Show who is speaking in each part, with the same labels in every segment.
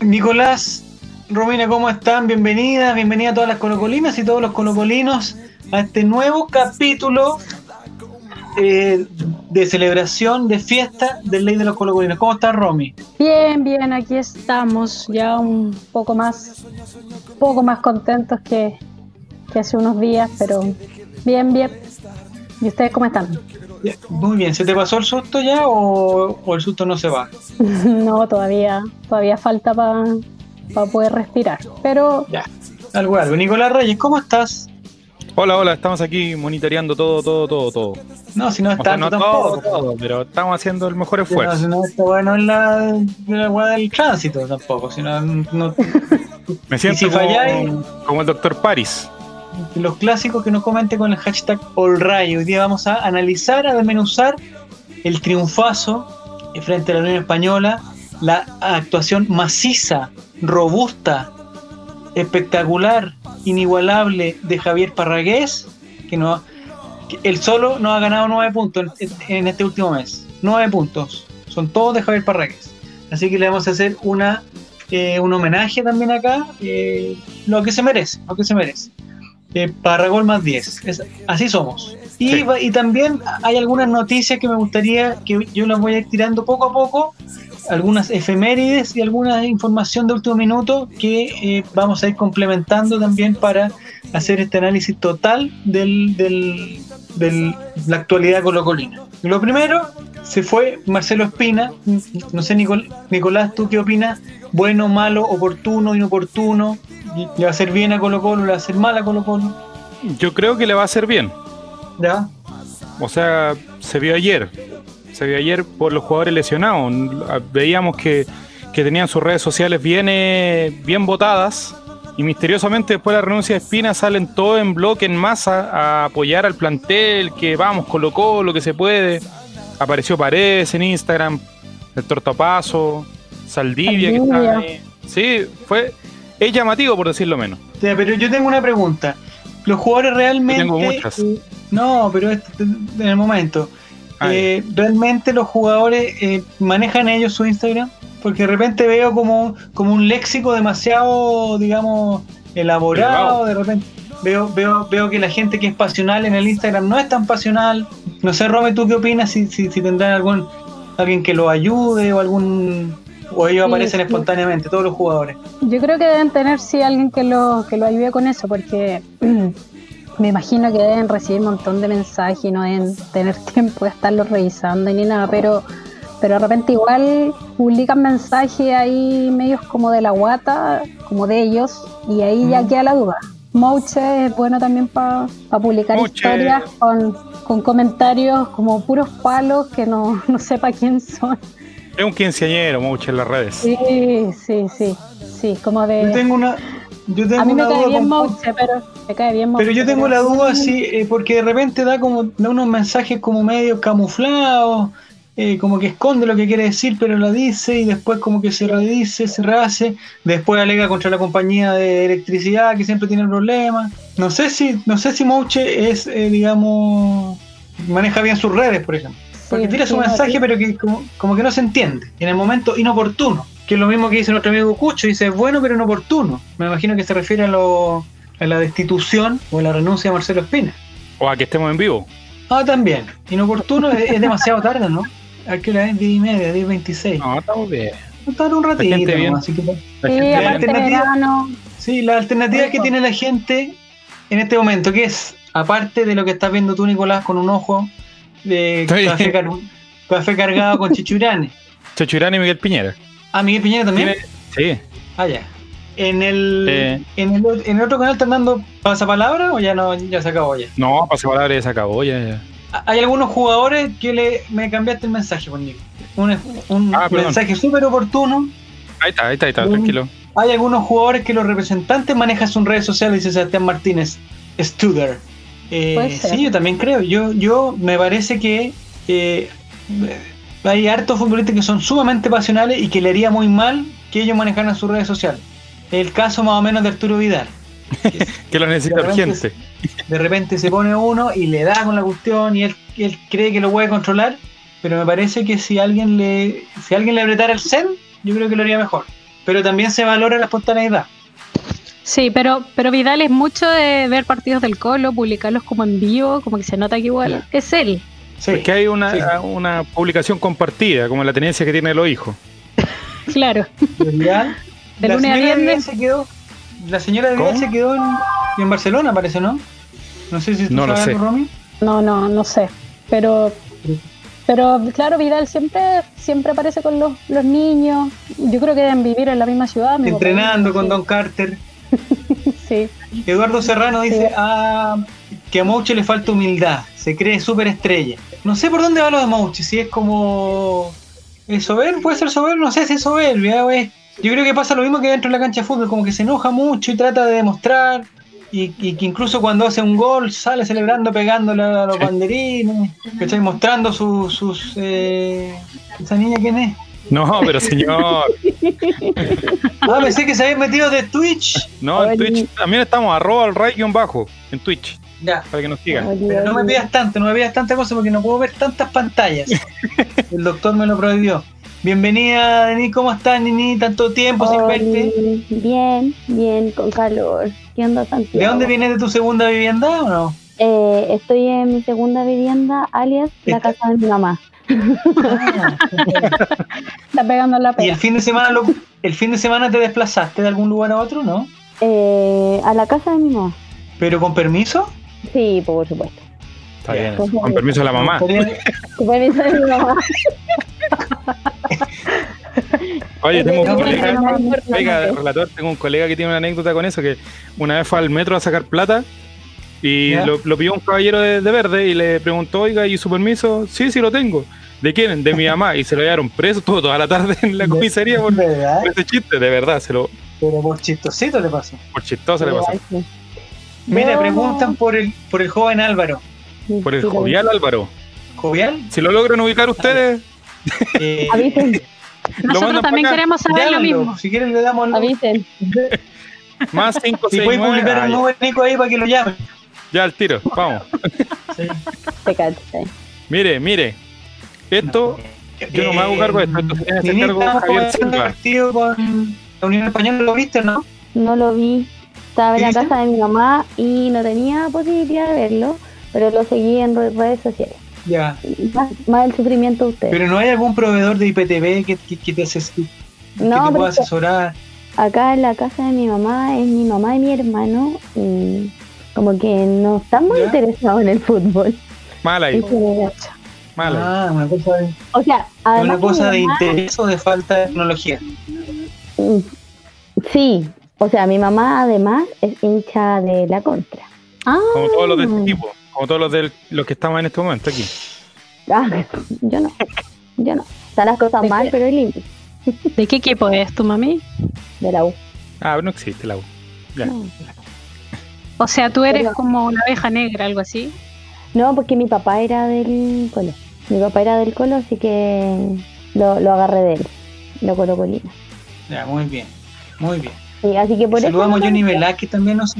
Speaker 1: Nicolás, Romina, ¿cómo están? Bienvenidas, bienvenidas a todas las colocolinas y todos los colocolinos a este nuevo capítulo eh, de celebración, de fiesta del Ley de los Colocolinos. ¿Cómo estás, Romy?
Speaker 2: Bien, bien, aquí estamos, ya un poco más, poco más contentos que, que hace unos días, pero bien, bien. ¿Y ustedes cómo están?
Speaker 1: Muy bien, ¿se te pasó el susto ya o, o el susto no se va?
Speaker 2: no, todavía, todavía falta para pa poder respirar, pero...
Speaker 1: Ya, algo, algo. Nicolás Reyes, ¿cómo estás?
Speaker 3: Hola, hola, estamos aquí monitoreando todo, todo, todo, todo.
Speaker 1: No, si no
Speaker 3: O
Speaker 1: está
Speaker 3: sea, no todo, todo, pero estamos haciendo el mejor esfuerzo.
Speaker 1: No, si no está bueno en la, en la weá del tránsito tampoco, si no, no-
Speaker 3: Me siento
Speaker 1: y si
Speaker 3: como,
Speaker 1: falláis-
Speaker 3: como el doctor Paris.
Speaker 1: los clásicos que nos comente con el hashtag AllRay. Hoy día vamos a analizar, a desmenuzar el triunfazo eh, frente a la Unión Española, la actuación maciza, robusta, espectacular, inigualable de Javier Parragués, que no que él solo no ha ganado nueve puntos en, en este último mes. Nueve puntos. Son todos de Javier Parragués. Así que le vamos a hacer una eh, un homenaje también acá, eh, lo que se merece, lo que se merece. Eh, Parragol más 10. Es- así somos. Y,
Speaker 3: Sí.
Speaker 1: va- y también hay algunas noticias que me gustaría que yo las voy a ir tirando poco a poco, algunas efemérides y alguna información de último minuto que eh, vamos a ir complementando también para hacer este análisis total del, del, del- la actualidad colocolina. Lo primero, se fue Marcelo Espina. No sé, Nicol- Nicolás, ¿tú qué opinas? Bueno, malo, oportuno, inoportuno. ¿Le va a hacer bien a Colo Colo? ¿Le va a hacer mal a Colo Colo?
Speaker 3: Yo creo que le va a hacer bien.
Speaker 1: ¿Ya?
Speaker 3: O sea, se vio ayer. Se vio ayer por los jugadores lesionados. Ah, Veíamos que, que tenían sus redes sociales bien, eh, bien votadas. Y misteriosamente después de la renuncia de Espina salen todos en bloque, en masa, a apoyar al plantel, que vamos, colocó lo que se puede. Apareció Paredes en Instagram, el Tortapaso, Saldivia, que
Speaker 2: Saldivia.
Speaker 3: está ahí. Sí, fue... Es llamativo por decirlo menos.
Speaker 1: Ya, pero yo tengo una pregunta. ¿Los jugadores realmente...
Speaker 3: Yo tengo muchas.
Speaker 1: eh, No, pero es- en el momento.
Speaker 3: Ah,
Speaker 1: Eh, ¿Realmente los jugadores eh, manejan ellos su Instagram? Porque de repente veo como, como un léxico demasiado, digamos, elaborado. De repente veo, veo, veo que la gente que es pasional en el Instagram no es tan pasional. No sé, Rome, ¿tú qué opinas? Si, si, si tendrán algún alguien que los ayude o algún... O ellos
Speaker 2: Sí,
Speaker 1: aparecen
Speaker 2: sí.
Speaker 1: espontáneamente, todos los jugadores.
Speaker 2: Yo creo que deben tener sí alguien que lo, que lo ayude con eso, porque me imagino que deben recibir un montón de mensajes y no deben tener tiempo de estarlos revisando ni nada, pero, pero de repente igual publican mensajes ahí medios como de la guata, como de ellos, y ahí ya
Speaker 1: Mm.
Speaker 2: queda la duda. Mouche es bueno también para publicar
Speaker 3: Mouche.
Speaker 2: historias con, con comentarios como puros palos que no, no sepa quién son.
Speaker 3: es un quinceañero, mucho en las redes.
Speaker 2: Sí, sí, sí, sí, como de...
Speaker 1: Yo tengo una... Yo tengo
Speaker 2: A mí me
Speaker 1: una
Speaker 2: cae
Speaker 1: duda
Speaker 2: bien
Speaker 1: con-
Speaker 2: Mouche, pero me cae bien Mouche.
Speaker 1: Pero yo tengo la duda sí, eh, porque de repente da como da unos mensajes como medio camuflados, eh, como que esconde lo que quiere decir, pero lo dice y después como que se redice, se rehace, después alega contra la compañía de electricidad que siempre tiene problemas. No sé si no sé si Mouche es eh, digamos maneja bien sus redes, por ejemplo, porque tira su mensaje pero que como, como que no se entiende en el momento inoportuno, que es lo mismo que dice nuestro amigo Cucho, dice bueno pero inoportuno. Me imagino que se refiere a lo a la destitución o a la renuncia de Marcelo Espina.
Speaker 3: O a que estemos en vivo.
Speaker 1: Ah, también. Inoportuno es, es demasiado tarde, ¿no? ¿A qué hora es? 10 y media, 10 26.
Speaker 3: No, estamos bien.
Speaker 1: Tarda un ratito.
Speaker 3: gente bien.
Speaker 1: nomás, así que-
Speaker 3: La
Speaker 2: Sí,
Speaker 3: gente-
Speaker 2: aparte
Speaker 1: alternativa.
Speaker 2: verano.
Speaker 1: sí, la alternativa que tiene la gente en este momento, que es, aparte de lo que estás viendo tú, Nicolás, con un ojo de
Speaker 3: Estoy-
Speaker 1: café, car- café cargado con chichurane.
Speaker 3: Chachurán y Miguel Piñera.
Speaker 1: Ah, Miguel Piñera también.
Speaker 3: Tiene- Sí.
Speaker 1: Ah, ya. En el,
Speaker 3: Eh.
Speaker 1: en el o- en el otro canal están dando pasapalabra o ya no ya se acabó ya.
Speaker 3: No, pasapalabra ya se acabó. Ya, ya.
Speaker 1: Hay algunos jugadores que le, me cambiaste el mensaje conmigo. Un, un
Speaker 3: Ah, perdón.
Speaker 1: mensaje súper oportuno.
Speaker 3: Ahí está, ahí está, ahí está,
Speaker 1: Mm.
Speaker 3: tranquilo.
Speaker 1: Hay algunos jugadores que los representantes manejan sus redes sociales, dice Sebastián Martínez, Studer. Eh,
Speaker 2: Puede ser.
Speaker 1: sí, yo también creo. Yo, yo me parece que eh, hay hartos futbolistas que son sumamente pasionales y que le haría muy mal que ellos manejaran sus redes sociales. El caso más o menos de Arturo Vidal.
Speaker 3: Que lo necesita
Speaker 1: Claramente
Speaker 3: urgente.
Speaker 1: De repente se pone uno y le da con la cuestión y él, y él cree que lo puede controlar, pero me parece que si alguien le si alguien le apretara el zen, yo creo que lo haría mejor. pero también se valora la espontaneidad.
Speaker 2: Sí, pero, pero Vidal es mucho de ver partidos del Colo, publicarlos como en vivo, como que se nota que igual es él.
Speaker 1: Sí,
Speaker 3: Es que hay una,
Speaker 1: sí.
Speaker 3: una publicación compartida, como la tenencia que tienen los hijos.
Speaker 2: Claro.
Speaker 1: Vidal.
Speaker 2: De
Speaker 1: la
Speaker 2: lunes a
Speaker 1: señora Vidal
Speaker 2: viernes.
Speaker 1: se quedó, la señora Vidal
Speaker 3: ¿Cómo?
Speaker 1: se quedó en, en Barcelona, parece, ¿no? No sé si tú
Speaker 3: No lo
Speaker 1: sabes,
Speaker 3: sé.
Speaker 1: Romy.
Speaker 2: No, no, no sé. Pero, pero claro, Vidal siempre, siempre aparece con los, los niños. Yo creo que deben vivir en la misma ciudad. mi papá
Speaker 1: Entrenando
Speaker 2: dice
Speaker 1: con
Speaker 2: que-
Speaker 1: Don Carter.
Speaker 2: Sí,
Speaker 1: Eduardo Serrano dice
Speaker 2: Sí.
Speaker 1: ah, que a Mouche le falta humildad, se cree superestrella. No sé por dónde va lo de Mouche, si es como. ¿Es soberbio? ¿Puede ser soberbio? No sé si es soberbio. ¿eh? Yo creo que pasa lo mismo que dentro de la cancha de fútbol, como que se enoja mucho y trata de demostrar. Y, y que incluso cuando hace un gol sale celebrando, pegándole a los
Speaker 3: Sí.
Speaker 1: banderines, ¿cachai? mostrando sus. sus eh, ¿Esa niña quién es?
Speaker 3: No, pero señor.
Speaker 1: Ah, pensé que se había metido de Twitch.
Speaker 3: No, en
Speaker 2: Oli.
Speaker 3: Twitch también estamos, arroba al ray guión bajo, en Twitch,
Speaker 1: Ya.
Speaker 3: para que nos sigan.
Speaker 2: Oli,
Speaker 1: Pero no me
Speaker 2: Oli.
Speaker 1: pidas tanto, no me pidas tanta cosa porque no puedo ver tantas pantallas. El doctor me lo prohibió. Bienvenida, Denis, ¿cómo estás, Nini? Tanto tiempo sin verte.
Speaker 4: Oli, bien, bien, con calor. ¿Qué onda, Santiago?
Speaker 1: ¿De dónde vienes de tu segunda vivienda o no?
Speaker 4: Eh, estoy en mi segunda vivienda, alias la
Speaker 3: Este.
Speaker 1: Está-
Speaker 4: casa de mi mamá.
Speaker 2: Está pegando la
Speaker 1: ¿Y
Speaker 2: pega.
Speaker 1: el fin de semana lo- el fin de semana te desplazaste de algún lugar a otro, no?
Speaker 4: Eh, a la casa de mi mamá.
Speaker 1: ¿Pero con permiso?
Speaker 4: Sí, por supuesto.
Speaker 3: Está bien.
Speaker 4: Pues,
Speaker 3: Con permiso de la mamá.
Speaker 1: Estaría-
Speaker 4: Con permiso de mi mamá.
Speaker 3: Oye, tengo un
Speaker 1: Con
Speaker 3: colega.
Speaker 1: permiso
Speaker 3: Oiga, relator, tengo un colega que tiene una anécdota con eso, que una vez fue al metro a sacar plata y
Speaker 1: Ya.
Speaker 3: lo, lo pidió un caballero de, de verde y le preguntó, oiga, ¿y su permiso? Sí, sí, lo tengo. ¿De quién? De mi mamá. Y se lo llevaron preso, estuvo toda la tarde en la
Speaker 1: De-
Speaker 3: comisaría por,
Speaker 1: ¿Verdad?
Speaker 3: por ese chiste, de verdad, se lo,
Speaker 1: Pero por chistosito le pasó.
Speaker 3: por chistoso le pasó.
Speaker 1: Mira, preguntan por el, por el joven Álvaro.
Speaker 3: Por el jovial Álvaro.
Speaker 1: ¿Jovial?
Speaker 3: Si lo logran ubicar ustedes,
Speaker 1: Eh,
Speaker 4: Avisen,
Speaker 3: mandan
Speaker 2: Nosotros
Speaker 3: para
Speaker 2: también
Speaker 3: acá.
Speaker 2: queremos saber
Speaker 1: diablo,
Speaker 2: lo mismo.
Speaker 1: Si quieres le damos el...
Speaker 4: avisen.
Speaker 3: más 5,
Speaker 1: Si
Speaker 3: 6,
Speaker 1: puedes publicar un
Speaker 3: ah, ya,
Speaker 1: nuevo Nico ahí para que lo llamen.
Speaker 3: ya al tiro, vamos.
Speaker 1: Sí.
Speaker 4: Te eh. caché.
Speaker 3: Mire, mire. Esto, Yo no me hago cargo de esto, esto se tiene que hacer
Speaker 1: Nini,
Speaker 3: cargo
Speaker 1: estamos
Speaker 3: Javier
Speaker 1: comenzando el
Speaker 3: Silva.
Speaker 1: partido
Speaker 2: Mm.
Speaker 1: con la Unión Española, ¿lo viste, no?
Speaker 4: No lo vi. Estaba en la
Speaker 1: ¿Viste?
Speaker 4: casa de mi mamá y no tenía posibilidad de verlo, pero lo seguí en re- redes sociales.
Speaker 1: Ya.
Speaker 4: Más, más el sufrimiento de ustedes.
Speaker 1: Pero no hay algún proveedor de IPTV que, que, que te, ases- que
Speaker 4: no,
Speaker 1: te
Speaker 4: pero
Speaker 1: pueda
Speaker 4: es que
Speaker 1: asesorar.
Speaker 4: acá en la casa de mi mamá es mi mamá y mi hermano y como que no están muy
Speaker 1: ¿Ya?
Speaker 4: interesados en el fútbol.
Speaker 3: mal ahí,
Speaker 4: en general.
Speaker 3: mal ahí.
Speaker 1: Ah, una cosa de,
Speaker 4: O sea, además
Speaker 1: una
Speaker 4: que
Speaker 1: cosa de
Speaker 4: mi mamá-
Speaker 1: interés o de falta de tecnología.
Speaker 4: Sí, o sea, mi mamá además es hincha de la contra.
Speaker 2: Ah,
Speaker 3: Como todos los de este tipo, como todos los, del, los que estamos en este momento aquí.
Speaker 4: Ah, yo no, yo no. Están las cosas
Speaker 2: ¿De
Speaker 4: mal,
Speaker 2: qué?
Speaker 4: pero es limpio.
Speaker 2: ¿De qué equipo es tu mami?
Speaker 4: De la U.
Speaker 3: Ah, no existe la U. Ya.
Speaker 2: O sea, tú eres
Speaker 4: Pero-
Speaker 2: como una abeja negra, algo así.
Speaker 4: No, porque mi papá era del colo. Mi papá era del colo, así que lo, lo agarré de él. Lo colo colina.
Speaker 1: Ya, muy bien. Muy bien.
Speaker 4: Sí, así que por eso.
Speaker 1: Saludamos a Johnny Velázquez también, no sé.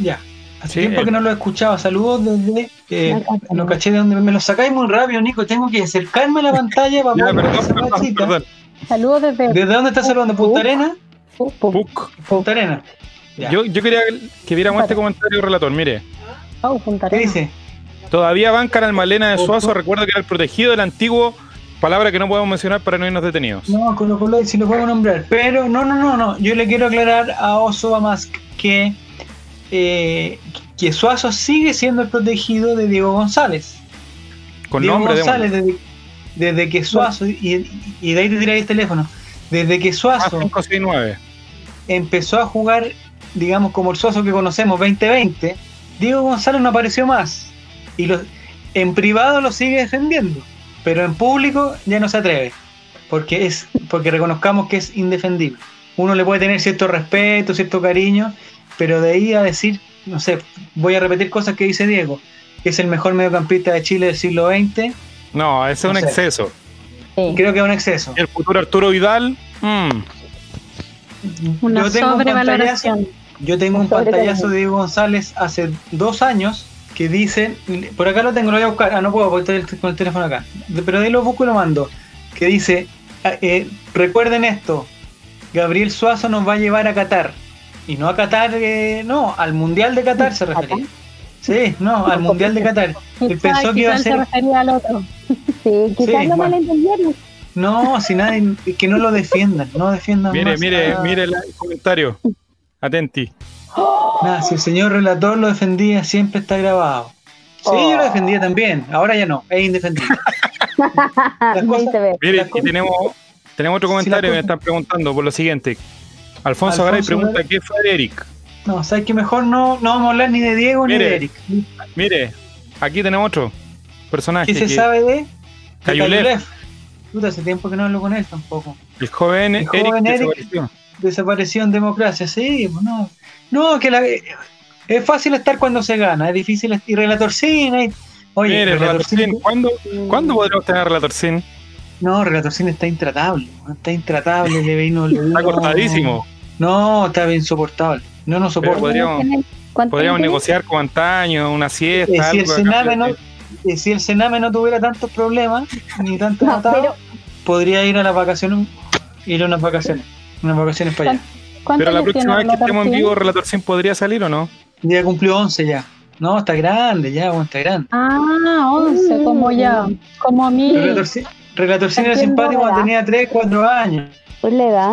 Speaker 1: Ya. Hace
Speaker 3: Sí,
Speaker 1: tiempo
Speaker 3: eh.
Speaker 1: que no lo escuchaba. Saludos desde. Eh,
Speaker 4: Alcántara.
Speaker 1: lo caché de donde me lo sacáis muy rápido, Nico. Tengo que acercarme a la pantalla para
Speaker 3: Ya,
Speaker 1: poder ver
Speaker 3: perdón,
Speaker 1: esa
Speaker 3: perdón,
Speaker 1: cachita.
Speaker 3: perdón.
Speaker 2: Saludos desde.
Speaker 1: ¿Desde dónde estás saludando? ¿Punta Arena?
Speaker 4: Pu- pu-
Speaker 3: Puc.
Speaker 1: Punta Arena. Ya.
Speaker 3: Yo, yo quería que viéramos este comentario, relator. Mire,
Speaker 2: Oh, Punta
Speaker 1: ¿Qué
Speaker 2: Arenas.
Speaker 1: dice?
Speaker 3: todavía bancan al Malena de Suazo. Recuerdo que era el protegido del antiguo, palabra que no podemos mencionar para no irnos detenidos.
Speaker 1: No, Colo Colo si lo puedo nombrar. Pero no, no, no, no. Yo le quiero aclarar a Oso Amask que, eh, que Suazo sigue siendo el protegido de Diego González.
Speaker 3: Con
Speaker 1: Diego
Speaker 3: nombre de
Speaker 1: González, desde, desde que Suazo, y, y de ahí te tiráis el teléfono, desde que
Speaker 3: Ah,
Speaker 1: Suazo
Speaker 3: 569.
Speaker 1: empezó a jugar, digamos, como el Suazo que conocemos, 2020, Diego González no apareció más. Y lo- en privado lo sigue defendiendo, pero en público ya no se atreve, porque, es, porque reconozcamos que es indefendible. Uno le puede tener cierto respeto, cierto cariño, pero de ahí a decir, no sé, voy a repetir cosas que dice Diego, que es el mejor mediocampista de Chile del siglo XX,
Speaker 3: No, ese es un
Speaker 1: No sé.
Speaker 3: exceso.
Speaker 4: sí.
Speaker 1: creo que es un exceso.
Speaker 3: Y el futuro Arturo Vidal, mm,
Speaker 2: Una
Speaker 1: Yo tengo un pantallazo
Speaker 2: sobrevaloración.
Speaker 1: Yo tengo un
Speaker 4: Sobre
Speaker 1: pantallazo
Speaker 4: todo.
Speaker 1: de Diego González hace dos años que dice, por acá lo tengo, lo voy a buscar, ah, no puedo porque estoy con el teléfono acá, pero de ahí lo busco y lo mando, que dice, ah, eh, recuerden esto, Gabriel Suazo nos va a llevar a Qatar. Y no a Qatar, eh, no, al Mundial de Qatar se refería. Sí, no, al Mundial de Qatar. Él
Speaker 2: Quizás-
Speaker 1: pensó que iba a
Speaker 2: quizás se
Speaker 1: ser...
Speaker 2: refería al otro.
Speaker 4: Sí,
Speaker 1: Sí,
Speaker 4: quizás lo
Speaker 1: bueno.
Speaker 4: malentendieron.
Speaker 1: No, si nadie, que no lo defiendan, no defiendan.
Speaker 3: Mire,
Speaker 1: más
Speaker 3: mire,
Speaker 1: a-
Speaker 3: mire el comentario. Atenti.
Speaker 1: Nada, si el señor relator lo defendía, siempre está grabado. Sí, yo lo defendía también, ahora ya no, es indefendible. Las cosas-
Speaker 4: Veinte veces.
Speaker 3: Mire,
Speaker 1: Las
Speaker 3: y
Speaker 1: cosas-
Speaker 3: tenemos, tenemos otro
Speaker 1: Sí,
Speaker 3: comentario
Speaker 1: las
Speaker 3: que me
Speaker 1: cosas-
Speaker 3: están preguntando por lo siguiente. Alfonso Garay
Speaker 1: Alfonso
Speaker 3: pregunta,
Speaker 1: Garay.
Speaker 3: ¿qué fue de Eric?
Speaker 1: No, sabes que mejor no, no vamos a hablar ni de Diego ni
Speaker 3: Mire,
Speaker 1: de Eric.
Speaker 3: Mire, aquí tenemos otro personaje.
Speaker 1: ¿Qué se
Speaker 3: que-
Speaker 1: sabe de?
Speaker 3: Cayulef.
Speaker 1: Cayulef. Puta, hace tiempo que no hablo con él tampoco.
Speaker 3: El joven,
Speaker 1: El joven
Speaker 3: Eric,
Speaker 1: Eric.
Speaker 3: desapareció.
Speaker 1: Desapareció en democracia, sí, pues no. No, que la, es fácil estar cuando se gana, es difícil. est- Y Relator Sin, ahí- oye,
Speaker 3: Mire,
Speaker 1: Relator Sin-
Speaker 3: Relatorcín, ¿cuándo, ¿cuándo podremos tener a Relatorcín?
Speaker 1: No, Relator Sin está intratable, weón, está intratable, le vino. le
Speaker 3: Está
Speaker 1: vino-
Speaker 3: cortadísimo.
Speaker 1: No, está insoportable. No nos
Speaker 3: Pero
Speaker 1: soporta.
Speaker 3: podríamos,
Speaker 4: ¿Cuánto
Speaker 3: podríamos
Speaker 4: tiempo?
Speaker 3: negociar con antaño, una
Speaker 1: Eh,
Speaker 3: siesta,
Speaker 1: si, el
Speaker 3: algo. a cambio
Speaker 1: Sename
Speaker 3: de-
Speaker 1: no, eh, si el Sename no tuviera tantos problemas, ni tantos
Speaker 4: No,
Speaker 1: atados,
Speaker 4: pero-
Speaker 1: podría ir a las vacaciones, ir a unas vacaciones, unas vacaciones para allá.
Speaker 2: ¿Cuántos
Speaker 3: Pero la
Speaker 2: años
Speaker 3: próxima
Speaker 2: tiene
Speaker 3: vez que estemos en
Speaker 2: Relator
Speaker 3: vivo,
Speaker 2: Sin?
Speaker 3: Relatorcín podría salir o no?
Speaker 1: Ya cumplió 11 ya. No, está grande ya, bueno, está grande.
Speaker 2: Ah, 11, como ya,
Speaker 4: Mm.
Speaker 2: como a mí.
Speaker 1: Relatorcín era
Speaker 4: Está haciendo
Speaker 1: simpático cuando
Speaker 4: edad.
Speaker 1: tenía 3, 4 años.
Speaker 4: Pues le da.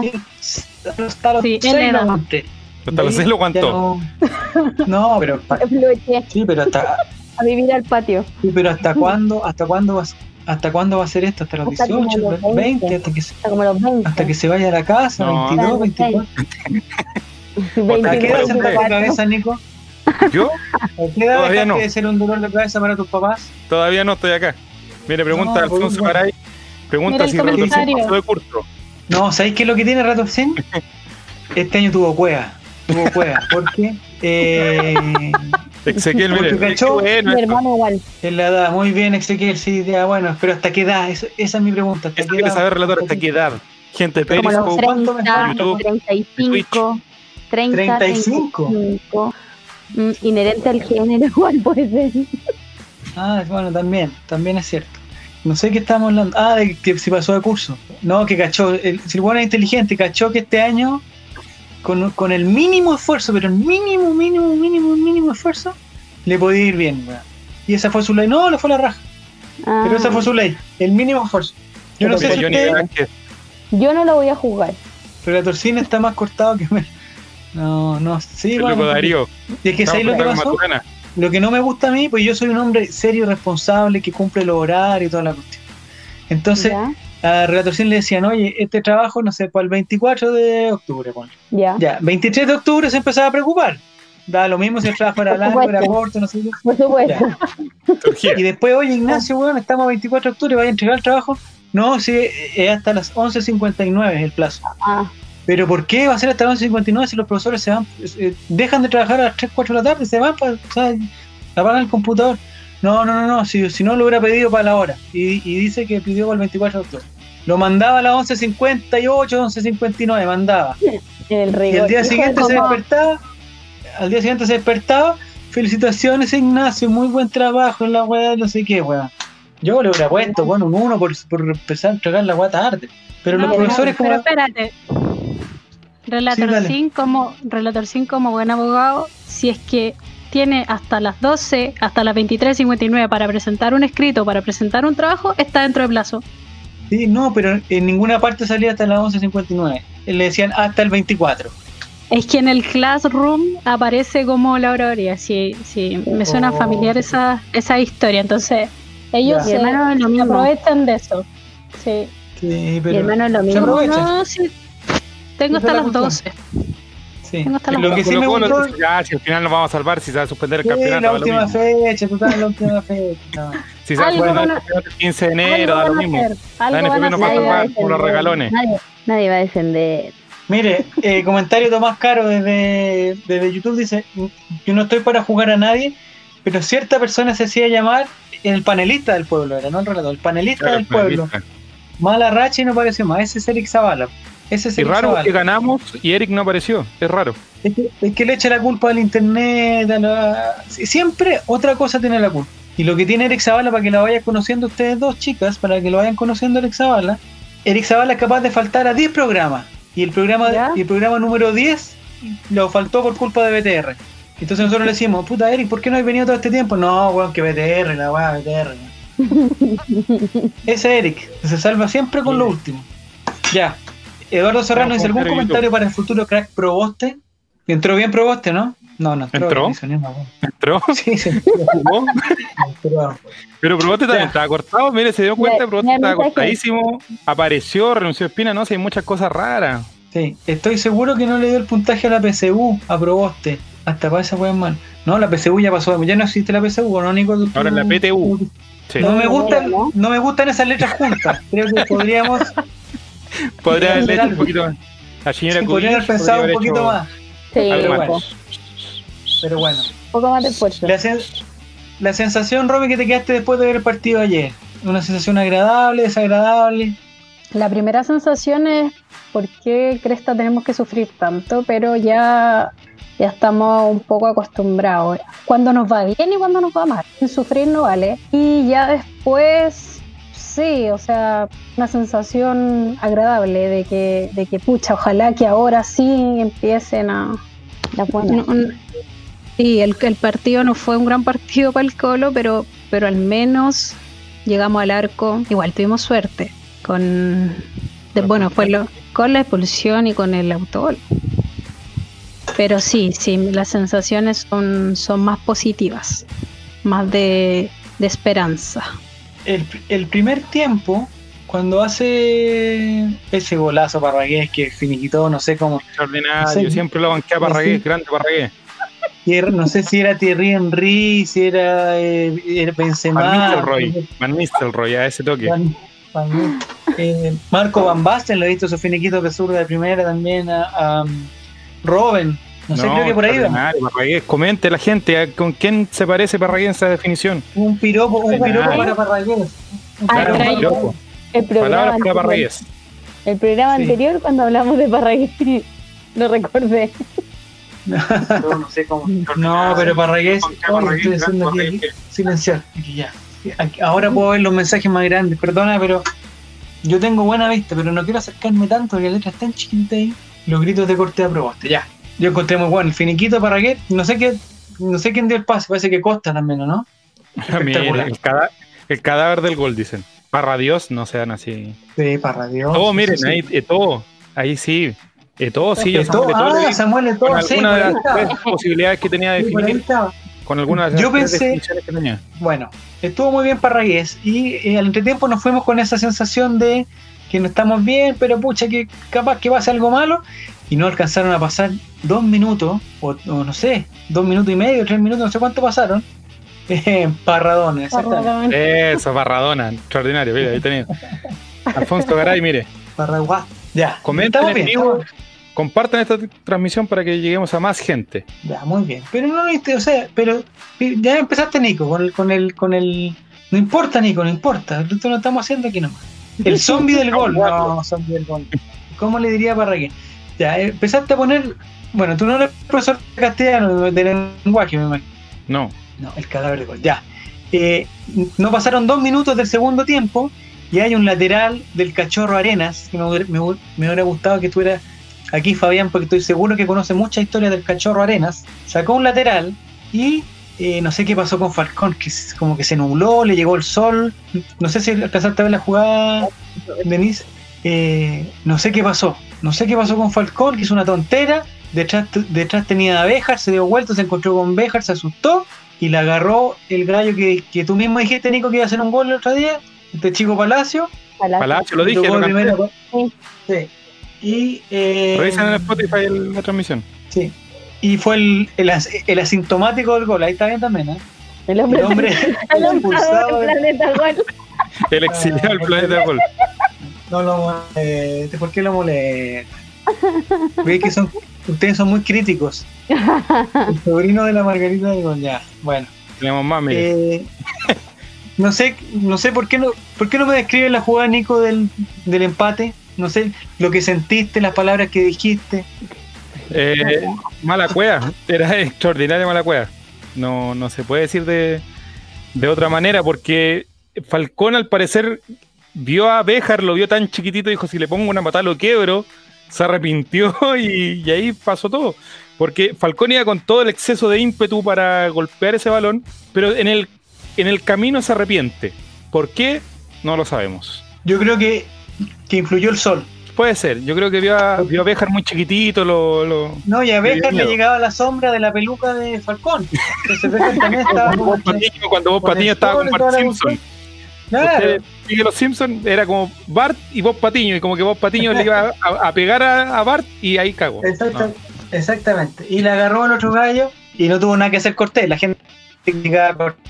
Speaker 1: Hasta los
Speaker 2: Sí, él
Speaker 1: seis
Speaker 2: era.
Speaker 1: lo aguanté.
Speaker 3: Hasta los
Speaker 1: Sí,
Speaker 3: seis lo
Speaker 1: ya
Speaker 3: aguantó.
Speaker 1: No, No, pero
Speaker 4: Aproveché
Speaker 1: sí, pero hasta
Speaker 4: a vivir al patio.
Speaker 1: sí, pero hasta cuándo, hasta cuándo vas hasta cuándo va a ser esto, hasta los
Speaker 4: Hasta como
Speaker 1: 18,
Speaker 4: los 20,
Speaker 1: 20, hasta que se
Speaker 4: Hasta como los 20.
Speaker 1: hasta que se vaya a la casa,
Speaker 3: No.
Speaker 1: 22, 24. ¿A
Speaker 4: 20,
Speaker 1: qué edad se te va la
Speaker 4: 24.
Speaker 1: cabeza, Nico?
Speaker 3: Yo
Speaker 1: ¿A qué edad
Speaker 3: Todavía
Speaker 1: dejaste
Speaker 3: no.
Speaker 1: de ser un dolor de cabeza para tus papás?
Speaker 3: todavía no estoy acá. Mire, pregunta
Speaker 1: No, pues,
Speaker 3: Alfonso
Speaker 1: bueno.
Speaker 3: Garay. Pregunta
Speaker 2: Mira el
Speaker 3: si Relatorcín
Speaker 2: comentario.
Speaker 3: pasó de curso.
Speaker 1: No, ¿sabéis qué es lo que tiene Ratorcín? Este año tuvo cueva. Tuvo cueva. Porque eh,
Speaker 3: Ezequiel, mire.
Speaker 1: Porque
Speaker 3: qué
Speaker 1: cachó-
Speaker 3: bueno
Speaker 4: Mi
Speaker 3: esto.
Speaker 4: hermano igual.
Speaker 1: él la da muy bien, Ezequiel. Sí, ya, bueno, pero ¿hasta qué edad? Eso- esa es mi pregunta. ¿Hasta
Speaker 3: Eso
Speaker 1: qué
Speaker 3: quiere
Speaker 1: edad?
Speaker 3: saber, relator, hasta qué edad. Gente, de
Speaker 4: Como los
Speaker 3: Periscope,
Speaker 4: 30,
Speaker 3: YouTube,
Speaker 4: 35, 30,
Speaker 1: 35.
Speaker 4: 35. Mm, Inherente al género igual puede ser.
Speaker 1: Ah, bueno, también, también es cierto. No sé qué estamos hablando. Ah, de que se pasó de curso. No, que cachó. El, si el bueno es inteligente, cachó que este año, con, con el mínimo esfuerzo, pero el mínimo, mínimo, mínimo, mínimo esfuerzo, le podía ir bien, weón. Y esa fue su ley. No, le fue la raja.
Speaker 4: Ah,
Speaker 1: Pero esa fue su ley. El mínimo esfuerzo. Yo no
Speaker 4: Pero
Speaker 1: sé
Speaker 3: mira,
Speaker 1: si
Speaker 3: Johnny
Speaker 1: usted,
Speaker 3: Velázquez.
Speaker 4: Yo no lo voy a jugar.
Speaker 1: pero la torcina está más cortado que me... No, no, sí,
Speaker 3: El
Speaker 1: bueno.
Speaker 3: loco Darío.
Speaker 1: Y es que ¿sabes lo que
Speaker 3: Estamos
Speaker 1: pasó?
Speaker 3: con la Maturana.
Speaker 1: Lo que no me gusta a mí, pues yo soy un hombre serio, responsable, que cumple los horarios y toda la cuestión. Entonces,
Speaker 4: Ya,
Speaker 1: a Relatorcín le decían, oye, este trabajo, no sé, para el 24 de octubre, ponle.
Speaker 4: ya.
Speaker 1: Ya, 23 de octubre se empezaba a preocupar. Da lo mismo si el trabajo era
Speaker 4: Por
Speaker 1: largo, era
Speaker 4: supuesto.
Speaker 1: corto, no sé qué.
Speaker 4: Por supuesto.
Speaker 3: Turgía.
Speaker 1: Y después, oye, Ignacio, weón, estamos a 24 de octubre, vaya a entregar el trabajo. No, sí, es hasta las 11.59 el plazo.
Speaker 4: Ah,
Speaker 1: Pero ¿por qué va a ser hasta las 11.59 si los profesores se van, eh, dejan de trabajar a las 3, 4 de la tarde, se van para, apagan el computador? No, no, no, no, si, si no lo hubiera pedido para la hora. Y, y dice que pidió para el 24 de octubre. Lo mandaba a las 11.58, 11.59, mandaba.
Speaker 4: el
Speaker 1: Y
Speaker 4: rigor.
Speaker 1: al día
Speaker 4: Hijo de
Speaker 1: siguiente se
Speaker 4: papá.
Speaker 1: despertaba, al día siguiente se despertaba, felicitaciones Ignacio, muy buen trabajo en la weá, no sé qué, weá. Yo le hubiera puesto, bueno, un uno por, por empezar a entregar la weá tarde. Pero
Speaker 2: No,
Speaker 1: los profesores
Speaker 2: pero,
Speaker 1: como...
Speaker 2: espérate.
Speaker 1: Sí,
Speaker 2: Relator
Speaker 1: dale.
Speaker 2: 5 como Relator 5 como buen abogado, si es que tiene hasta las 12, hasta las 23:59 para presentar un escrito, para presentar un trabajo, está dentro de plazo.
Speaker 1: Sí, no, pero en ninguna parte salía hasta las 11.59. Le decían hasta el 24.
Speaker 2: Es que en el Classroom aparece como la aurora, si si me suena
Speaker 1: Oh.
Speaker 2: familiar esa esa historia, entonces ellos
Speaker 1: Ya.
Speaker 2: se
Speaker 4: Mi hermano es lo mismo.
Speaker 2: aprovechan de eso. Sí.
Speaker 1: Sí,
Speaker 4: Mi
Speaker 1: pero.
Speaker 4: hermano es lo mismo.
Speaker 1: apro- Aprovechan.
Speaker 2: No, sí. Tengo
Speaker 1: Esa
Speaker 2: hasta
Speaker 1: es la
Speaker 2: las 12.
Speaker 1: sí.
Speaker 2: tengo hasta las
Speaker 1: Lo que sí me
Speaker 3: Colo-Colo
Speaker 1: gustó.
Speaker 3: dice, ya, si al final nos vamos a salvar, si se va a suspender el
Speaker 1: Sí, la
Speaker 3: campeonato, da lo
Speaker 1: última
Speaker 3: mismo.
Speaker 1: fecha, total, la última fecha. no.
Speaker 3: Si se va a
Speaker 2: Algo
Speaker 3: suspender el
Speaker 2: van a-
Speaker 3: campeonato el 15 de enero,
Speaker 2: Algo
Speaker 3: da
Speaker 2: van
Speaker 3: lo
Speaker 2: a
Speaker 3: mismo.
Speaker 2: hacer, algo
Speaker 3: La NFP
Speaker 2: van a
Speaker 3: no
Speaker 2: hacer.
Speaker 3: pasa
Speaker 4: Nadie va a
Speaker 3: nada por los
Speaker 4: defender.
Speaker 3: regalones.
Speaker 4: Nadie, nadie va a descender.
Speaker 1: Mire, eh, comentario Tomás Caro desde, desde YouTube dice: Yo no estoy para jugar a nadie, pero cierta persona se hacía llamar el panelista del pueblo, era no el relator, el panelista
Speaker 3: Claro, pues,
Speaker 1: del pueblo.
Speaker 3: panelista.
Speaker 1: Mala racha y no pareció más. Ese es Eric Zavala. Ese es
Speaker 3: Y
Speaker 1: Eric
Speaker 3: raro
Speaker 1: Zavala.
Speaker 3: que ganamos y Eric no apareció. Es raro.
Speaker 1: Es que, es que le echa la culpa al internet, a la- si- siempre otra cosa tiene la culpa. Y lo que tiene Eric Zavala, para que la vayan conociendo ustedes dos chicas, para que lo vayan conociendo Eric Zavala, Eric Zavala es capaz de faltar a 10 programas Y el programa,
Speaker 2: ¿Ya?
Speaker 1: y el programa número 10 lo faltó por culpa de BTR. Entonces nosotros le decimos, puta Eric, ¿por qué no has venido todo este tiempo? No, weón, que BTR, la weá, BTR. Ese Eric, se salva siempre con lo último. Ya. Eduardo Serrano
Speaker 3: Vamos
Speaker 1: dice,
Speaker 3: con
Speaker 1: ¿algún
Speaker 3: Jaredito.
Speaker 1: comentario para el futuro crack Proboste? Entró bien Proboste, ¿no? No, no entró.
Speaker 3: ¿Entró?
Speaker 1: no hizo ni una weá.
Speaker 3: Entró,
Speaker 1: Sí, se entró,
Speaker 3: jugó.
Speaker 1: entró.
Speaker 3: Pero Probote también
Speaker 1: Ya.
Speaker 3: estaba cortado, mire, se dio cuenta,
Speaker 4: Ya,
Speaker 3: Probote
Speaker 4: ya
Speaker 3: estaba
Speaker 4: mensaje.
Speaker 3: cortadísimo, apareció, renunció a Espina, no sé, hay muchas cosas raras.
Speaker 1: Sí, estoy seguro que no le dio el puntaje a la PCU, a Proboste. Hasta para esa weón mal. No, la PCU ya pasó, ya no existe la PCU, ¿no, Nico? Tú-
Speaker 3: Ahora la
Speaker 2: Mm.
Speaker 1: tú-
Speaker 3: PTU. Sí.
Speaker 1: No me,
Speaker 4: No,
Speaker 1: gustan,
Speaker 4: no, no.
Speaker 1: no me gustan esas letras juntas. Creo que podríamos,
Speaker 3: Podría haberle hecho un
Speaker 1: Algo.
Speaker 3: poquito más. La señora
Speaker 1: sí, podría
Speaker 3: Cubillos
Speaker 1: haber pensado un
Speaker 3: podría haber
Speaker 1: poquito
Speaker 3: hecho
Speaker 1: más.
Speaker 4: Sí,
Speaker 1: Algo
Speaker 4: un
Speaker 3: más.
Speaker 4: poco-
Speaker 1: Pero bueno.
Speaker 4: un poco más de esfuerzo.
Speaker 1: La, sen- la sensación, Romy, que te quedaste después de ver el partido ayer. Una sensación agradable, desagradable.
Speaker 2: La primera sensación es por qué Cresta tenemos que sufrir tanto, pero ya, ya estamos un poco acostumbrados. Cuando nos va bien y cuando nos va mal. Sin sufrir no vale. Y ya después, sí, o sea, una sensación agradable de que, de que pucha, ojalá que ahora sí empiecen a,
Speaker 4: La buena.
Speaker 2: no, no- sí, el, el partido no fue un gran partido para el Colo, pero, pero al menos llegamos al arco. Igual tuvimos suerte con, de- bueno, fue lo- con la expulsión y con el autogol. Pero sí, sí, las sensaciones son, son más positivas, más de, de esperanza.
Speaker 1: El, el primer tiempo, cuando hace ese golazo Parragués que finiquitó, no sé cómo.
Speaker 3: Extraordinario,
Speaker 1: Sí.
Speaker 3: siempre lo banquea Parragués,
Speaker 1: Sí.
Speaker 3: grande Parragués.
Speaker 1: Tier- No sé si era Thierry Henry, si era, eh, era
Speaker 3: Van
Speaker 1: Benzema.
Speaker 3: Nistelrooy, Van Nistelrooy, a ese toque.
Speaker 1: Van- Van- eh, Marco Van Basten, lo he visto su finiquito que zurda de primera también. A, a Robin, no, sé, creo que por ahí va.
Speaker 3: extraordinario, Parragués. Comente la gente ¿a- con quién se parece Parragués en esa definición.
Speaker 1: Un piropo, un
Speaker 3: Penal.
Speaker 1: piropo para Parragués. Un piropo.
Speaker 2: Ah,
Speaker 3: Claro,
Speaker 2: trae-
Speaker 3: piropo.
Speaker 4: El programa,
Speaker 3: Palabras para
Speaker 4: anterior,
Speaker 3: Parragués.
Speaker 4: el programa
Speaker 1: Sí.
Speaker 4: anterior, cuando hablamos de Parragués, lo recordé.
Speaker 1: No, no sé cómo. Mm. No, pero Parragués, oh, lo estoy haciendo aquí, aquí. silenciar. Aquí ya. Aquí- ahora puedo ver los mensajes más grandes. Perdona, pero yo tengo buena vista, pero no quiero acercarme tanto porque la letra es tan chiquita ahí. Los gritos de corte de aprobaste, ya. Yo encontré muy bueno. El finiquito Parragués, no sé qué, no sé quién dio el pase, parece que Costa también, ¿o ¿no?
Speaker 3: Mira,
Speaker 1: Espectacular.
Speaker 3: el, cada- el cadáver del gol, dicen. Parra Dios, no sean así.
Speaker 1: Sí, Parragués.
Speaker 3: Todo, miren,
Speaker 1: Sí, sí.
Speaker 3: ahí, eh, todo. Ahí sí. Eh, todo sí.
Speaker 1: Eto'o,
Speaker 3: Samuel Eto'o le
Speaker 1: ah,
Speaker 3: di
Speaker 1: Samuel
Speaker 3: con
Speaker 1: Eto'o, sí, por
Speaker 3: alguna de
Speaker 1: ahí
Speaker 3: las tres
Speaker 1: estaba.
Speaker 3: posibilidades que tenía de
Speaker 1: Sí, por ahí
Speaker 3: definir.
Speaker 1: estaba.
Speaker 3: Con alguna de las
Speaker 1: Yo
Speaker 3: tres
Speaker 1: pensé-
Speaker 3: definiciones que tenía.
Speaker 1: Bueno, estuvo muy bien Parragués y eh, al entretiempo nos fuimos con esa sensación de que no estamos bien, pero pucha, que capaz que pase algo malo y no alcanzaron a pasar dos minutos, o, o no sé, dos minutos y medio, tres minutos, no sé cuánto pasaron. Eh, Parradona, exactamente.
Speaker 3: Eso, Barradona. Extraordinario. Mira, ahí tenía. Alfonso Garay, mire.
Speaker 1: Parraguá. Ya,
Speaker 3: Comenten
Speaker 1: estamos
Speaker 3: en
Speaker 1: bien,
Speaker 3: vivo.
Speaker 1: estamos-
Speaker 3: Compartan esta t- transmisión para que lleguemos a más gente.
Speaker 1: Ya, muy bien. Pero no viste, o sea, pero eh, ya empezaste, Nico, con el, con el, con el. No importa, Nico, no importa. Esto lo estamos haciendo aquí nomás. El zombie del gol. No, zombie del gol. ¿Cómo le diría para qué? Ya, eh, empezaste a poner. Bueno, tú no eres profesor de castellano, de lenguaje, me imagino.
Speaker 3: No.
Speaker 1: No, el cadáver del gol. Ya. Eh, no pasaron dos minutos del segundo tiempo y hay un lateral del cachorro Arenas que me, hubiera- me hubiera- me hubiera gustado que estuviera aquí Fabián porque estoy seguro que conoce mucha historia del cachorro Arenas. Sacó un lateral y eh, no sé qué pasó con Falcón, que s- como que se nubló, le llegó el sol. No sé si alcanzaste a ver la jugada, Denise. Eh, no sé qué pasó. No sé qué pasó con Falcón, que hizo una tontera. Detrás, detrás tenía a Béjar, se dio vuelta, se encontró con Béjar, se asustó y la agarró el gallo que, que tú mismo dijiste, Nico, que iba a hacer un gol el otro día, este chico Palacio.
Speaker 4: Ojalá.
Speaker 3: Palacio, lo
Speaker 1: y
Speaker 3: dije.
Speaker 1: tocó
Speaker 3: Lo
Speaker 1: de
Speaker 3: canté.
Speaker 1: primera. Sí. Y, eh,
Speaker 3: Revisen en Spotify el- la transmisión.
Speaker 1: sí. y fue el, el, as- el asintomático del gol, ahí está bien también, ¿eh?
Speaker 4: El hombre,
Speaker 1: El hombre
Speaker 4: el hombre
Speaker 1: expulsado,
Speaker 4: del planeta Gol.
Speaker 3: El exiliado del planeta Gol.
Speaker 1: no lo moleste, ¿por qué lo molesta? Ve que son, ustedes son muy críticos. El sobrino de la Margarita del gol, ya, bueno.
Speaker 3: Tenemos más, mire.
Speaker 1: Eh, no sé, no sé por qué no, por qué no me describes la jugada, Nico, del, del empate. No sé lo que sentiste, las palabras que dijiste.
Speaker 3: Eh, mala cueva, era extraordinaria mala cueva. No, no se puede decir de, de otra manera, porque Falcón al parecer vio a Béjar, lo vio tan chiquitito, dijo, si le pongo una patada lo quiebro, se arrepintió y, y ahí pasó todo. Porque Falcón iba con todo el exceso de ímpetu para golpear ese balón, pero en el, en el camino se arrepiente. ¿Por qué? No lo sabemos.
Speaker 1: Yo creo que, que influyó el sol.
Speaker 3: Puede ser, yo creo que vio a, vio a Béjar muy chiquitito, lo, lo-
Speaker 1: No, y a Béjar
Speaker 3: miedo.
Speaker 1: le llegaba la sombra de la peluca de Falcón. Entonces Béjar también estaba como...
Speaker 3: Bob Patiño, cuando Bob
Speaker 1: con el
Speaker 3: Patiño estaba
Speaker 1: sol
Speaker 3: con
Speaker 1: y
Speaker 3: Bart
Speaker 1: toda la
Speaker 3: Simpson.
Speaker 1: Claro,
Speaker 3: Ustedes siguen los Simpson era como Bart y Bob Patiño, y como que Bob Patiño le iba a, a pegar a, a Bart y ahí cagó.
Speaker 1: exacta-
Speaker 3: No.
Speaker 1: exactamente. Y la agarró el otro gallo y no tuvo nada que hacer Cortés. La gente criticaba a Cortés,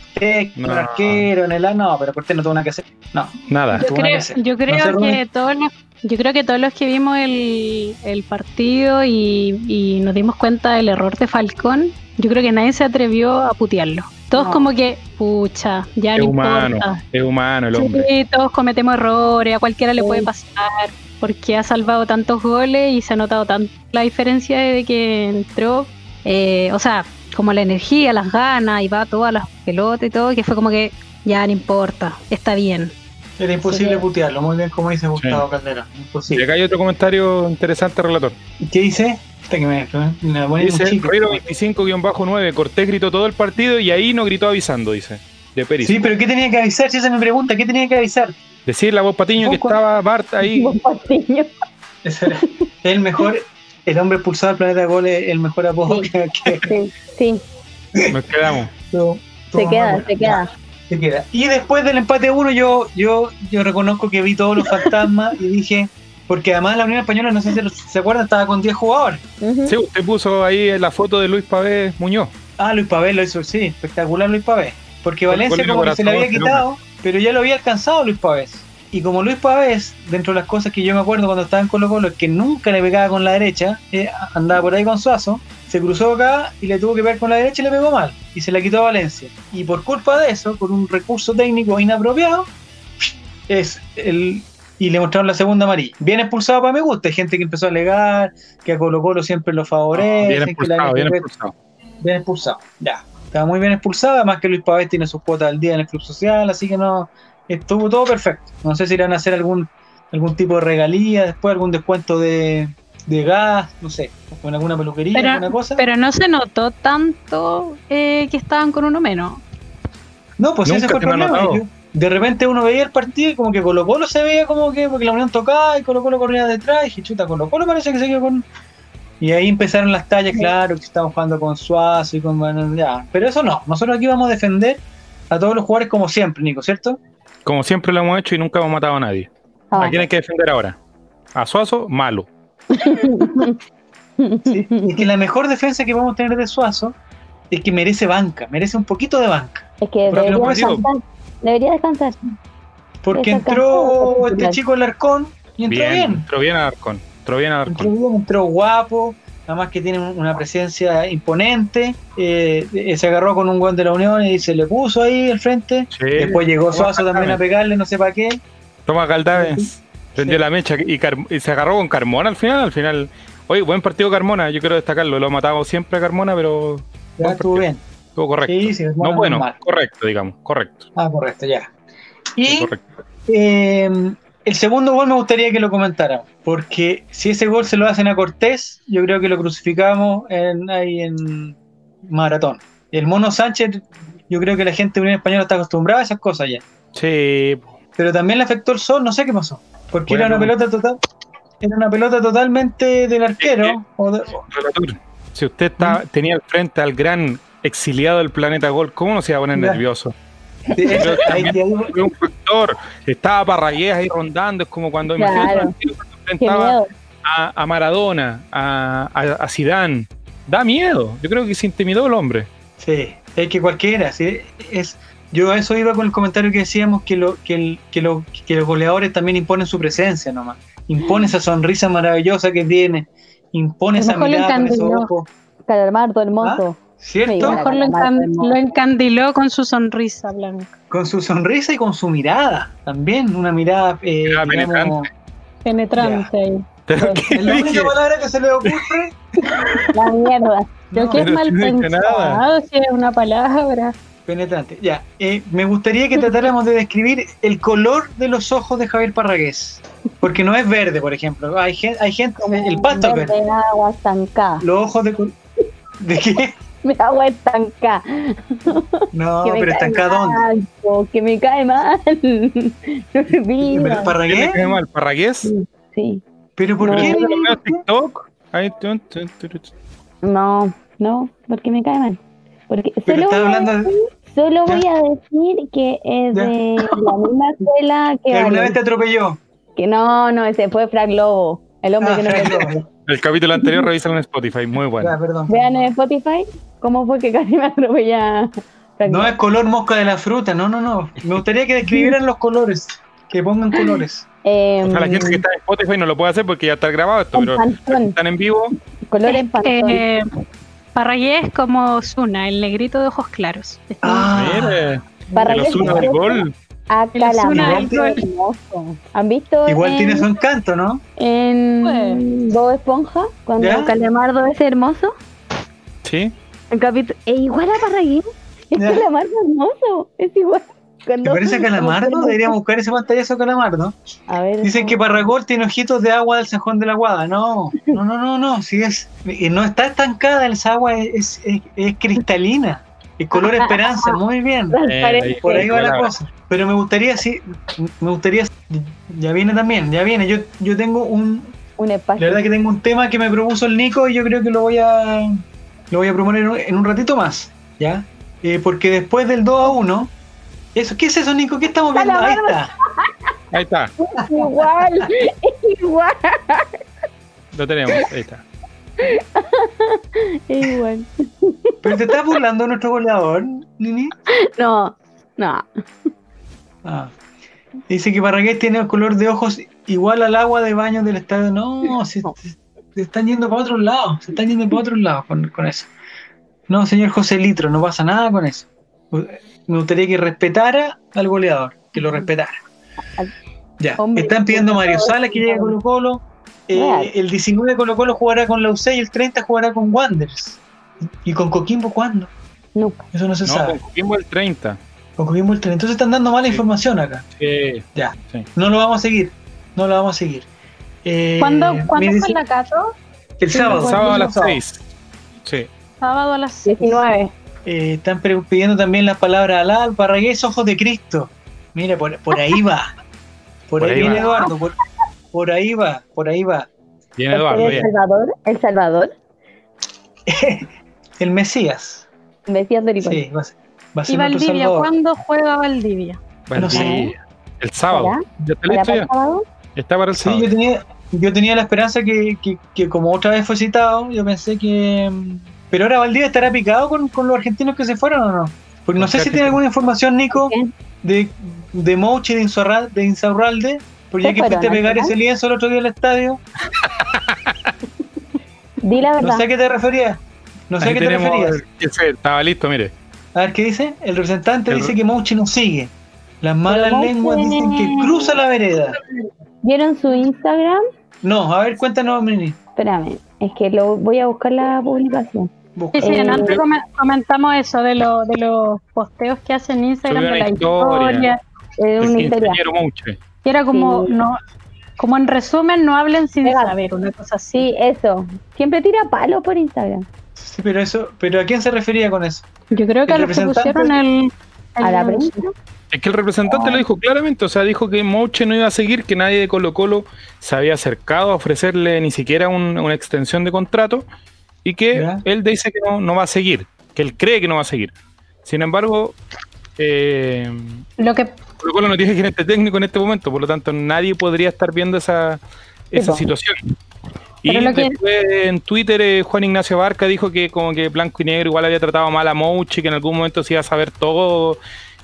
Speaker 1: que
Speaker 3: No.
Speaker 1: era un arquero, en el A, no, pero Cortés no tuvo nada que hacer. No,
Speaker 3: Nada.
Speaker 2: Yo
Speaker 1: Tuvo nada
Speaker 2: creo,
Speaker 1: que hacer.
Speaker 2: yo creo
Speaker 1: No sé,
Speaker 2: que
Speaker 1: Rubén.
Speaker 2: todos los, yo creo que todos los que vimos el, el partido y, y nos dimos cuenta del error de Falcón, yo creo que nadie se atrevió a putearlo. Todos
Speaker 1: No.
Speaker 2: como que, pucha, ya
Speaker 3: Es
Speaker 2: no
Speaker 3: humano,
Speaker 2: importa.
Speaker 3: es humano el hombre.
Speaker 2: Sí, todos cometemos errores, a cualquiera le
Speaker 4: Sí.
Speaker 2: puede pasar, porque ha salvado tantos goles y se ha notado tanto la diferencia de que entró, eh, o sea, como la energía, las ganas, y va a todas las pelotas y todo, que fue como que ya no importa, está bien.
Speaker 1: Era imposible
Speaker 4: Sería-
Speaker 1: putearlo, muy bien como dice Gustavo Caldera.
Speaker 3: Y
Speaker 1: Imposible.
Speaker 3: acá hay otro comentario interesante, relator.
Speaker 1: ¿Qué dice? Este que me, me pone un
Speaker 3: Dice
Speaker 1: chico.
Speaker 3: Rero 25-9, Cortés gritó todo el partido y ahí no gritó avisando, dice. De Peris.
Speaker 1: Sí, pero ¿qué tenía que avisar? Si esa es mi pregunta, ¿qué tenía que avisar?
Speaker 3: Decirle a Bob Patiño que
Speaker 1: Poco.
Speaker 3: estaba Bart ahí.
Speaker 4: Bob Patiño.
Speaker 1: Ese era el mejor, el hombre expulsado del planeta Gol, es el mejor apodo
Speaker 4: Sí.
Speaker 1: que, que
Speaker 4: Sí, sí,
Speaker 3: Nos quedamos.
Speaker 1: tuvo-
Speaker 4: se
Speaker 1: tuvo
Speaker 4: queda,
Speaker 1: Maradona.
Speaker 4: se queda.
Speaker 1: Se queda. Y después del empate 1 yo, yo, yo reconozco que vi todos los fantasmas y dije, porque además la Unión Española, no sé si se acuerdan, estaba con 10 jugadores.
Speaker 4: Ujú.
Speaker 3: Sí, usted puso ahí la foto de Luis Pavé Muñoz.
Speaker 1: Ah, Luis Pavé lo hizo, sí, espectacular Luis Pavé. Porque
Speaker 3: Con
Speaker 1: Valencia
Speaker 3: gol de
Speaker 1: como que se le había
Speaker 3: Laborator,
Speaker 1: quitado, pero ya lo había alcanzado Luis Pavé. Y como Luis Pavé, dentro de las cosas que yo me acuerdo cuando estaba en Colo Colo, es que nunca le pegaba con la derecha, eh, andaba por ahí con Suazo, se cruzó acá y le tuvo que pegar con la derecha y le pegó mal. Y se la quitó a Valencia. Y por culpa de eso, por un recurso técnico inapropiado, es el... Y le mostraron la segunda amarilla. Bien expulsado para mi gusto. Hay gente que empezó a alegar que a Colo Colo siempre lo favorece.
Speaker 3: Ah, Bien
Speaker 1: que la
Speaker 3: expulsado, bien
Speaker 1: NFP
Speaker 3: expulsado.
Speaker 1: Bien expulsado, ya. Estaba muy bien expulsado, además que Luis Pavés tiene sus cuotas al día en el club social, así que no estuvo todo perfecto. No sé si irán a hacer algún algún tipo de regalía, después algún descuento de, de gas, no sé, con alguna peluquería,
Speaker 2: Pero-
Speaker 1: alguna cosa.
Speaker 2: Pero no se notó tanto eh, que estaban con uno menos.
Speaker 1: no, pues
Speaker 3: nunca
Speaker 1: ese fue el
Speaker 3: se me ha
Speaker 1: problema.
Speaker 3: notado.
Speaker 1: yo- de repente uno veía el partido y como que Colo Colo se veía como que porque la Unión tocaba y Colo Colo corría detrás y dije, chuta, Colo Colo parece que se quedó con... Y ahí empezaron las tallas, claro, que estamos jugando con Suazo y con... bueno, ya. Pero eso no, nosotros aquí vamos a defender a todos los jugadores como siempre, Nico, ¿cierto?
Speaker 3: Como siempre lo hemos hecho y nunca hemos matado a nadie.
Speaker 4: Ah,
Speaker 3: ¿A quién hay que defender ahora? A Suazo, malo.
Speaker 1: Sí. Es que la mejor defensa que vamos a tener de Suazo es que merece banca, merece un poquito de banca.
Speaker 4: es que
Speaker 3: Pero
Speaker 4: debería
Speaker 3: lo perdió.
Speaker 4: descansar. Debería descansar.
Speaker 1: Porque
Speaker 4: Está cansado,
Speaker 1: entró
Speaker 4: está
Speaker 1: este
Speaker 4: titular.
Speaker 1: chico Larcón y entró
Speaker 3: Bien,
Speaker 1: bien.
Speaker 3: entró bien Alarcón. Entró bien
Speaker 1: Entró
Speaker 3: Alarcón.
Speaker 1: bien, entró guapo, nada más que tiene una presencia imponente. eh, eh, se agarró con un guante de la Unión y se le puso ahí al frente.
Speaker 3: Sí.
Speaker 1: Después llegó
Speaker 3: Tomás
Speaker 1: Suazo también a
Speaker 3: Galdame.
Speaker 1: pegarle, no sé para qué.
Speaker 3: Toma Galdames. Prendió la mecha y, Car- y se agarró con Carmona al final. Al final. Oye, buen partido Carmona. Yo quiero destacarlo. Lo ha matado siempre a Carmona, pero
Speaker 1: Ya
Speaker 3: Buen
Speaker 1: estuvo
Speaker 3: partido.
Speaker 1: bien.
Speaker 3: estuvo correcto.
Speaker 1: Sí, sí,
Speaker 3: no
Speaker 1: bueno,
Speaker 3: bueno,
Speaker 1: mal.
Speaker 3: correcto, digamos. Correcto.
Speaker 1: Ah, correcto, ya. Y
Speaker 3: Sí, correcto.
Speaker 1: Eh, el segundo gol me gustaría que lo comentaran, porque si ese gol se lo hacen a Cortés, yo creo que lo crucificamos en, ahí en Maratón. El Mono Sánchez, yo creo que la gente de Unión Española está acostumbrada a esas cosas ya.
Speaker 3: Sí,
Speaker 1: Pero también le afectó el sol, no sé qué pasó. Porque
Speaker 3: Buena
Speaker 1: era una pelota total, era una pelota totalmente del arquero.
Speaker 3: Eh,
Speaker 1: o de-
Speaker 3: relator. Si usted está,
Speaker 1: ¿Mm?
Speaker 3: tenía al frente al gran exiliado del planeta Gol, ¿cómo no se iba a poner
Speaker 1: Ya.
Speaker 3: nervioso?
Speaker 1: de-
Speaker 3: pero
Speaker 1: ahí- ahí-
Speaker 3: Fue un factor. Estaba Parragués ahí rondando. Es como cuando
Speaker 4: Claro.
Speaker 3: imagínate cuando
Speaker 4: Qué
Speaker 3: enfrentaba
Speaker 4: miedo.
Speaker 3: a, a Maradona, a, a, a Zidane. Da miedo. Yo creo que se intimidó el hombre.
Speaker 1: Sí, es que cualquiera, sí, es, yo a eso iba con el comentario que decíamos que, lo, que, el- que, lo- que los goleadores también imponen su presencia nomás, impone esa sonrisa maravillosa que tiene, impone
Speaker 2: A lo
Speaker 1: esa
Speaker 2: mejor lo
Speaker 1: mirada con esos
Speaker 2: encandiló.
Speaker 1: ojos,
Speaker 4: Calamardo, hermoso.
Speaker 1: ¿Ah? ¿cierto?
Speaker 2: A lo
Speaker 4: Igual.
Speaker 2: mejor lo, encan- lo encandiló con su sonrisa blanca,
Speaker 1: Con su sonrisa y con su mirada también, una mirada eh,
Speaker 3: Mirada
Speaker 1: digamos,
Speaker 2: penetrante ahí.
Speaker 3: Pero ¿qué
Speaker 1: es la
Speaker 3: dije?
Speaker 1: única palabra que se le ocurre.
Speaker 4: La mierda.
Speaker 2: Creo
Speaker 1: No,
Speaker 2: que es
Speaker 3: pero
Speaker 2: mal
Speaker 3: si no dije nada.
Speaker 2: pensado, si es una palabra.
Speaker 1: Penetrante. Ya, eh, me gustaría que tratáramos de describir el color de los ojos de Javier Parragués. Porque no es verde, por ejemplo. Hay, gen- hay gente, el pasto es verde.
Speaker 4: Verde, agua estancada.
Speaker 1: Los ojos de... col- ¿De qué?
Speaker 4: Me agua estancada.
Speaker 1: No,
Speaker 4: que me
Speaker 1: pero
Speaker 4: cae
Speaker 1: estancado ¿dónde?
Speaker 4: mal, po, que me cae mal. No me
Speaker 1: ¿En verdad,
Speaker 3: ¿Qué le
Speaker 4: pidas.
Speaker 1: Parragués?
Speaker 3: cae mal? ¿Parragués?
Speaker 4: Sí.
Speaker 1: ¿Pero por
Speaker 4: No.
Speaker 1: qué?
Speaker 3: ¿Pero veo TikTok? Ahí, tun, tun, tun, tun.
Speaker 4: No, no, porque me cae mal. Porque
Speaker 1: Pero
Speaker 4: solo,
Speaker 1: estás
Speaker 4: voy a
Speaker 1: hablando de-
Speaker 4: decir- solo
Speaker 1: Ya.
Speaker 4: voy a decir que es
Speaker 1: Ya.
Speaker 4: de la misma escuela que,
Speaker 1: que alguna
Speaker 4: Valen.
Speaker 1: vez te atropelló.
Speaker 4: Que no, no, ese fue Frank Lobo, el hombre
Speaker 1: Ah,
Speaker 4: que no
Speaker 1: Frank
Speaker 4: me
Speaker 1: Lobo.
Speaker 3: El capítulo anterior revísalo en Spotify, muy bueno.
Speaker 1: Ya, perdón.
Speaker 4: Vean en Spotify cómo fue que casi me atropella Frank
Speaker 1: No
Speaker 4: Lobo.
Speaker 1: es color mosca de la fruta, no, no, no. Me gustaría que describieran los colores, que pongan colores.
Speaker 4: Em,
Speaker 3: Ojalá la gente que está en Spotify no lo puede hacer porque ya está grabado esto,
Speaker 4: con
Speaker 3: pero los que
Speaker 4: pantón,
Speaker 3: están en vivo,
Speaker 4: color en pantón.
Speaker 2: Eh, Parragués es como Zuna, el negrito de ojos claros.
Speaker 1: Ah,
Speaker 3: mire,
Speaker 4: Para
Speaker 3: el
Speaker 4: que se
Speaker 3: Osuna del
Speaker 4: parezca
Speaker 3: gol.
Speaker 4: A
Speaker 2: El Osuna
Speaker 1: del
Speaker 4: Calamar,
Speaker 1: gol.
Speaker 4: hermoso. ¿Han visto
Speaker 1: igual
Speaker 4: en,
Speaker 1: tiene su encanto, ¿no?
Speaker 4: en
Speaker 2: Pues.
Speaker 4: Bob Esponja? Cuando
Speaker 1: ¿Ya?
Speaker 4: Calamardo es hermoso.
Speaker 3: Sí,
Speaker 4: El capítulo. Es e igual a Parraguín. Es
Speaker 1: Ya.
Speaker 4: Calamardo hermoso. Es igual.
Speaker 1: ¿Te
Speaker 4: Cuando-
Speaker 1: parece Calamardo? Deberíamos buscar ese pantallazo Calamardo.
Speaker 4: A ver.
Speaker 1: Dicen que Parragol tiene ojitos de agua del Sajón de la Guada. No, no, no, no, no. Si es, y no está estancada, esa agua es, es- es cristalina. El color esperanza, muy bien.
Speaker 4: Transparente.
Speaker 1: Por ahí va la
Speaker 3: Palabra.
Speaker 1: cosa. Pero me gustaría, sí, me gustaría, ya viene también, ya viene. Yo, yo tengo un,
Speaker 4: Un
Speaker 1: La
Speaker 4: espacio.
Speaker 1: verdad que tengo un tema que me propuso el Nico y yo creo que lo voy a lo voy a proponer en un- en un ratito más, ¿ya? Eh, porque después del 2 a 1, eso, ¿qué es eso, Nico? ¿Qué estamos viendo? Ahí está.
Speaker 3: ahí está,
Speaker 4: Es igual. Es igual.
Speaker 3: lo tenemos, ahí está.
Speaker 4: Es igual.
Speaker 1: Pero te estás burlando de nuestro goleador, Nini.
Speaker 4: No. No.
Speaker 1: Ah. Dice que Parragués tiene el color de ojos igual al agua de baño del estadio. No, se, se- se están yendo para otros lados, se están yendo para otros lados con, con eso. No, señor José Litro, no pasa nada con eso. Me gustaría que respetara al goleador, que lo respetara. Ya,
Speaker 4: Hombre,
Speaker 1: están pidiendo a Mario Salas que llegue a Colo Colo.
Speaker 4: Real.
Speaker 1: el 19 de Colo Colo jugará con la UC y el 30 jugará con Wanderers. ¿Y con Coquimbo cuándo?
Speaker 4: Nunca.
Speaker 1: Eso no se
Speaker 3: No,
Speaker 1: sabe.
Speaker 3: con Coquimbo el 30.
Speaker 1: Con Coquimbo el 30. Entonces están dando mala
Speaker 3: Sí.
Speaker 1: información acá.
Speaker 3: Sí.
Speaker 1: Ya.
Speaker 3: Sí.
Speaker 1: No lo vamos a seguir. No lo vamos a seguir. Eh,
Speaker 2: ¿Cuándo,
Speaker 1: me
Speaker 2: ¿cuándo fue
Speaker 1: dice-
Speaker 2: la Cato?
Speaker 1: El sábado.
Speaker 2: Bueno,
Speaker 3: Sábado a
Speaker 2: yo
Speaker 3: las
Speaker 1: sábado.
Speaker 3: 6. Sí,
Speaker 2: Sábado a las 6.
Speaker 4: 19.
Speaker 1: Eh, están pre- pidiendo también la palabra Alá, Alparragués, Ojos de Cristo. Mira, por, por ahí va. Por,
Speaker 3: Por
Speaker 1: ahí,
Speaker 3: ahí
Speaker 1: viene
Speaker 3: va.
Speaker 1: Eduardo. Por, por ahí va. Por ahí va.
Speaker 3: bien Eduardo,
Speaker 4: el
Speaker 3: bien.
Speaker 4: Salvador. El Salvador.
Speaker 1: El Mesías.
Speaker 4: Mesías del Igual.
Speaker 1: Sí, va a ser, va a ser
Speaker 2: Y
Speaker 1: nuestro
Speaker 2: Valdivia,
Speaker 1: salvador.
Speaker 2: ¿cuándo juega Valdivia?
Speaker 1: No sé.
Speaker 3: Valdivia. El sábado.
Speaker 4: ¿Para?
Speaker 3: ¿Ya está
Speaker 4: ¿Para
Speaker 3: listo
Speaker 4: para
Speaker 3: ya?
Speaker 4: el sábado?
Speaker 3: Está para el
Speaker 1: Sí,
Speaker 3: sábado.
Speaker 1: yo tenía, yo tenía la esperanza que, que- que como otra vez fue citado, yo pensé que... mm, Pero ahora Valdivia estará picado con, con los argentinos que se fueron o no. Porque no
Speaker 3: Con
Speaker 1: sé si
Speaker 3: Charlie.
Speaker 1: tiene alguna información, Nico,
Speaker 4: ¿Quién?
Speaker 1: de, de Mouche de, Insaurra- de Insaurralde, porque ya
Speaker 4: ¿Se
Speaker 1: que fuiste a
Speaker 4: fueron
Speaker 1: pegar
Speaker 4: al final?
Speaker 1: ese lienzo el otro día al estadio,
Speaker 4: Di la
Speaker 1: no
Speaker 4: verdad.
Speaker 1: sé a qué te referías. No sé a
Speaker 3: Ahí
Speaker 1: qué te
Speaker 3: tenemos
Speaker 1: referías.
Speaker 3: el jefe, estaba listo, mire.
Speaker 1: A ver qué dice. El representante
Speaker 3: El-
Speaker 1: dice que Mouche no sigue. Las malas
Speaker 4: Mouche-
Speaker 1: lenguas dicen que cruza la vereda.
Speaker 4: ¿Vieron su Instagram?
Speaker 1: No, a ver, cuéntanos, Mini.
Speaker 4: Espérame. Es que lo voy a buscar la publicación.
Speaker 1: Busca.
Speaker 2: Sí, sí,
Speaker 4: Eh,
Speaker 2: no, antes come- comentamos eso de, lo, de los posteos que hacen en Instagram,
Speaker 3: Subió
Speaker 2: de
Speaker 3: una
Speaker 2: la
Speaker 3: historia.
Speaker 2: historia.
Speaker 4: Es
Speaker 3: El
Speaker 4: una historia.
Speaker 3: ingeniero Mouche.
Speaker 2: Y era como,
Speaker 4: Sí.
Speaker 2: no, como en resumen, no hablen sin
Speaker 4: Legal.
Speaker 2: saber, una cosa así.
Speaker 4: Sí, eso. Siempre tira palo por Instagram.
Speaker 1: Sí, pero eso, pero ¿a quién se refería con eso?
Speaker 2: Yo creo que
Speaker 1: El
Speaker 2: a los que
Speaker 1: representante-
Speaker 2: pusieron el...
Speaker 4: A la
Speaker 2: el-
Speaker 4: prensa.
Speaker 3: Es que el representante lo dijo claramente, o sea, dijo que Mouche no iba a seguir, que nadie de Colo Colo se había acercado a ofrecerle ni siquiera un- una extensión de contrato y que
Speaker 1: Ya.
Speaker 3: él dice que no, no va a seguir, que él cree que no va a seguir. Sin embargo, eh,
Speaker 2: Lo que
Speaker 3: Colo Colo no tiene gerente técnico en este momento, por lo tanto nadie podría estar viendo esa, esa
Speaker 4: po.
Speaker 3: situación.
Speaker 2: Pero
Speaker 3: y
Speaker 2: lo que-
Speaker 3: después en Twitter eh, Juan Ignacio Barca dijo que como que Blanco y Negro igual había tratado mal a Mouche, que en algún momento se iba a saber todo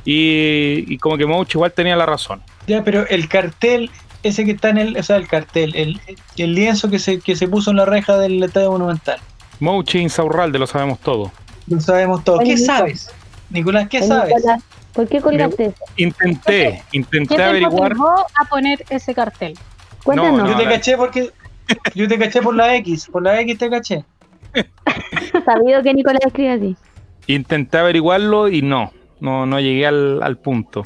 Speaker 3: y, y como que Mouche igual tenía la razón.
Speaker 1: Ya, pero el cartel, ese que está en el, o sea, el cartel, el, el lienzo que se, que se puso en la reja del Estadio Monumental.
Speaker 3: Mouche Insaurralde lo sabemos todo.
Speaker 1: Lo sabemos todo. ¿Qué
Speaker 4: Oye, Nico.
Speaker 1: sabes? Nicolás, ¿qué
Speaker 4: Oye,
Speaker 1: sabes?
Speaker 4: Nicolás, ¿Por qué colgaste eso?
Speaker 3: Intenté,
Speaker 2: ¿Qué
Speaker 3: intenté
Speaker 2: te
Speaker 3: averiguar.
Speaker 2: motivó a poner ese cartel?
Speaker 4: Cuéntanos.
Speaker 3: No,
Speaker 1: Yo
Speaker 3: no.
Speaker 1: te
Speaker 3: dale.
Speaker 1: caché porque. Yo te caché por la X. Por la X te caché.
Speaker 4: Sabido que Nicolás escribe así.
Speaker 3: Intenté averiguarlo y no. No, no llegué al, al punto.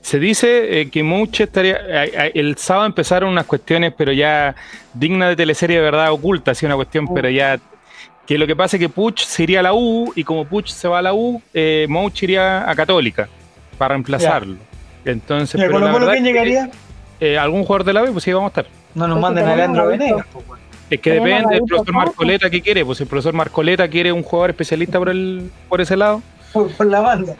Speaker 3: Se dice eh, que Mouche estaría. a- a- el sábado empezaron unas cuestiones, pero ya digna de teleserie de verdad oculta, así una
Speaker 1: Mm.
Speaker 3: cuestión, pero ya. Que lo que pasa es que Puch se iría a la U, y como Puch se va a la U, eh, Mouche iría a Católica para reemplazarlo. Entonces,
Speaker 1: ¿Y a
Speaker 3: pero la
Speaker 1: Colo Colo
Speaker 3: verdad
Speaker 1: quién
Speaker 3: es que,
Speaker 1: llegaría?
Speaker 3: eh, algún jugador de la B, pues sí, vamos a estar.
Speaker 1: No nos
Speaker 4: Porque
Speaker 1: manden a
Speaker 4: tenemos
Speaker 1: Leandro
Speaker 4: a
Speaker 1: Venegas.
Speaker 4: Augusto.
Speaker 1: po, weón.
Speaker 3: Es que
Speaker 4: Tenemos
Speaker 3: depende
Speaker 4: a
Speaker 3: del
Speaker 4: Augusto
Speaker 3: profesor
Speaker 4: Costa.
Speaker 3: Marcoleta que quiere, pues el profesor Marcoleta quiere un jugador especialista por el por ese lado.
Speaker 1: por, por la banda.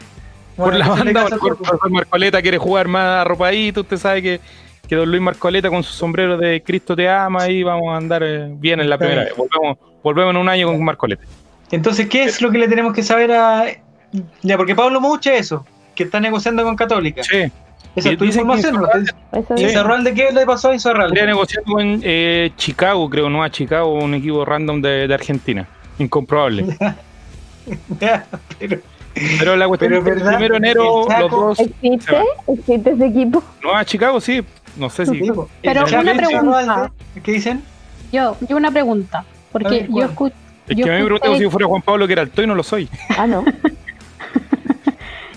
Speaker 3: por
Speaker 1: Bueno,
Speaker 3: la
Speaker 1: en este
Speaker 3: banda,
Speaker 1: caso,
Speaker 3: porque el
Speaker 1: por-
Speaker 3: profesor Marcoleta quiere jugar más arropadito, usted sabe que, que don Luis Marcoleta con su sombrero de Cristo te ama y vamos a andar eh, bien en la primera vez. Volvemos, volvemos en un año con Marcoleta.
Speaker 1: Entonces, ¿qué es lo que le tenemos que saber a. Ya, porque Pablo Mouche, eso, que está negociando con Católica.
Speaker 3: Sí,
Speaker 1: Esa es tu
Speaker 3: dicen que
Speaker 1: información, ¿no?
Speaker 4: Eso
Speaker 1: ¿Y
Speaker 4: es-
Speaker 1: Insaurralde qué le pasó a
Speaker 3: estaría
Speaker 1: Insaurralde?
Speaker 3: negociando con eh, Chicago, creo, no a Chicago, un equipo random de, de Argentina. Incomprobable.
Speaker 1: Ya, pero-
Speaker 3: Pero la cuestión
Speaker 1: Pero
Speaker 3: es que el
Speaker 1: verdad,
Speaker 3: primero de enero,
Speaker 1: el Chaco-
Speaker 3: los dos. se
Speaker 4: ¿Existe?
Speaker 3: van.
Speaker 4: ¿Existe ese equipo?
Speaker 3: No a Chicago, sí. No sé si.
Speaker 1: sí, po.
Speaker 2: Pero
Speaker 1: El Chaco
Speaker 2: una
Speaker 1: y
Speaker 2: pregunta.
Speaker 1: Insaurralde, ¿Qué dicen?
Speaker 2: Yo, yo una pregunta,
Speaker 1: A ver,
Speaker 2: porque yo
Speaker 1: ¿cuál?
Speaker 2: escucho.
Speaker 3: Es
Speaker 2: Yo
Speaker 3: que a mí me
Speaker 2: escuché-
Speaker 3: preguntan si yo fuera Juan Pablo que era alto y no lo soy.
Speaker 4: Ah, no.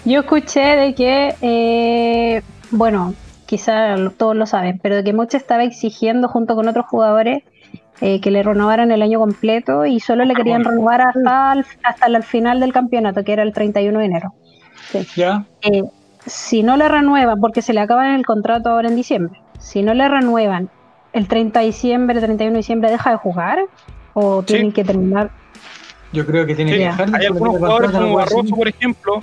Speaker 2: Yo escuché de que, eh, bueno, quizá lo- todos lo saben, pero de que Moche estaba exigiendo junto con otros jugadores eh, que le renovaran el año completo y solo le querían renovar hasta el, hasta el final del campeonato, que era el 31 de enero.
Speaker 1: Ya.
Speaker 2: Eh, si no le renuevan, porque se le acaban el contrato ahora en diciembre, si no le renuevan el 30 de diciembre, 31 de diciembre, ¿deja de jugar? ¿O tienen que terminar?
Speaker 1: Yo creo que tiene
Speaker 3: Sí,
Speaker 1: que
Speaker 2: Ya.
Speaker 1: dejar de
Speaker 3: Hay algunos
Speaker 1: ponerle
Speaker 3: jugadores
Speaker 1: contrato,
Speaker 3: como
Speaker 1: algo así.
Speaker 3: Barroso, por ejemplo.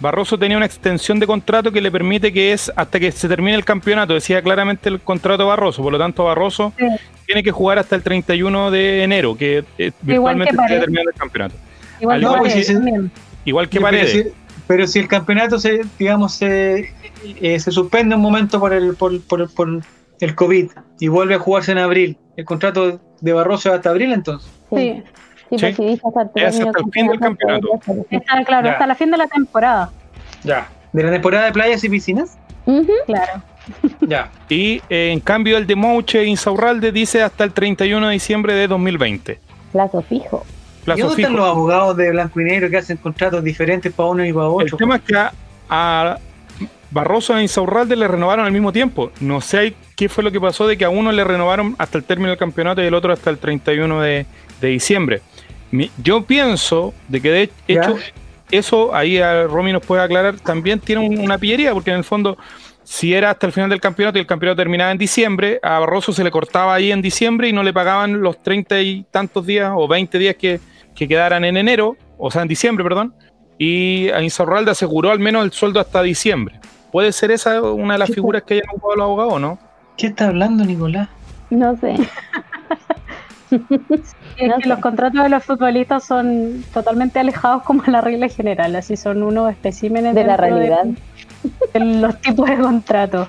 Speaker 3: Barroso tenía una extensión de contrato que le permite que es hasta que se termine el campeonato. Decía claramente el contrato Barroso. Por lo tanto, Barroso
Speaker 2: Sí.
Speaker 3: tiene que jugar hasta el 31 de enero, que eh, virtualmente
Speaker 2: Paredes.
Speaker 3: se termina el campeonato.
Speaker 2: Igual
Speaker 3: No,
Speaker 2: que
Speaker 3: pues
Speaker 1: si
Speaker 2: Paredes
Speaker 1: se-
Speaker 2: también.
Speaker 3: Igual que
Speaker 1: Pero si-
Speaker 3: Paredes.
Speaker 1: Pero si, el campeonato se, digamos, se, eh, se suspende un momento por el, por, por- por el COVID y vuelve a jugarse en abril, el contrato de Barroso es hasta abril entonces.
Speaker 2: Sí.
Speaker 4: Sí,
Speaker 3: Sí.
Speaker 4: pues, si dice hasta el
Speaker 3: Es hasta el
Speaker 4: término
Speaker 3: fin del
Speaker 4: podría ser.
Speaker 2: Está claro,
Speaker 3: Ya.
Speaker 2: hasta la fin de la temporada.
Speaker 1: Ya. ¿De la temporada de playas y piscinas?
Speaker 4: Ujú.
Speaker 2: Claro.
Speaker 1: Ya.
Speaker 3: Y eh, en cambio, el de Mouche Insaurralde dice hasta el 31 de diciembre de 2020.
Speaker 4: Plazo fijo.
Speaker 1: ¿Y
Speaker 3: Plazo
Speaker 1: dónde
Speaker 3: fijo.
Speaker 1: están los abogados de blanco y negro que hacen contratos diferentes para uno y para otro?
Speaker 3: El tema es que a, a Barroso e Insaurralde le renovaron al mismo tiempo. No sé qué fue lo que pasó de que a uno le renovaron hasta el término del campeonato y el otro hasta el 31 de, de diciembre. Mi- yo pienso de que de
Speaker 1: Ya.
Speaker 3: hecho eso ahí a Romy nos puede aclarar también tiene un- una pillería porque en el fondo si era hasta el final del campeonato y el campeonato terminaba en diciembre, a Barroso se le cortaba ahí en diciembre y no le pagaban los 30 y tantos días o 20 días que, que quedaran en enero, o sea, en diciembre, perdón, y a Insaurralde aseguró al menos el sueldo hasta diciembre. ¿Puede ser esa una de las
Speaker 4: Sí, pues.
Speaker 3: figuras que hayan ocupado los abogados, no?
Speaker 1: ¿Qué está hablando Nicolás?
Speaker 4: No sé.
Speaker 2: Es
Speaker 4: No
Speaker 2: que
Speaker 4: sé.
Speaker 2: los contratos de los futbolistas son totalmente alejados como a la regla general, así son unos especímenes
Speaker 4: De la
Speaker 2: dentro
Speaker 4: realidad.
Speaker 2: de los tipos de contratos.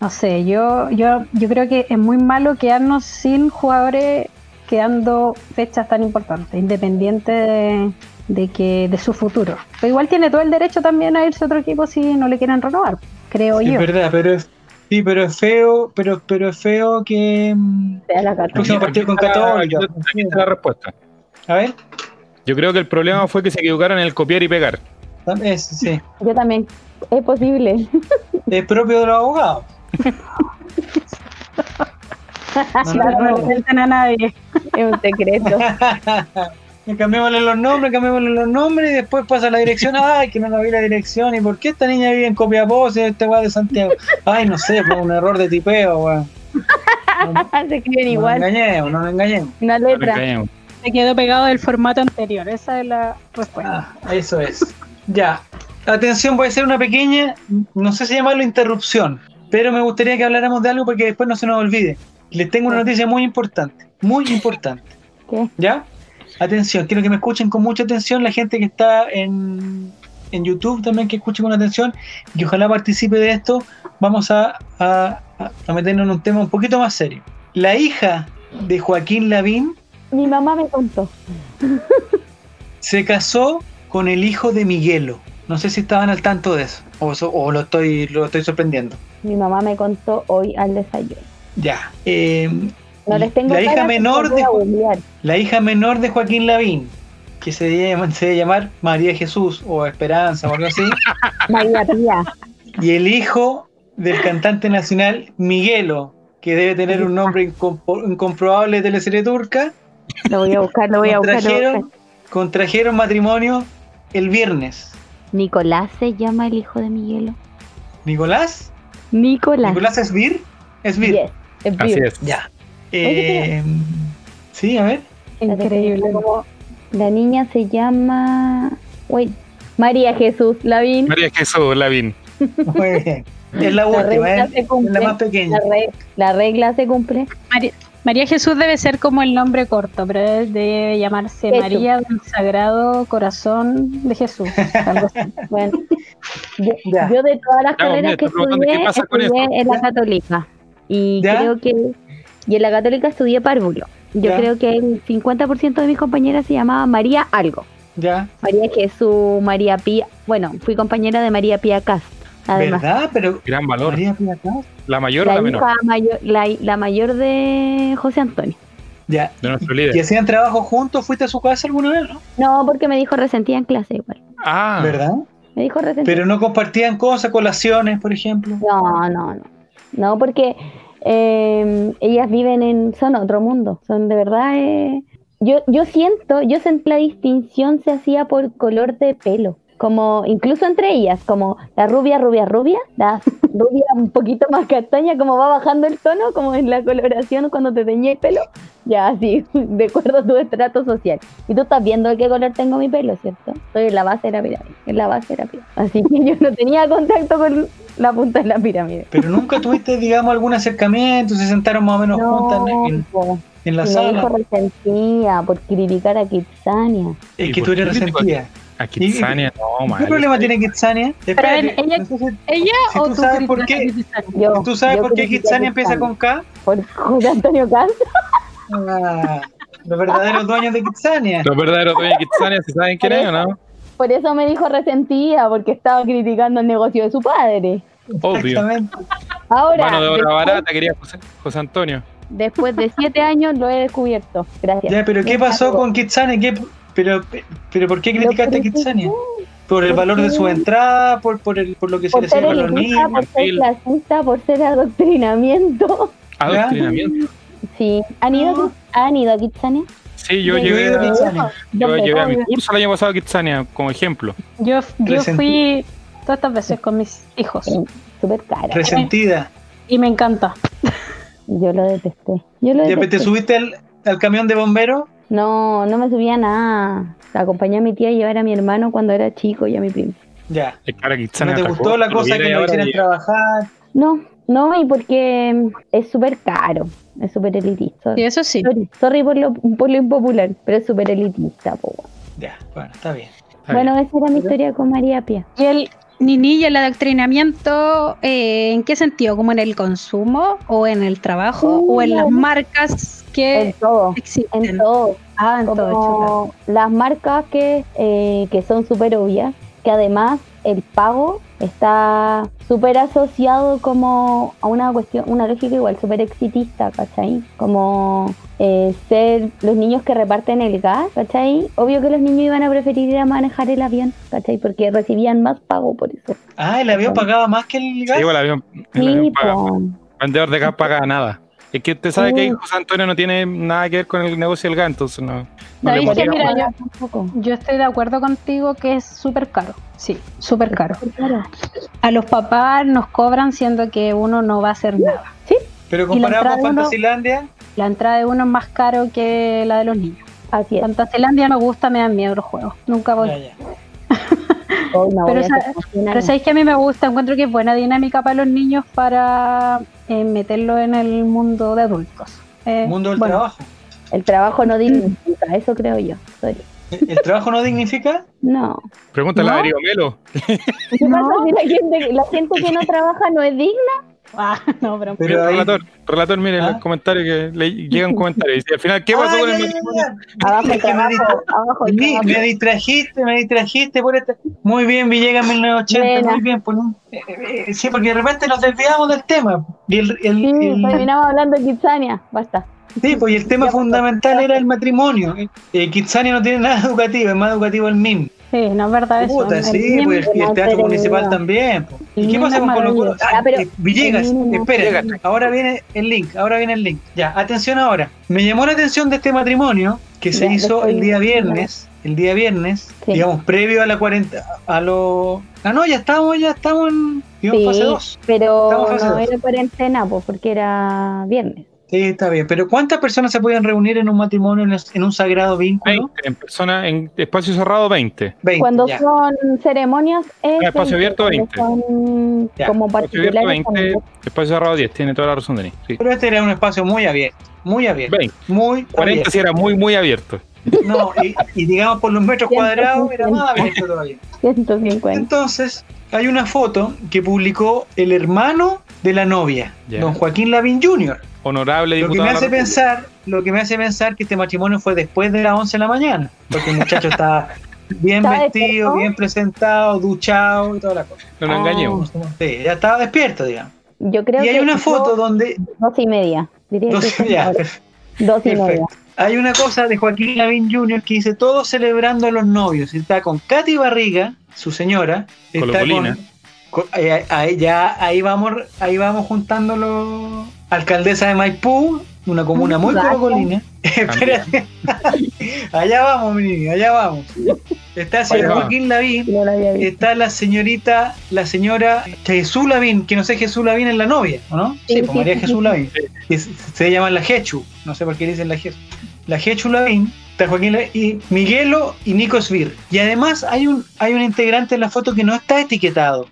Speaker 2: No sé, yo, yo, yo creo que es muy malo quedarnos sin jugadores quedando fechas tan importantes, independiente de, de que de su futuro. Pero igual tiene todo el derecho también a irse a otro equipo si no le quieren renovar, creo
Speaker 1: Sí,
Speaker 2: yo.
Speaker 1: es verdad, pero es, sí, pero es feo, pero, pero es feo que... mm,
Speaker 4: Sea la carta.
Speaker 1: Próximo partido con
Speaker 3: Aquí está la-
Speaker 1: Católica.
Speaker 3: Aquí está la respuesta.
Speaker 1: A ver,
Speaker 3: Yo creo que el problema fue que se equivocaron en el copiar y pegar.
Speaker 1: es, sí.
Speaker 4: Yo también. Es posible.
Speaker 1: es propio de los abogados. No,
Speaker 2: No,
Speaker 1: no,
Speaker 2: no
Speaker 1: no.
Speaker 2: cuenten a nadie.
Speaker 4: Es un secreto.
Speaker 1: Y Cambiémosle los nombres, cambiémosle los nombres y después pasa la dirección. Ay, que no la vi la dirección. ¿Y por qué esta niña vive en Copiapó si este weá de Santiago? Ay, no sé, fue un error de tipeo, weón.
Speaker 4: Se escriben
Speaker 1: No nos
Speaker 4: igual.
Speaker 1: engañemos, no nos engañemos.
Speaker 4: Una letra.
Speaker 2: Se quedó pegado del formato anterior, esa es la respuesta.
Speaker 1: Ah, eso es. Ya. Atención, voy a hacer una pequeña, no sé si llamarlo interrupción, pero me gustaría que habláramos de algo porque después no se nos olvide. Les tengo una noticia muy importante, muy importante.
Speaker 4: ¿Qué?
Speaker 1: ¿Ya? Atención, quiero que me escuchen con mucha atención la gente que está en, en YouTube también, que escuche con atención y ojalá participe de esto. Vamos a, a- a- a meternos en un tema un poquito más serio. La hija de Joaquín Lavín
Speaker 4: Mi mamá me contó.
Speaker 1: se casó con el hijo de Miguelo. No sé si estaban al tanto de eso o, so- o lo, estoy, lo estoy sorprendiendo.
Speaker 4: Mi mamá me contó hoy al desayuno.
Speaker 1: Ya. eh,
Speaker 4: No les tengo
Speaker 1: La hija
Speaker 4: cara,
Speaker 1: menor
Speaker 4: pero
Speaker 1: de-
Speaker 4: voy a googlear.
Speaker 1: la hija menor de Joaquín Lavín, que se debe, se debe llamar María Jesús o Esperanza o algo así,
Speaker 4: María Pía.
Speaker 1: y el hijo del cantante nacional Miguelo, que debe tener un nombre incompo- incomprobable de teleserie turca,
Speaker 4: Lo voy a buscar, lo voy a buscar. lo voy a
Speaker 1: contrajeron,
Speaker 4: buscar.
Speaker 1: contrajeron matrimonio el viernes.
Speaker 4: Nicolás se llama el hijo de Miguelo.
Speaker 1: ¿Nicolás?
Speaker 4: Nicolás.
Speaker 1: ¿Nicolás es Vir? Es Vir.
Speaker 4: Yes, es
Speaker 3: Así
Speaker 4: vivo.
Speaker 3: es.
Speaker 1: Ya.
Speaker 4: Oye,
Speaker 1: Eh, sí, a ver.
Speaker 2: Increíble.
Speaker 4: Como La niña se llama. Wait. María Jesús Lavín.
Speaker 3: María Jesús Lavín.
Speaker 1: Muy bien. Es la última,
Speaker 4: regla
Speaker 1: ¿eh?
Speaker 4: se
Speaker 1: Es la
Speaker 4: cumple.
Speaker 1: más pequeña.
Speaker 4: La, re- la regla se cumple.
Speaker 2: María Jesús debe ser como el nombre corto, pero debe- debe llamarse
Speaker 4: Jesús.
Speaker 2: María del Sagrado Corazón de Jesús. algo así.
Speaker 4: Bueno, yo,
Speaker 1: Ya.
Speaker 4: yo de todas las
Speaker 3: Ya,
Speaker 4: carreras
Speaker 3: mira,
Speaker 4: que
Speaker 3: estoy preguntando,
Speaker 4: estudié,
Speaker 3: ¿qué pasa con
Speaker 4: estudié
Speaker 3: esto?
Speaker 4: en la católica. Y
Speaker 1: Ya.
Speaker 4: creo que. Y en la católica estudié párvulo. Yo
Speaker 1: Ya.
Speaker 4: creo que el 50% de mis compañeras se llamaba María algo.
Speaker 1: Ya.
Speaker 4: María Jesús, María Pía. Bueno, fui compañera de María Pía Cast. Además,
Speaker 1: ¿Verdad? Pero.
Speaker 3: Gran valor.
Speaker 1: María Pía Cast.
Speaker 3: La mayor o
Speaker 4: la,
Speaker 3: la menor
Speaker 4: hija mayor, la, la mayor de José Antonio.
Speaker 1: Ya.
Speaker 3: de nuestro
Speaker 1: ¿Y
Speaker 3: líder.
Speaker 1: hacían trabajo juntos? ¿Fuiste a su casa alguna vez? no?
Speaker 4: No, porque me dijo resentida en clase igual.
Speaker 3: Ah,
Speaker 1: ¿Verdad?
Speaker 4: Me dijo resentida.
Speaker 1: Pero no compartían cosas, colaciones, por ejemplo.
Speaker 4: No, no, no. No, porque eh, ellas viven en. Son otro mundo. Son de verdad. eh, yo, yo siento, yo sentí la distinción se hacía por color de pelo. Como, incluso entre ellas, como la rubia, rubia, rubia, la rubia un poquito más castaña, como va bajando el tono, como en la coloración cuando te teñía el pelo, ya así, de acuerdo a tu estrato social. Y tú estás viendo de qué color tengo mi pelo, ¿cierto? Estoy en la base de la pirámide, en la base de la pirámide. Así que yo no tenía contacto con la punta de la pirámide.
Speaker 1: Pero nunca tuviste, digamos, algún acercamiento, se sentaron más o menos juntas en- en,
Speaker 4: po.
Speaker 1: en la
Speaker 4: Y me dijo
Speaker 1: sala.
Speaker 4: resentida por criticar a Kitsania.
Speaker 1: Es
Speaker 3: ¿Y
Speaker 1: que
Speaker 3: por
Speaker 1: tú eres
Speaker 3: qué te dijo
Speaker 1: resentida.
Speaker 3: a Kitsania, no,
Speaker 1: ¿Qué
Speaker 3: mal.
Speaker 1: problema tiene Kitsania? Espérate,
Speaker 2: ella-
Speaker 1: no sé si-
Speaker 2: ¿Ella
Speaker 1: Si
Speaker 2: o
Speaker 1: tú
Speaker 2: tú,
Speaker 1: sabes por
Speaker 2: Cristina
Speaker 1: qué-
Speaker 2: Cristina?
Speaker 4: Yo,
Speaker 1: ¿Tú sabes
Speaker 4: yo
Speaker 1: por qué
Speaker 4: critiqué a
Speaker 1: Kitsania empieza con
Speaker 4: Kitsania.
Speaker 1: K?
Speaker 4: Por José Antonio Cast.
Speaker 1: Ah, los verdaderos dueños de Kitsania.
Speaker 3: Los verdaderos dueños de Kitsania, ¿se saben quién es o no?
Speaker 4: Por eso me dijo resentida, porque estaba criticando el negocio de su padre.
Speaker 3: Obvio.
Speaker 1: Exactamente.
Speaker 4: Ahora,
Speaker 3: Mano de obra
Speaker 4: después,
Speaker 3: barata, quería José, José Antonio.
Speaker 4: después de siete años lo he descubierto. Gracias.
Speaker 1: Ya, pero ¿qué
Speaker 4: Me
Speaker 1: pasó
Speaker 4: encantó.
Speaker 1: con Kitsania? ¿Qué- pero, pero ¿por qué
Speaker 4: Lo
Speaker 1: criticaste a
Speaker 4: critiqué
Speaker 1: Kitsania? ¿Por el
Speaker 4: porque-
Speaker 1: valor de su entrada? ¿Por, por, el, por lo que se
Speaker 4: Por
Speaker 1: le
Speaker 4: ser
Speaker 1: sirve a los
Speaker 4: elitista,
Speaker 1: niños?
Speaker 4: por ser
Speaker 3: infantil.
Speaker 4: clasista, por ser adoctrinamiento.
Speaker 3: Adoctrinamiento.
Speaker 4: Sí. ¿Han ido, ¿han ido a Kitsania?
Speaker 3: Sí, yo
Speaker 4: Yo
Speaker 1: Yo he
Speaker 3: llevé
Speaker 1: ido a
Speaker 3: a,
Speaker 1: Kitsania.
Speaker 3: yo llevé a mi
Speaker 4: Obvio.
Speaker 3: curso el año pasado a Kitsania, como ejemplo.
Speaker 2: Yo, yo
Speaker 1: Resentí.
Speaker 2: fui todas estas veces con mis hijos
Speaker 4: Súper cara.
Speaker 1: Resentida.
Speaker 2: y me encanta.
Speaker 4: Yo lo detesté. Yo lo
Speaker 1: Ya, pero ¿Te
Speaker 4: detesté.
Speaker 1: subiste al, al camión de bomberos?
Speaker 4: No, no me subía a nada. Acompañé a mi tía a llevar a mi hermano cuando era chico y a mi primo.
Speaker 1: Ya.
Speaker 3: Es que ahora Kitsania
Speaker 1: ¿No te
Speaker 3: atacó,
Speaker 1: gustó la
Speaker 3: lo
Speaker 1: cosa
Speaker 3: viera
Speaker 1: que
Speaker 3: y
Speaker 1: no
Speaker 3: ahora
Speaker 1: hicieran
Speaker 3: llega.
Speaker 1: trabajar?
Speaker 4: No, no, y porque es súper caro. Es súper elitista.
Speaker 2: Y eso sí.
Speaker 4: Sorry, sorry por, lo, por lo impopular, pero es súper elitista. po.
Speaker 1: Ya, bueno, está bien.
Speaker 3: Está bien.
Speaker 4: Bueno, esa era mi historia con María Pia.
Speaker 2: Y el Nini y el adoctrinamiento, eh, ¿en qué sentido? ¿Como en el consumo o en el trabajo
Speaker 4: Sí,
Speaker 2: o en las
Speaker 4: claro.
Speaker 2: marcas
Speaker 4: En
Speaker 2: que
Speaker 4: todo,
Speaker 2: existen?
Speaker 4: en todo.
Speaker 2: ah, en todo,
Speaker 4: Como las marcas que, eh, que son súper obvias, que además el pago está súper asociado como a una cuestión, una lógica igual súper exitista, ¿cachai? Como eh, ser los niños que reparten el gas, ¿cachai? Obvio que los niños iban a preferir ir a manejar el avión, ¿cachai? Porque recibían más pago por eso.
Speaker 1: Ah, el avión pagaba más que el
Speaker 3: Se
Speaker 1: gas.
Speaker 3: llevó el avión. el
Speaker 4: Sí,
Speaker 3: avión paga.
Speaker 4: po.
Speaker 3: Vendedor de gas paga nada. Es que usted sabe que ahí
Speaker 1: Oh.
Speaker 4: Sí.
Speaker 3: José Antonio no tiene nada que ver con el negocio del gas, entonces no. no le
Speaker 2: ¿Sabéis
Speaker 4: Por
Speaker 2: que,
Speaker 4: eso
Speaker 3: motivamos.
Speaker 2: mira,
Speaker 4: pagan tampoco.
Speaker 2: Yo estoy de acuerdo contigo que es súper caro. Sí, súper caro.
Speaker 4: Claro.
Speaker 2: A los papás nos cobran siendo que uno no va a hacer nada.
Speaker 1: Pero
Speaker 2: la
Speaker 1: comparado
Speaker 2: entrada
Speaker 1: con
Speaker 2: de uno-
Speaker 1: Fantasilandia,
Speaker 2: La entrada de uno es más caro que la de los niños.
Speaker 4: Así es.
Speaker 2: Fantasilandia no gusta, me dan miedo los juegos. Nunca voy.
Speaker 1: ya, ya.
Speaker 4: Hoy no
Speaker 2: Pero
Speaker 4: voy a
Speaker 2: esa-
Speaker 4: hacer nada.
Speaker 2: Pero sabéis que a mí me gusta, encuentro que es buena dinámica para los niños para eh, meterlo en el mundo de adultos. Eh,
Speaker 1: mundo del
Speaker 2: bueno,
Speaker 1: trabajo.
Speaker 4: El trabajo no dignifica, eso creo yo. Sorry.
Speaker 1: ¿El el trabajo no dignifica?
Speaker 4: No.
Speaker 3: Pregúntale
Speaker 2: ¿No?
Speaker 3: a Darío Melo.
Speaker 4: ¿Qué
Speaker 2: No.
Speaker 4: pasa si la gente, la gente que no trabaja no es digna?
Speaker 2: Ah, no, pero.
Speaker 1: Pero
Speaker 3: Mira,
Speaker 1: ahí-
Speaker 3: relator, relator, mire
Speaker 1: ¿Ah?
Speaker 3: el comentario que le llega un comentario. Y dice, al final, ¿qué pasó
Speaker 1: Ah,
Speaker 3: con el
Speaker 1: ya, ya, ya,
Speaker 3: matrimonio?
Speaker 1: ya.
Speaker 4: Abajo el
Speaker 1: Es que me di-
Speaker 4: trabajo, abajo el
Speaker 1: me,
Speaker 4: trabajo.
Speaker 1: me distrajiste, me distrajiste por esta. Muy bien, Villegas 1980,
Speaker 2: Buena.
Speaker 1: muy bien. por un- eh, eh, eh, sí, porque de repente nos desviamos del tema. Y el, el-
Speaker 4: Sí,
Speaker 1: el-
Speaker 4: terminamos hablando de Kitsania, basta.
Speaker 1: sí, pues, y el tema
Speaker 4: Ya,
Speaker 1: fundamental era el matrimonio. Eh, Kitsania no tiene nada educativo, es más educativo el MIM.
Speaker 2: Sí, no es verdad eso.
Speaker 1: Puta,
Speaker 2: El
Speaker 1: sí,
Speaker 2: mismo-
Speaker 1: pues, y el
Speaker 4: no
Speaker 1: teatro
Speaker 4: tiene
Speaker 1: municipal
Speaker 4: idea.
Speaker 1: también. po. ¿Y
Speaker 4: El
Speaker 1: qué pasa con
Speaker 4: mismo
Speaker 1: Colo Colo?
Speaker 4: maravilloso.
Speaker 1: Ah,
Speaker 4: Ah, pero
Speaker 1: eh, Villegas,
Speaker 4: el mismo-
Speaker 1: espera,
Speaker 3: Villegas.
Speaker 1: ahora viene el link, ahora viene el link. Ya, atención ahora. Me llamó la atención de este matrimonio que se
Speaker 4: Ya,
Speaker 1: hizo
Speaker 4: lo
Speaker 1: el
Speaker 4: estoy-
Speaker 1: día viernes, el día viernes,
Speaker 4: Sí.
Speaker 1: digamos, previo a la cuarenta, a lo... Ah, no, ya estamos, ya estamos en digamos,
Speaker 4: Sí,
Speaker 1: fase 2. Estamos
Speaker 4: pero
Speaker 1: fase
Speaker 4: no
Speaker 1: dos.
Speaker 4: era cuarentena, pues, porque era viernes.
Speaker 1: Sí, está bien. Pero ¿cuántas personas se podían reunir en un matrimonio, en un- en un sagrado vínculo?
Speaker 3: 20, en persona, en espacio cerrado, 20.
Speaker 1: 20,
Speaker 4: Cuando
Speaker 1: ya.
Speaker 4: son ceremonias es
Speaker 3: Ah, espacio abierto,
Speaker 4: cuando
Speaker 3: 20.
Speaker 4: son
Speaker 1: Ya,
Speaker 4: como
Speaker 3: Espacio abierto,
Speaker 4: particulares
Speaker 3: 20. Espacio cerrado, 10. Tiene toda la razón, Denis. Sí.
Speaker 1: Pero este era un espacio muy abierto, muy abierto,
Speaker 3: 20.
Speaker 1: muy
Speaker 3: 40
Speaker 1: abierto.
Speaker 3: si era muy, muy abierto.
Speaker 1: No, y, y digamos por los metros cuadrados era más abierto todavía.
Speaker 4: 150.
Speaker 1: Entonces, hay una foto que publicó el hermano de la novia,
Speaker 3: Ya.
Speaker 1: don Joaquín Lavín Jr.
Speaker 3: Honorable
Speaker 1: Lo que
Speaker 3: diputado.
Speaker 1: me
Speaker 3: de la
Speaker 1: hace
Speaker 3: República.
Speaker 1: pensar, lo que me hace pensar que este matrimonio fue después de las 11 de la mañana, porque el muchacho estaba bien
Speaker 4: ¿Estaba
Speaker 1: vestido,
Speaker 4: despierto?
Speaker 1: bien presentado, duchado y toda la cosa.
Speaker 3: No nos
Speaker 4: Ah.
Speaker 3: engañemos.
Speaker 1: Sí, ya estaba despierto, digamos.
Speaker 4: Yo creo
Speaker 1: Y hay
Speaker 4: que
Speaker 1: una foto
Speaker 4: dos,
Speaker 1: donde
Speaker 4: dos y media. Diría que
Speaker 1: dos-
Speaker 4: son
Speaker 1: ya,
Speaker 4: dos, dos y media.
Speaker 1: Perfecto. Hay una cosa de Joaquín Lavín Jr. que dice todos celebrando a los novios. Está con Katy Barriga, su señora. Está
Speaker 3: Colocolina.
Speaker 1: con- con- eh, ahí, ya ahí vamos, ahí vamos juntándolo. Alcaldesa de Maipú, una comuna muy
Speaker 4: Gracias.
Speaker 1: colocolina. Espérate. allá vamos, mi niño, allá vamos. Está el señor
Speaker 3: Allá va.
Speaker 1: Joaquín Lavín.
Speaker 4: No la había visto.
Speaker 1: Está la señorita, la señora Jesús Lavín, que no sé Jesús Lavín es la novia, ¿o ¿no? Sí,
Speaker 4: Sí,
Speaker 1: pues
Speaker 4: sí,
Speaker 1: María
Speaker 4: sí,
Speaker 1: Jesús
Speaker 4: sí.
Speaker 1: Lavín. Que se- se llama la Jechu, no sé por qué le dicen la Jechu. La Jechu Lavín, está Joaquín Lavín, y Miguelo y Nico Svir. Y además hay un, hay un integrante en la foto que no está etiquetado,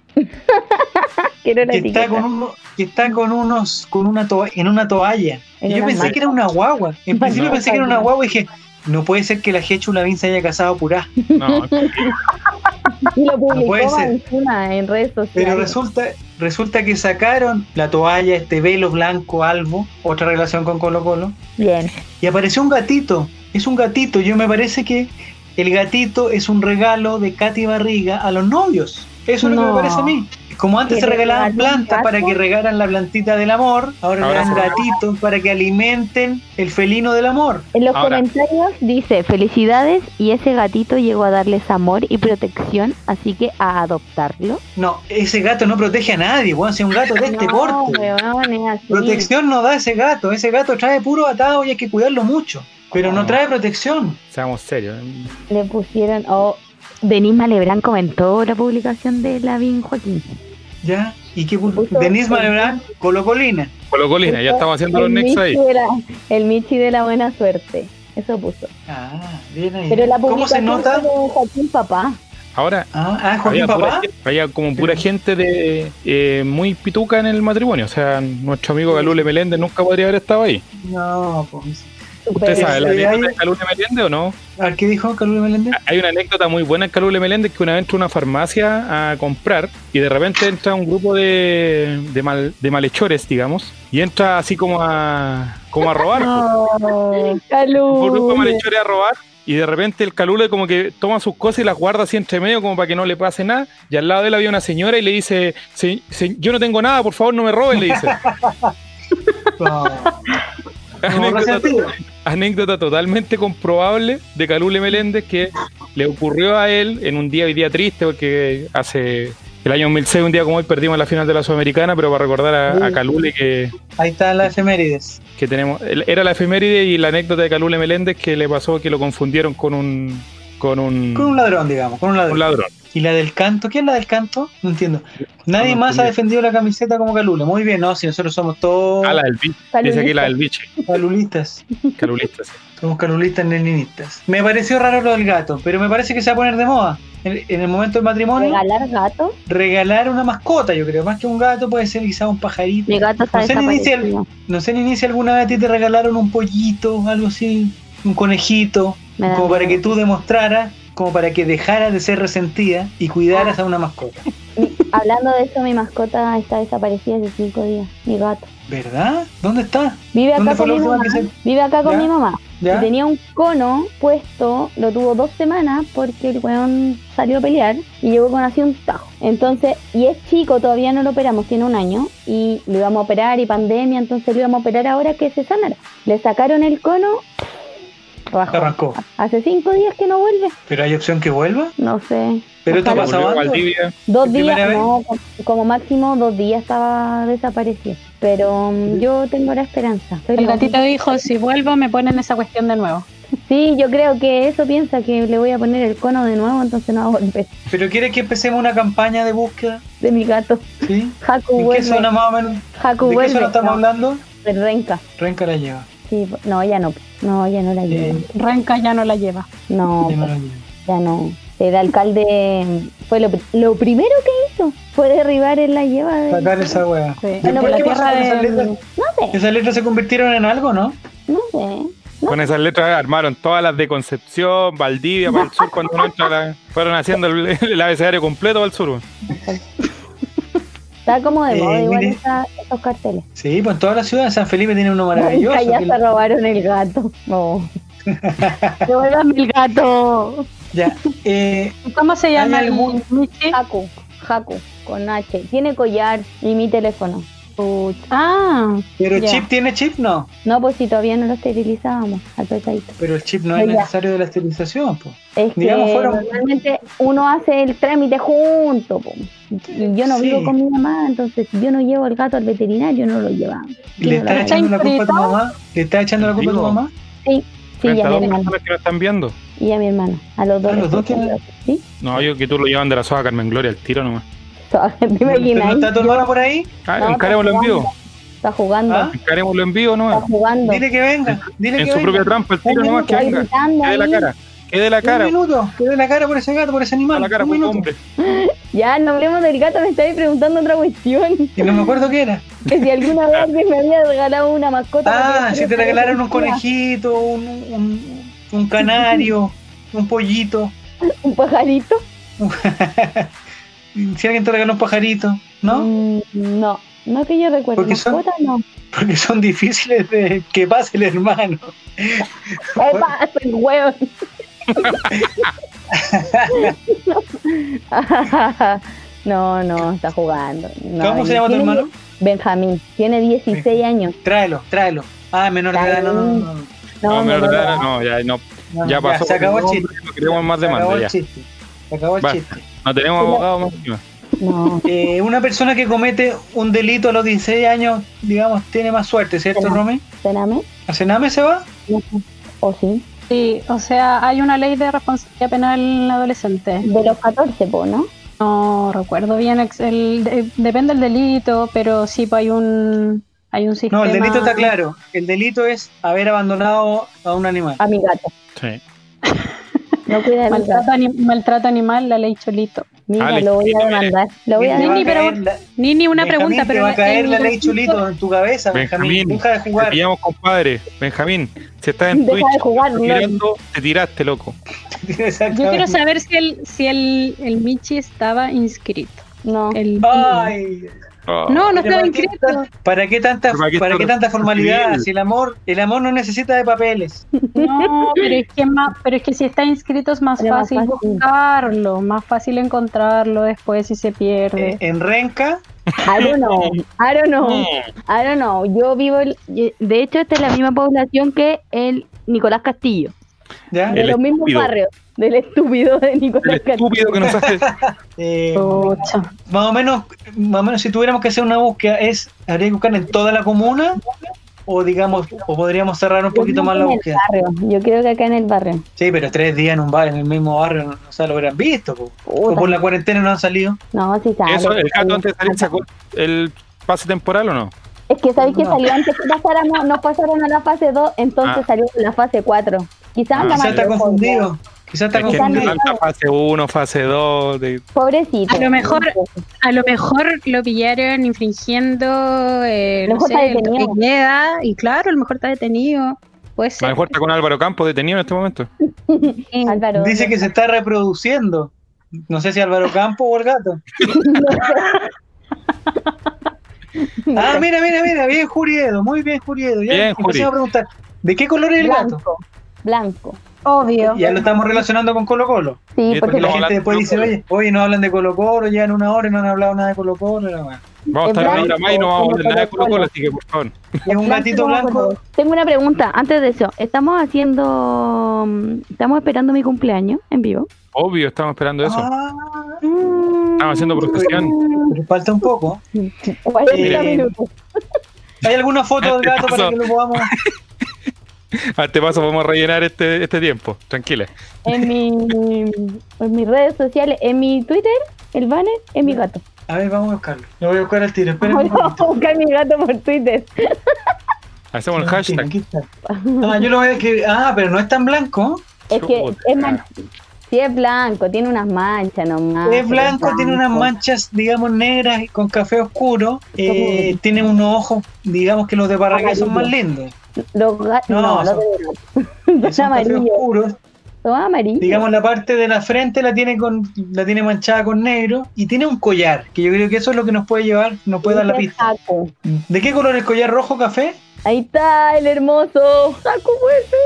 Speaker 4: Quiero la
Speaker 1: que está
Speaker 4: etiqueta.
Speaker 1: con uno, que está con unos, con una to- en una toalla.
Speaker 4: En
Speaker 1: Y yo
Speaker 4: una
Speaker 1: pensé
Speaker 4: manta.
Speaker 1: que era una guagua. En principio
Speaker 3: No.
Speaker 1: pensé que era una guagua y dije, no puede ser que la Jechu Lavín se haya casado purá.
Speaker 3: No,
Speaker 4: Y lo publicó
Speaker 1: Ah, puede ser.
Speaker 4: encima en redes sociales.
Speaker 1: Pero resulta, resulta que sacaron la toalla, este velo blanco, algo, otra relación con Colo Colo,
Speaker 4: Bien.
Speaker 1: y apareció un gatito. Es un gatito. Yo me parece que el gatito es un regalo de Katy Barriga a los novios. Eso es lo que me
Speaker 2: No.
Speaker 1: parece a mí. Como antes
Speaker 4: ¿Que
Speaker 1: se
Speaker 4: le
Speaker 1: regalaban
Speaker 4: regaló un
Speaker 1: plantas
Speaker 4: gato?
Speaker 1: para que regaran la plantita del amor, ahora,
Speaker 3: Ahora
Speaker 1: le dan
Speaker 3: se-
Speaker 1: gatitos para que alimenten el felino del amor.
Speaker 4: En los
Speaker 3: Ahora.
Speaker 4: comentarios dice, felicidades y ese gatito llegó a darles amor y protección, así que a adoptarlo.
Speaker 1: No, ese gato no protege a nadie, weón. Si es un gato de este
Speaker 4: no,
Speaker 1: porte.
Speaker 4: weón, es así.
Speaker 1: Protección no da ese gato. Ese gato trae puro atado y hay que cuidarlo mucho. Pero
Speaker 3: Ah.
Speaker 1: no trae protección.
Speaker 3: seamos serios.
Speaker 4: Le pusieron, oh, Denis Malebrán comentó la publicación de Lavín Joaquín.
Speaker 1: ¿Ya? ¿Y qué pul-
Speaker 4: Puso-
Speaker 1: Denise Malebrán, colocolina.
Speaker 3: Colocolina, ya estamos haciendo los
Speaker 4: El
Speaker 3: nexos ahí.
Speaker 4: Michi de la- el Michi de la buena suerte. Eso puso.
Speaker 1: Ah, bien ahí.
Speaker 4: Pero la
Speaker 1: ¿Cómo se
Speaker 4: publicación
Speaker 1: nota?
Speaker 4: fue de Joaquín Papá.
Speaker 3: Ahora,
Speaker 1: Ah, ah,
Speaker 3: había,
Speaker 1: Joaquín Papá.
Speaker 3: pura gente- había como pura gente de eh, muy pituca en el matrimonio. O sea, nuestro amigo Galule Meléndez nunca podría haber estado ahí.
Speaker 1: No, pues.
Speaker 3: ¿Usted
Speaker 4: Super.
Speaker 1: Pero-
Speaker 3: sabe la
Speaker 1: Sí,
Speaker 3: anécdota
Speaker 1: hay-
Speaker 3: de Calule Meléndez o no?
Speaker 1: A ver, ¿qué dijo Carlos Meléndez?
Speaker 3: Hay una anécdota muy buena en Calule Meléndez que una vez entró a una farmacia a comprar y de repente entra un grupo de, de, mal- de malhechores, digamos, y entra así como a, como a robar. pues.
Speaker 2: No.
Speaker 3: un grupo de
Speaker 4: Calule.
Speaker 3: malhechores a robar y de repente el calule como que toma sus cosas y las guarda así entre medio como para que no le pase nada y al lado de él había una señora y le dice "Se- se- yo no tengo nada por favor no me roben le dice
Speaker 1: No. Como
Speaker 3: anécdota,
Speaker 1: resentido.
Speaker 3: anécdota totalmente comprobable de calule Meléndez que le ocurrió a él en un día hoy día triste porque hace el año 2006 un día como hoy perdimos la final de la sudamericana pero para recordar a, a calule que
Speaker 1: Ahí están las efemérides.
Speaker 3: que tenemos. el- Era la efeméride y la anécdota de Calule Meléndez que le pasó que lo confundieron con un. con un.
Speaker 1: Con un ladrón, digamos, con un
Speaker 3: un
Speaker 1: ladrón.
Speaker 3: ladrón.
Speaker 1: ¿Y la del canto? ¿Quién es la del canto? No entiendo. Nadie
Speaker 3: No
Speaker 1: más ha
Speaker 3: entendí.
Speaker 1: defendido la camiseta como Calula. Muy bien, no, si nosotros somos todos
Speaker 3: Ah, la del biche. Dice aquí la del biche.
Speaker 1: calulistas.
Speaker 3: Calulista, sí.
Speaker 1: Somos calulistas neninistas. Me pareció raro lo del gato, pero me parece que se va a poner de moda. En, en el momento del matrimonio, regalar.
Speaker 4: Regalar gatos.
Speaker 1: una mascota, yo creo. Más que un gato, puede ser quizá un pajarito.
Speaker 4: Mi gato está
Speaker 1: No sé ni dice el-
Speaker 4: desaparecido.
Speaker 1: No sé, ni si alguna vez a ti te regalaron un pollito, algo así, un conejito,
Speaker 4: Me da
Speaker 1: como para que
Speaker 4: miedo.
Speaker 1: tú
Speaker 4: Ah.
Speaker 1: demostraras, como para que dejaras de ser resentida y cuidaras a una mascota.
Speaker 4: Hablando de eso, mi mascota está desaparecida hace cinco días, mi gato.
Speaker 1: ¿Verdad? ¿Dónde está?
Speaker 4: Vive
Speaker 1: ¿Dónde
Speaker 4: acá
Speaker 1: fue
Speaker 4: con
Speaker 1: la
Speaker 4: mi
Speaker 1: última
Speaker 4: mamá.
Speaker 1: que se-
Speaker 4: Vive acá con
Speaker 1: ¿Ya?
Speaker 4: mi mamá.
Speaker 1: ¿Ya?
Speaker 4: Y tenía un cono puesto, lo tuvo dos semanas porque el weón salió a pelear y llegó con así un tajo. Entonces, y es chico, todavía no lo operamos, tiene un año y lo íbamos a operar y pandemia, entonces lo íbamos a operar ahora que se sanara. Le sacaron el cono,
Speaker 1: Se
Speaker 4: rajó.
Speaker 1: arrancó.
Speaker 4: Hace cinco días que no vuelve,
Speaker 1: ¿Pero hay opción que vuelva?
Speaker 4: no sé.
Speaker 1: ¿Pero esto ha
Speaker 4: Ojalá.
Speaker 1: pasado
Speaker 3: Volvió
Speaker 1: antes?
Speaker 3: Valdivia.
Speaker 4: Dos
Speaker 1: ¿Es
Speaker 4: días,
Speaker 1: primera vez?
Speaker 4: no, como- como máximo dos días estaba desaparecido. Pero mm, yo tengo la esperanza. Soy
Speaker 2: El
Speaker 4: la
Speaker 2: gatito dijo, si vuelvo me ponen esa cuestión de nuevo.
Speaker 4: Sí, yo creo que eso piensa que le voy a poner el cono de nuevo, entonces no va a volver.
Speaker 1: ¿Pero quiere que empecemos una campaña de búsqueda?
Speaker 4: De mi gato.
Speaker 1: ¿Sí?
Speaker 4: Haku
Speaker 1: ¿En qué
Speaker 4: vuelve.
Speaker 1: zona más o menos?
Speaker 4: Haku
Speaker 1: ¿De qué
Speaker 4: vuelve.
Speaker 1: zona estamos
Speaker 4: no,
Speaker 1: hablando?
Speaker 4: de Renca.
Speaker 1: Renca la lleva.
Speaker 4: Sí, po- no, ya no. No, ya no la llevo.
Speaker 1: Eh,
Speaker 2: Renca ya no la lleva.
Speaker 4: No,
Speaker 1: ya no la
Speaker 4: po,
Speaker 1: lleva.
Speaker 4: ya no. El alcalde mm, fue lo, pri- lo primero que hizo. Fue derribar en la lleva de...
Speaker 1: Sacar esa weá.
Speaker 2: Sí.
Speaker 1: Después,
Speaker 4: Bueno,
Speaker 1: ¿qué
Speaker 4: la
Speaker 1: pasó
Speaker 2: tierra
Speaker 1: con esas
Speaker 2: del-
Speaker 1: letras?
Speaker 4: No sé,
Speaker 1: ¿Esas letras se convirtieron en algo, no?
Speaker 4: no sé.
Speaker 3: Con esas letras armaron todas las de Concepción, Valdivia, para el sur, cuando uno entra la- fueron haciendo el, el abecedario completo para el sur.
Speaker 4: Está como de
Speaker 1: Eh,
Speaker 4: moda igual
Speaker 1: mire.
Speaker 4: esa- esos carteles.
Speaker 1: Sí, pues en toda la ciudad. San Felipe tiene uno maravilloso.
Speaker 4: Nunca ya
Speaker 1: que la-
Speaker 4: se robaron el gato. No.
Speaker 2: Devuélvame el gato.
Speaker 1: Ya. Eh,
Speaker 2: ¿Cómo se llama
Speaker 1: ¿Hay
Speaker 2: el
Speaker 1: algún-
Speaker 2: Michi?
Speaker 4: Haku. Haku. Con H. Tiene collar y mi teléfono. Pucha.
Speaker 2: Ah,
Speaker 1: ¿Pero
Speaker 2: Ya.
Speaker 1: chip tiene chip? No.
Speaker 4: No, pues si todavía no lo esterilizábamos al pesadito.
Speaker 1: Pero el chip no es
Speaker 4: Ya.
Speaker 1: necesario de la esterilización, pues.
Speaker 4: Es que
Speaker 1: Digamos, fueron-
Speaker 4: normalmente uno hace el trámite junto. po. Y yo no
Speaker 1: Sí.
Speaker 4: vivo con mi mamá, entonces si yo no llevo el gato al veterinario, no lo llevamos.
Speaker 1: ¿Le
Speaker 4: No, la
Speaker 1: estás
Speaker 4: verdad.
Speaker 1: echando la culpa a tu
Speaker 2: ¿Está
Speaker 1: mamá? ¿Le estás echando la culpa a tu
Speaker 3: Digo.
Speaker 1: mamá?
Speaker 4: Sí, y
Speaker 3: Frente
Speaker 4: a
Speaker 3: a
Speaker 4: mi
Speaker 3: dos
Speaker 4: hermano.
Speaker 3: personas que lo están viendo.
Speaker 4: Y a mi hermano. A los dos.
Speaker 1: Ah, los dos tienen-
Speaker 4: Sí.
Speaker 3: No, yo que tú lo llevan de la soja Carmen Gloria al tiro nomás.
Speaker 4: ¿Te
Speaker 1: ¿Pero
Speaker 4: imaginas?
Speaker 1: ¿No está tu hermana por ahí?
Speaker 3: Ah,
Speaker 4: No,
Speaker 3: encarémoslo en vivo.
Speaker 4: Está jugando.
Speaker 1: ¿Ah?
Speaker 3: Encarémoslo en vivo
Speaker 4: Está
Speaker 3: nomás.
Speaker 4: jugando.
Speaker 1: Dile que venga. Dile
Speaker 3: En
Speaker 1: que
Speaker 3: su
Speaker 1: venga.
Speaker 3: propia trampa, el tiro
Speaker 1: Un
Speaker 3: nomás que
Speaker 4: Está
Speaker 3: venga.
Speaker 4: gritando
Speaker 3: Que dé la
Speaker 4: ahí.
Speaker 3: cara. Que dé la cara.
Speaker 1: Un minuto. Que dé la cara por ese gato, por ese
Speaker 3: A
Speaker 1: animal.
Speaker 3: la cara
Speaker 1: un
Speaker 3: fue
Speaker 1: minuto.
Speaker 3: hombre.
Speaker 4: Ya, no hablemos del gato, me estáis preguntando otra cuestión.
Speaker 1: Y no me acuerdo qué era.
Speaker 4: Que si alguna vez alguien me había regalado una mascota.
Speaker 1: Ah, si te regalaron un conejito, un, un, un canario, un pollito.
Speaker 4: Un pajarito.
Speaker 1: Si alguien te regaló un pajarito, ¿no?
Speaker 4: Mm, No, no que yo recuerde.
Speaker 1: Porque son-
Speaker 4: Mascota no.
Speaker 1: Porque son difíciles de que pase el hermano.
Speaker 4: ¡Epa! ¡El hueón! no, no, está jugando. No,
Speaker 1: ¿Cómo se llama tu
Speaker 4: tiene-
Speaker 1: hermano?
Speaker 4: Benjamín. Tiene 16 años.
Speaker 1: Tráelo, tráelo. Ah, menor de edad, no, no, no, no.
Speaker 3: No,
Speaker 4: No,
Speaker 3: me
Speaker 4: no,
Speaker 3: lo
Speaker 4: no,
Speaker 3: regalaron, no, ya, no,
Speaker 1: No,
Speaker 3: ya pasó.
Speaker 1: se acabó el
Speaker 3: No,
Speaker 1: chiste.
Speaker 3: no queremos más
Speaker 1: Se acabó
Speaker 3: demanda
Speaker 1: el
Speaker 3: ya.
Speaker 1: chiste. Se acabó el
Speaker 3: Basta.
Speaker 1: chiste.
Speaker 3: No tenemos abogado más encima.
Speaker 4: no.
Speaker 1: Eh, una persona que comete un delito a los 16 años, digamos, tiene más suerte, ¿cierto,
Speaker 4: Ajá.
Speaker 1: Romy?
Speaker 4: Espérame.
Speaker 1: ¿A Sename se va?
Speaker 4: ¿O sí?
Speaker 2: sí, o sea, hay una ley de responsabilidad penal adolescente.
Speaker 4: De los 14, po, ¿no?
Speaker 2: No recuerdo bien, ex- el- de- depende del delito, pero sí pues, hay un hay un
Speaker 1: No,
Speaker 2: sistema.
Speaker 1: el delito está claro. El delito es haber abandonado a un animal.
Speaker 4: A mi gato.
Speaker 3: Sí.
Speaker 4: No cuida de mi gato.
Speaker 2: Maltrato, ani- maltrato animal, la ley Cholito.
Speaker 4: Mira,
Speaker 3: Alex,
Speaker 4: lo voy a
Speaker 3: mira,
Speaker 4: demandar. Lo
Speaker 3: eh,
Speaker 4: voy a
Speaker 1: Te va
Speaker 2: Mira,
Speaker 1: a
Speaker 2: Nini,
Speaker 4: demandar.
Speaker 2: pero-
Speaker 1: caer la-
Speaker 2: Nini, una
Speaker 1: Benjamín,
Speaker 2: pregunta,
Speaker 1: te
Speaker 2: pero
Speaker 1: va a
Speaker 2: en-
Speaker 1: caer
Speaker 2: en
Speaker 1: la ley
Speaker 2: Grafito-
Speaker 1: Chulito en tu cabeza, Benjamín.
Speaker 3: Benjamín,
Speaker 1: Deja de
Speaker 3: Te
Speaker 1: jugar.
Speaker 3: pillamos, compadre. Benjamín, si estás en
Speaker 4: Deja
Speaker 3: Twitch,
Speaker 4: de jugar,
Speaker 3: estás
Speaker 4: Gloria.
Speaker 3: mirando, te tiraste, loco.
Speaker 1: Exactamente.
Speaker 2: Yo quiero saber si el si el, el Michi estaba inscrito.
Speaker 4: No.
Speaker 3: eh,
Speaker 2: El-
Speaker 1: Ay,
Speaker 3: Oh.
Speaker 2: no,
Speaker 1: pero
Speaker 2: no estaba
Speaker 1: ¿para qué
Speaker 2: inscrito.
Speaker 1: tan- ¿Para qué tanta,
Speaker 3: Pero ¿para qué
Speaker 1: para qué
Speaker 3: estar
Speaker 1: tanta formalidad?
Speaker 3: civil?
Speaker 1: Si el amor, el amor no necesita de papeles.
Speaker 2: No, pero es que más, pero es que si está inscrito es más
Speaker 4: Era más
Speaker 2: fácil
Speaker 4: fácil.
Speaker 2: buscarlo, más fácil encontrarlo después si se pierde.
Speaker 1: Eh, en Renca,
Speaker 4: I don't know.
Speaker 3: eh,
Speaker 4: I don't know.
Speaker 3: Mm,
Speaker 4: I don't know. Yo vivo. el- y- de hecho, esta es la misma población que el Nicolás Castillo.
Speaker 1: ¿ya?
Speaker 4: De
Speaker 3: El
Speaker 4: los mismos
Speaker 3: estúpido.
Speaker 4: barrios. Del estúpido de
Speaker 3: El
Speaker 4: Nicolás Castillo.
Speaker 3: estúpido que nos hace.
Speaker 1: Eh,
Speaker 4: Oh.
Speaker 2: Pucha.
Speaker 1: más o menos, más o menos si tuviéramos que hacer una búsqueda, es habría que buscar en toda la comuna o digamos, o podríamos cerrar un poquito más la
Speaker 4: en el
Speaker 1: búsqueda.
Speaker 4: barrio. Yo creo que acá en el barrio.
Speaker 1: Sí, pero tres días en un bar, en el mismo barrio, no, o sea, lo hubieran visto. po. O
Speaker 4: Puta.
Speaker 1: por la cuarentena no han salido.
Speaker 4: No, sí sale.
Speaker 3: Eso, el gato antes de salir sacó el pase temporal o no?
Speaker 4: Es que sabéis que
Speaker 1: No.
Speaker 4: salió antes que pasáramos, nos pasaron a la fase 2, entonces
Speaker 3: Ah.
Speaker 4: salió la fase 4. Quizás
Speaker 3: Ah.
Speaker 4: anda
Speaker 1: Quizás
Speaker 4: más
Speaker 1: está
Speaker 4: lejos,
Speaker 1: confundido. Quizás está
Speaker 3: Es que
Speaker 4: Están
Speaker 1: confundido.
Speaker 3: tanta fase 1, fase 2. De...
Speaker 4: ya. Pobrecito.
Speaker 2: A lo mejor- A lo mejor lo pillaron infringiendo, eh,
Speaker 4: A
Speaker 2: no
Speaker 4: lo mejor
Speaker 2: sé,
Speaker 4: está
Speaker 2: el toque
Speaker 4: detenido.
Speaker 2: de queda, y claro, a lo mejor está detenido. Puede
Speaker 3: A lo
Speaker 2: ser.
Speaker 3: mejor está con Álvaro Campos detenido en este momento.
Speaker 2: Sí.
Speaker 4: Álvaro.
Speaker 1: Dice que se está reproduciendo. No sé si Álvaro Campo o el gato. Ah, mira, mira, mira, bien Juriedo, muy bien Juriedo. Ya
Speaker 3: Bien, Juri.
Speaker 1: empecé a preguntar, ¿de qué color es el gato?
Speaker 4: Blanco. Blanco.
Speaker 2: Obvio.
Speaker 1: Ya lo estamos relacionando con Colo Colo.
Speaker 4: Sí,
Speaker 3: Bien,
Speaker 4: porque
Speaker 1: Porque la
Speaker 3: No,
Speaker 1: gente
Speaker 3: hablan
Speaker 1: después
Speaker 3: de
Speaker 1: dice,
Speaker 3: Colo-Colo.
Speaker 1: oye, oye, no hablan de Colo Colo, ya en una hora y no han hablado nada de Colo Colo. la weá.
Speaker 3: Vamos a
Speaker 4: Es
Speaker 3: estar una
Speaker 4: blanco,
Speaker 3: hora más y no vamos a
Speaker 4: como
Speaker 3: hablar nada de Colo Colo,
Speaker 4: Colo-Colo.
Speaker 3: así que por favor.
Speaker 1: Y es un gatito
Speaker 4: como
Speaker 1: blanco.
Speaker 4: color. Tengo una pregunta, antes de eso, estamos haciendo, mm, estamos esperando mi cumpleaños en vivo.
Speaker 3: Obvio, estamos esperando eso.
Speaker 1: Ah,
Speaker 3: Estamos haciendo procesión.
Speaker 1: pero falta un poco.
Speaker 4: 40
Speaker 1: Eh,
Speaker 4: minutos.
Speaker 1: ¿Hay alguna foto del
Speaker 3: Este
Speaker 1: gato para
Speaker 3: paso.
Speaker 1: que lo podamos?
Speaker 3: A este paso podemos rellenar este, este tiempo, tranquila.
Speaker 4: En, mi, en mis redes sociales, en mi Twitter, el banner, es mi gato.
Speaker 1: A ver, vamos a buscarlo. Lo voy a buscar al tiro, esperen un
Speaker 4: Ahora vamos
Speaker 1: poquito.
Speaker 4: a buscar mi gato por Twitter.
Speaker 3: Hacemos el
Speaker 1: Aquí está,
Speaker 3: hashtag.
Speaker 1: aquí está. Ah, yo lo voy a escribir. Ah, pero no es tan blanco.
Speaker 4: Es que
Speaker 3: Chuta.
Speaker 4: es man- sí es blanco, tiene unas manchas nomás. pero
Speaker 1: Ah, Es blanco, tiene unas manchas, digamos, negras y con café oscuro. Eh, tiene unos ojos, digamos que los de Parragués son más lindos.
Speaker 4: Los gatos,
Speaker 1: No,
Speaker 4: no, los
Speaker 1: son-
Speaker 4: de-
Speaker 1: Son
Speaker 4: los
Speaker 1: café
Speaker 4: amarillos,
Speaker 1: oscuros.
Speaker 4: son amarillos.
Speaker 1: Digamos, la parte de la frente la tiene con la tiene manchada con negro y tiene un collar, que yo creo que eso es lo que nos puede llevar, nos puede dar la
Speaker 4: Dice
Speaker 1: pista.
Speaker 4: Jaco.
Speaker 1: ¿De qué color el collar? ¿Rojo café?
Speaker 4: Ahí está el hermoso Jaco Fuerte.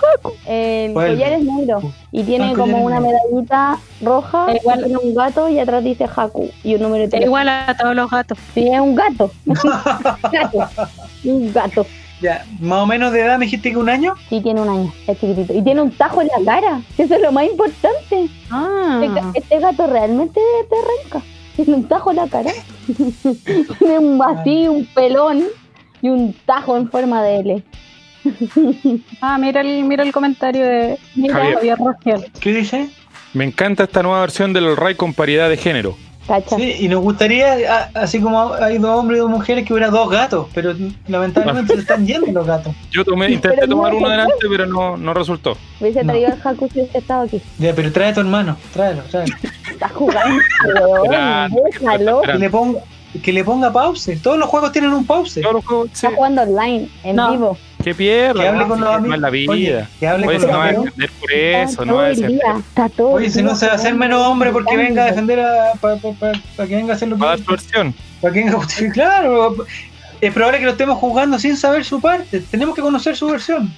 Speaker 4: Jaco. El
Speaker 1: Vuelve.
Speaker 4: collar es negro y tiene
Speaker 1: Ah, collar
Speaker 4: como
Speaker 1: es
Speaker 4: una
Speaker 1: negro.
Speaker 4: medallita roja,
Speaker 2: Da Eh, igual.
Speaker 4: tiene un gato y atrás dice Haku y un número de
Speaker 2: Da
Speaker 4: teléfono.
Speaker 2: igual a todos los gatos.
Speaker 4: Sí, es un gato. gato. Un gato.
Speaker 1: Ya, más o menos de edad me dijiste que un año.
Speaker 4: Sí, tiene un año, es chiquitito. Y tiene un tajo en la cara, que eso es lo más importante. Este ga-
Speaker 2: Ah,
Speaker 4: Este gato realmente te arranca. Tiene un tajo en la cara. Tiene un así, un pelón y un tajo en forma de L. eh.
Speaker 2: ah, mira, el, mira el comentario de mira,
Speaker 3: Javier.
Speaker 2: Javier Rogel.
Speaker 1: ¿Qué dice?
Speaker 3: Me encanta esta nueva versión del Ray con paridad de género.
Speaker 4: ¿Cacha?
Speaker 1: Sí, y nos gustaría, a- así como hay dos hombres y dos mujeres, que hubiera dos gatos, pero lamentablemente se están yendo los gatos.
Speaker 3: Yo tomé, intenté
Speaker 4: Pero no
Speaker 3: tomar uno
Speaker 4: resultó.
Speaker 3: delante, pero no, no resultó.
Speaker 4: Hubiese
Speaker 1: No.
Speaker 4: traído al Haku si hubiese estado aquí.
Speaker 1: Ya, pero trae a tu hermano, tráelo, tráelo.
Speaker 4: Está jugando, weón.
Speaker 3: Grande,
Speaker 4: Déjalo.
Speaker 1: Que
Speaker 3: grande.
Speaker 1: le ponga, que le ponga pause. Todos los juegos tienen un pause.
Speaker 3: Todos los juegos, sí.
Speaker 4: Está jugando online, en
Speaker 2: No.
Speaker 4: vivo.
Speaker 3: Que
Speaker 1: Ah,
Speaker 3: pierda.
Speaker 1: oh. Que hable
Speaker 3: ¿no?
Speaker 1: con los
Speaker 3: Sí,
Speaker 1: amigos.
Speaker 3: no es la vida.
Speaker 1: Oye, que hable
Speaker 3: Oye,
Speaker 1: con
Speaker 3: si
Speaker 1: los
Speaker 3: no va a
Speaker 1: amigos. Ah,
Speaker 3: defender por eso,
Speaker 4: Está
Speaker 3: no va a
Speaker 4: todo el
Speaker 3: defender.
Speaker 4: día, Está todo
Speaker 1: Oye,
Speaker 4: el
Speaker 1: si no
Speaker 4: día
Speaker 1: se va a hacer menos hombre porque
Speaker 4: jugando.
Speaker 1: venga a defender a. para que venga a hacer lo que.
Speaker 3: Va a dar su versión.
Speaker 1: pa' que venga a justificar. Claro, es probable que lo estemos jugando sin saber su parte. Tenemos que conocer su versión.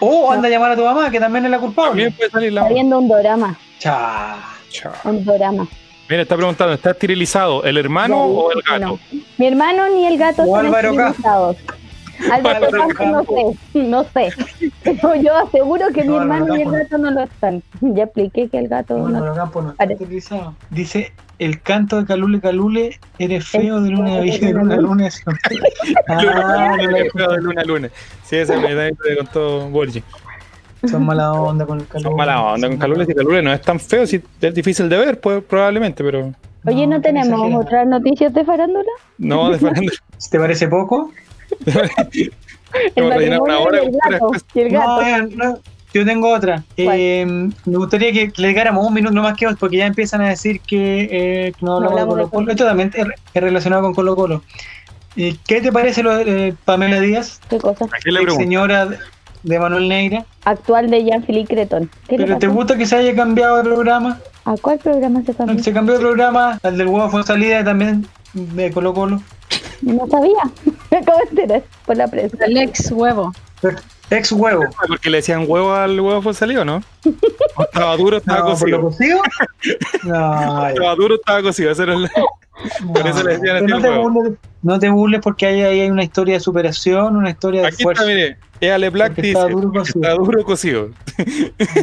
Speaker 1: O anda a llamar a tu mamá, que también es la
Speaker 3: También
Speaker 1: culpable.
Speaker 3: puede salir la
Speaker 4: Está viendo un dorama.
Speaker 1: Chá.
Speaker 3: Chao.
Speaker 4: Un dorama.
Speaker 3: Mira, está preguntando, ¿está esterilizado el hermano
Speaker 4: No,
Speaker 3: o el
Speaker 4: no.
Speaker 3: gato?
Speaker 4: Mi hermano ni el gato
Speaker 1: O
Speaker 4: son
Speaker 1: Álvaro Campo.
Speaker 4: esterilizados. Álvaro
Speaker 1: Álvaro
Speaker 4: Campo, no
Speaker 1: Campo.
Speaker 4: sé, no sé. Pero yo aseguro que
Speaker 1: No,
Speaker 4: mi
Speaker 1: Álvaro
Speaker 4: hermano y el
Speaker 1: Campo no.
Speaker 4: gato no lo están. Ya expliqué que el gato
Speaker 1: Bueno,
Speaker 4: no.
Speaker 1: pero Campo no está
Speaker 4: Pare-
Speaker 1: utilizado. Dice, el canto de Calule Calule, eres feo de luna a vi- de luna a luna. Ah, no
Speaker 3: El juego de luna a luna. Sí, esa me da que contó Borgi.
Speaker 1: Son mala onda con el calor.
Speaker 3: Son mala onda con Calule, si Calule no es tan feo, si es difícil de ver, pues, probablemente, pero
Speaker 4: Oye, ¿no, tenemos
Speaker 1: exagera.
Speaker 4: otras noticias de farándula?
Speaker 3: no de Fernando.
Speaker 1: ¿Te parece poco?
Speaker 4: El
Speaker 3: Hemos rellenado una hora
Speaker 4: matrimonio
Speaker 3: con
Speaker 4: del
Speaker 3: puras
Speaker 4: gato
Speaker 3: cosas.
Speaker 4: y el gato.
Speaker 1: No, eh, no, yo tengo otra.
Speaker 4: pues. ¿Cuál?
Speaker 1: Eh, me gustaría que le digáramos un minuto no más que dos, porque ya empiezan a decir que eh, que no hablamos de
Speaker 4: hablamos de
Speaker 1: Colo Colo. Esto también es es relacionado con Colo Colo. Eh, ¿Qué te parece lo de eh, Pamela Díaz,
Speaker 4: ¿Qué cosa?
Speaker 3: ¿A quién le
Speaker 1: ex
Speaker 3: pregunto?
Speaker 1: señora de Manuel Neira?
Speaker 4: Actual de Jean-Philippe Creton. ¿Qué le
Speaker 1: ¿Pero te
Speaker 4: pasó?
Speaker 1: gusta que se haya cambiado de programa?
Speaker 4: ¿A cuál programa se cambió?
Speaker 1: Se cambió de programa, al del huevo fue en salida y también de Colo Colo.
Speaker 4: No sabía. Me acabo de enterar por la prensa.
Speaker 2: El ex huevo.
Speaker 1: Ex huevo.
Speaker 3: Porque le decían huevo al huevo fue salido, ¿no? O estaba duro, estaba
Speaker 1: No, ¿por
Speaker 3: cocido.
Speaker 1: lo cocido? No, ya.
Speaker 3: Estaba duro, estaba cocido. Ese era el- Por eso le
Speaker 1: Pero
Speaker 3: decían así
Speaker 1: no
Speaker 3: al
Speaker 1: te,
Speaker 3: huevo.
Speaker 1: burles, no te burles porque ahí, ahí hay una historia de superación, una historia de
Speaker 3: Aquí está,
Speaker 1: esfuerzo.
Speaker 3: mire. Eale Black
Speaker 1: Porque
Speaker 3: dice,
Speaker 1: estaba duro
Speaker 3: porque
Speaker 1: cocido.
Speaker 3: está duro cocido.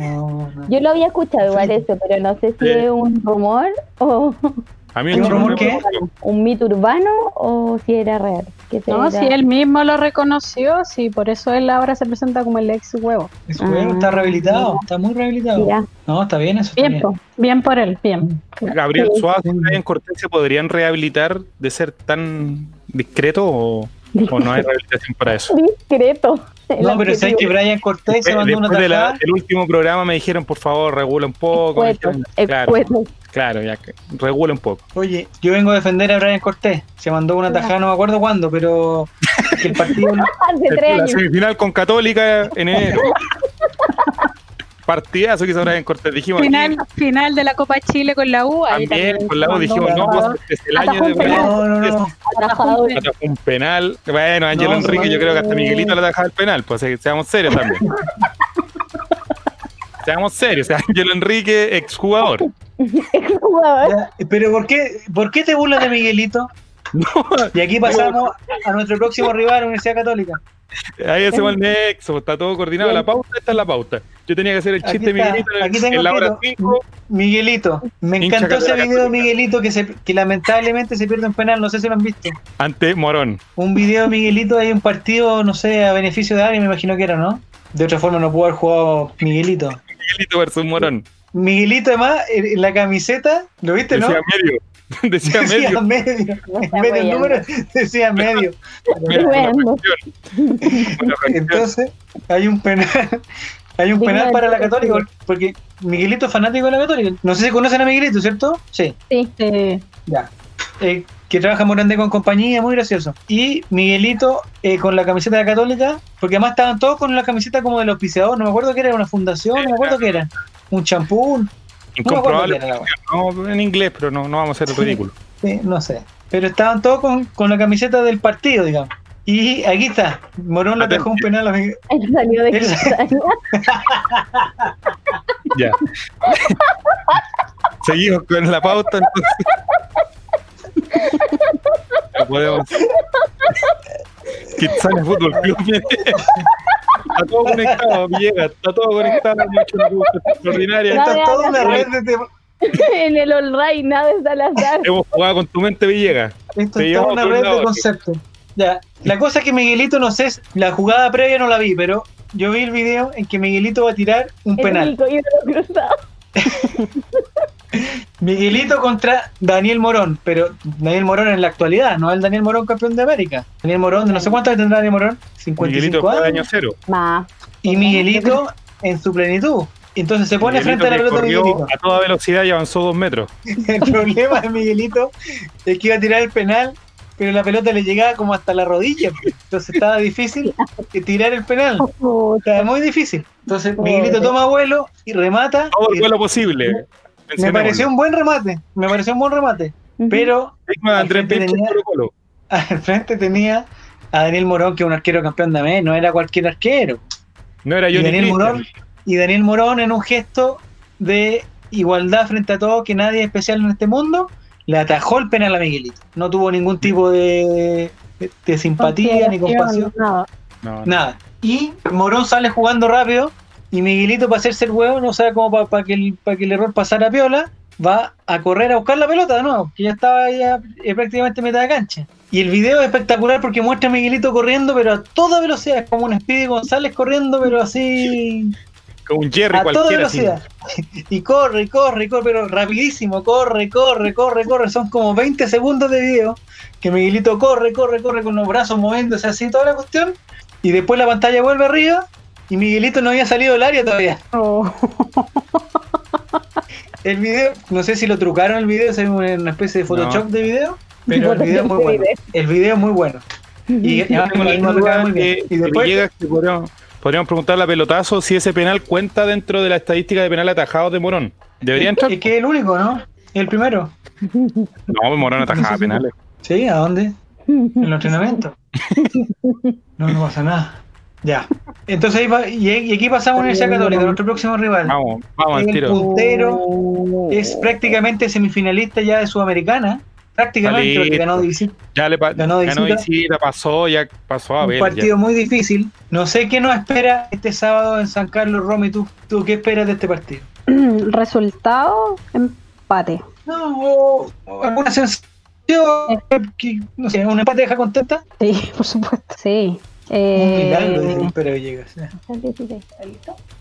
Speaker 1: No, no.
Speaker 4: Yo lo había escuchado igual eso, pero no sé si
Speaker 3: Sí.
Speaker 4: es un rumor o
Speaker 3: A mí
Speaker 1: ¿Un
Speaker 3: el chico
Speaker 1: rumor
Speaker 3: no
Speaker 1: qué?
Speaker 3: me gustó.
Speaker 4: un mito urbano o si era real. Que se
Speaker 2: No,
Speaker 4: era-
Speaker 2: si él mismo lo reconoció, sí, por eso él ahora se presenta como el ex huevo.
Speaker 1: Es huevo, está rehabilitado, está muy rehabilitado.
Speaker 4: Ah. Mira, pues,
Speaker 1: No, está bien eso. Está
Speaker 2: Bien,
Speaker 1: bien.
Speaker 2: po, bien por él, bien.
Speaker 3: Gabriel
Speaker 4: Sí.
Speaker 3: Suárez y Brian Cortés se podrían rehabilitar de ser tan discreto o, o no hay rehabilitación para eso.
Speaker 4: discreto. El
Speaker 1: No, pero sabes
Speaker 4: adjetivo.
Speaker 1: que Brian Cortés se
Speaker 3: Después
Speaker 1: mandó una
Speaker 3: de la-
Speaker 1: tajada.
Speaker 3: del último programa me dijeron, por favor, regula un poco. me
Speaker 4: Escueto,
Speaker 3: dijeron, claro,
Speaker 4: escueto.
Speaker 3: claro, ya que regula un poco.
Speaker 1: Oye, yo vengo a defender a Brian Cortés. Se mandó una tajada, no me acuerdo cuándo, pero que el partido
Speaker 4: Hace tres
Speaker 3: La
Speaker 4: años.
Speaker 3: semifinal con Católica en enero. partidazo que se habrá en cortes. Dijimos
Speaker 2: Final, final de la Copa Chile con la U.
Speaker 3: aquí
Speaker 2: ahí
Speaker 3: también,
Speaker 2: también
Speaker 3: con la U dijimos, no, pues,
Speaker 2: Cuando-
Speaker 3: es el año
Speaker 4: Atajó
Speaker 3: de
Speaker 4: un penal.
Speaker 3: Belén.
Speaker 1: No, no, no.
Speaker 4: Atajador.
Speaker 3: Atajó un penal. Bueno, Ángel
Speaker 1: No,
Speaker 3: Enrique,
Speaker 1: no.
Speaker 3: yo creo que hasta Miguelito le atajaba el penal, pues eh, seamos serios también. seamos serios, o sea, Ángel Enrique, exjugador.
Speaker 4: Jugador.
Speaker 1: Ya, Pero ¿por qué, ¿por qué te burlas de Miguelito? Y aquí pasamos a nuestro próximo rival, Universidad Católica.
Speaker 3: Ahí hacemos el nexo, está todo coordinado. La pauta, esta es la pauta. Yo tenía que hacer el
Speaker 1: Aquí
Speaker 3: chiste de
Speaker 1: está,
Speaker 3: Miguelito en,
Speaker 1: aquí
Speaker 3: el-
Speaker 1: tengo
Speaker 3: en la hora
Speaker 1: escrito.
Speaker 3: 5.
Speaker 1: Miguelito, me
Speaker 3: Hincha
Speaker 1: encantó ese
Speaker 3: Católica
Speaker 1: video de
Speaker 3: Católica.
Speaker 1: Miguelito que, se, que lamentablemente se pierde un penal, no sé si lo han visto.
Speaker 3: ante Morón.
Speaker 1: Un video de Miguelito hay un partido, no sé, a beneficio de alguien, me imagino que era, ¿no? De otra forma no pudo haber jugado Miguelito.
Speaker 3: Miguelito
Speaker 1: Este
Speaker 3: versus Morón.
Speaker 1: Miguelito además, en en la camiseta, ¿lo viste, no?
Speaker 3: Decía medio. Decía
Speaker 1: Decía
Speaker 3: medio.
Speaker 1: medio.
Speaker 4: No
Speaker 1: En vez del
Speaker 4: está
Speaker 1: número, decía medio.
Speaker 3: Mira,
Speaker 4: Bueno.
Speaker 3: una cuestión. Una cuestión.
Speaker 1: Entonces, hay un penal. Hay un
Speaker 4: Digno
Speaker 1: penal
Speaker 4: de
Speaker 1: para la
Speaker 4: todo
Speaker 1: Católica,
Speaker 4: castigo.
Speaker 1: porque Miguelito es fanático de la Católica. No sé si conocen a Miguelito, ¿cierto? Sí,
Speaker 4: Sí.
Speaker 2: Sí.
Speaker 1: ya. Eh, que trabaja en Morandé con compañía, muy gracioso. Y Miguelito eh, con la camiseta de la Católica, porque además estaban todos con la camiseta como del auspiciador, no me acuerdo qué era, una fundación, no me acuerdo qué era. Un champú, un- no me acuerdo qué
Speaker 3: Incomprobable.
Speaker 1: era la wea.
Speaker 3: No, en inglés, pero no, no vamos a hacer el ridículo.
Speaker 1: Sí, no sé. Pero estaban todos con, con la camiseta del partido, digamos. Y aquí está, Morón le dejó un penal a Miguel.
Speaker 4: Él salió de
Speaker 1: Él-
Speaker 4: Cristal.
Speaker 3: Ya. Seguimos con la pauta, entonces. No podemos. Kitsane Fútbol Club. mire. Está todo conectado, Villegas. Está todo conectado. hemos hecho una pauta extraordinaria.
Speaker 1: Está
Speaker 4: Dale,
Speaker 1: toda una
Speaker 4: dale.
Speaker 1: red de este temas.
Speaker 4: en el All Right, nada de Salazar.
Speaker 3: Hemos jugado con tu mente, Villegas.
Speaker 1: Esto
Speaker 3: Te
Speaker 1: es toda
Speaker 3: llevamos
Speaker 1: una
Speaker 3: por un
Speaker 1: red
Speaker 3: lado,
Speaker 1: de
Speaker 3: sí.
Speaker 1: conceptos. Ya. La cosa es que Miguelito, no sé, la jugada previa no la vi, pero yo vi el video en que Miguelito va a tirar un
Speaker 4: El
Speaker 1: penal.
Speaker 4: único ídolo cruzado.
Speaker 1: Miguelito contra Daniel Morón, pero Daniel Morón en la actualidad, no el Daniel Morón campeón de América. Daniel Morón, no sé cuántos años tendrá Daniel Morón, 55
Speaker 3: Miguelito fue
Speaker 1: años.
Speaker 3: de año cero.
Speaker 4: Ma.
Speaker 1: Y Miguelito en su plenitud. Entonces se pone
Speaker 3: Miguelito
Speaker 1: frente a la
Speaker 3: que
Speaker 1: pelota de
Speaker 3: corrió
Speaker 1: Miguelito.
Speaker 3: A toda velocidad y avanzó dos metros.
Speaker 1: El problema de Miguelito es que iba a tirar el penal, pero la pelota le llegaba como hasta la rodilla. pues. Entonces estaba difícil que tirar el penal. Estaba muy difícil. Entonces Miguelito toma vuelo y remata.
Speaker 3: Todo el
Speaker 1: y-
Speaker 3: vuelo posible.
Speaker 1: me pareció un buen remate. Me pareció un buen remate. Pero
Speaker 3: Digno de Andrés
Speaker 1: Gente
Speaker 3: Pinto,
Speaker 1: tenía-
Speaker 3: Colo Colo.
Speaker 1: al frente tenía a Daniel Morón, que es un arquero campeón de AME, no era cualquier arquero.
Speaker 3: No era
Speaker 1: Y
Speaker 3: Johnny
Speaker 1: Daniel
Speaker 3: Cristian.
Speaker 1: Morón, y Daniel Morón en un gesto de igualdad frente a todo, que nadie es especial en este mundo, le atajó el penal a Miguelito. No tuvo ningún tipo de, de- de simpatía ni compasión,
Speaker 2: Nada.
Speaker 3: No, no.
Speaker 1: nada. Y Morón sale jugando rápido y Miguelito para hacerse el huevo, no sabe cómo para que, el, pa' que el error pasara a Piola, va a correr a buscar la pelota de nuevo, que ya estaba ya, eh, prácticamente mitad de cancha. Y el video es espectacular porque muestra a Miguelito corriendo, pero a toda velocidad, es como un Speedy González corriendo, pero así
Speaker 3: Con un Jerry
Speaker 1: a toda
Speaker 3: cualquiera. así.
Speaker 1: velocidad. Y corre, y corre, y corre, pero rapidísimo, corre, corre, corre, corre. Son como 20 segundos de video que Miguelito corre, corre, corre con los brazos moviéndose así toda la cuestión. Y después la pantalla vuelve arriba y Miguelito no había salido del área todavía.
Speaker 2: Oh,
Speaker 1: El video, no sé si lo trucaron el video, es una especie de Photoshop de video, pero el video es muy bueno. El video es muy bueno. Y,
Speaker 3: Ya tengo la
Speaker 1: y-
Speaker 3: misma
Speaker 1: y-
Speaker 3: duda
Speaker 1: muy eh, bien.
Speaker 3: que-
Speaker 1: Y
Speaker 3: que
Speaker 1: después-
Speaker 3: Villegas, que podríamos, podríamos preguntarle a pelotazo si ese penal cuenta dentro de la estadística de penal atajados de Morón. ¿Debería entrar?
Speaker 1: es que es el único, ¿no? El primero.
Speaker 3: No, pues Morón atajaba penales.
Speaker 1: Sí, ¿a dónde? En los entrenamientos. No, no pasa nada. Ya. Entonces, ahí va- y, y aquí pasamos a Universidad Católica, nuestro próximo rival.
Speaker 3: Vamos, vamos al
Speaker 1: El
Speaker 3: tiro.
Speaker 1: puntero es prácticamente semifinalista ya de Sudamericana. Prácticamente,
Speaker 3: Salí. Ah,
Speaker 1: porque ganó de visita.
Speaker 3: Ya le pa-
Speaker 1: ganó
Speaker 3: ganó
Speaker 1: de visita.
Speaker 3: visita, pasó, ya pasó a
Speaker 1: Un
Speaker 3: ver.
Speaker 1: partido muy difícil. No sé qué nos espera este sábado en San Carlos, Romy. ¿Tú, tú qué esperas de este partido?
Speaker 2: Resultado, empate.
Speaker 1: No, o- o alguna sensación. que- no sé, ¿un empate deja contenta?
Speaker 2: Sí, por supuesto. Sí.
Speaker 1: Un
Speaker 2: Eh,
Speaker 1: milagro, dice el Pere Villegas.
Speaker 2: eh,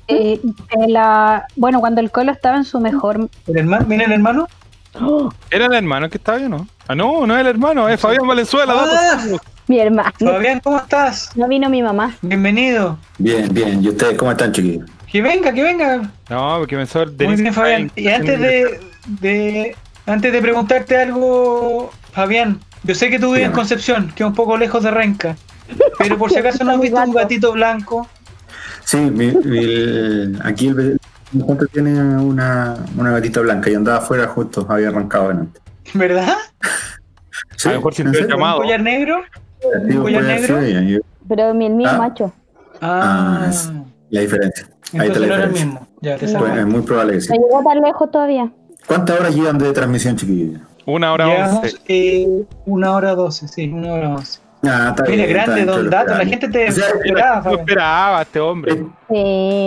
Speaker 2: eh, la, bueno, cuando el Colo estaba en su mejor
Speaker 1: ¿El hermano? ¿Viene el hermano?
Speaker 3: ¿Era el hermano que estaba yo, no? Ah, no, no es el hermano, es Fabián Valenzuela. dos por-
Speaker 1: Ah,
Speaker 4: Mi hermano.
Speaker 1: Fabián, ¿cómo estás?
Speaker 4: No vino mi mamá.
Speaker 1: Bienvenido.
Speaker 5: Bien, bien. ¿Y ustedes cómo están, chiquillos?
Speaker 1: Que venga, que venga.
Speaker 3: No, porque pensó el
Speaker 1: Muy
Speaker 3: Denis
Speaker 1: bien, Fabián.
Speaker 3: Stein.
Speaker 1: Y antes de, de- antes de preguntarte algo, Fabián, yo sé que tú vives en Concepción, que es un poco lejos de Renca, pero por si acaso no has visto un gatito blanco.
Speaker 5: Sí, mi- mi- el- aquí el, Mi gente tiene una, una gatita blanca y andaba afuera justo, había arrancado en antes.
Speaker 1: ¿Verdad?
Speaker 3: A lo mejor si
Speaker 5: ¿en
Speaker 3: te
Speaker 5: serio?
Speaker 1: ¿Un
Speaker 3: llamado.
Speaker 1: collar negro?
Speaker 5: Sí,
Speaker 1: un collar
Speaker 5: puede
Speaker 1: negro.
Speaker 5: ser ella, yo-
Speaker 4: Pero mi el mío es
Speaker 5: Ah.
Speaker 4: macho.
Speaker 1: Ah,
Speaker 5: Ah, es- La diferencia. Ahí está
Speaker 1: entonces
Speaker 5: la
Speaker 1: no era el
Speaker 5: diferencia.
Speaker 1: mismo. Ya, te
Speaker 4: Bueno,
Speaker 1: salvaste.
Speaker 5: Pues, es muy probable que sí.
Speaker 4: No llegó tan lejos todavía.
Speaker 5: ¿Cuántas horas llevan de transmisión, chiquillos?
Speaker 3: Una hora
Speaker 1: Llevamos,
Speaker 3: once.
Speaker 1: eh, una hora doce, sí, una hora once.
Speaker 5: Ah, está
Speaker 1: Mira,
Speaker 5: bien, está
Speaker 1: grande,
Speaker 5: dentro de
Speaker 1: don Dato,
Speaker 5: lo
Speaker 1: la
Speaker 5: esperable.
Speaker 1: gente te
Speaker 5: O sea,
Speaker 1: esperaba,
Speaker 3: No
Speaker 1: Fabián.
Speaker 3: esperaba este hombre.
Speaker 5: Eh,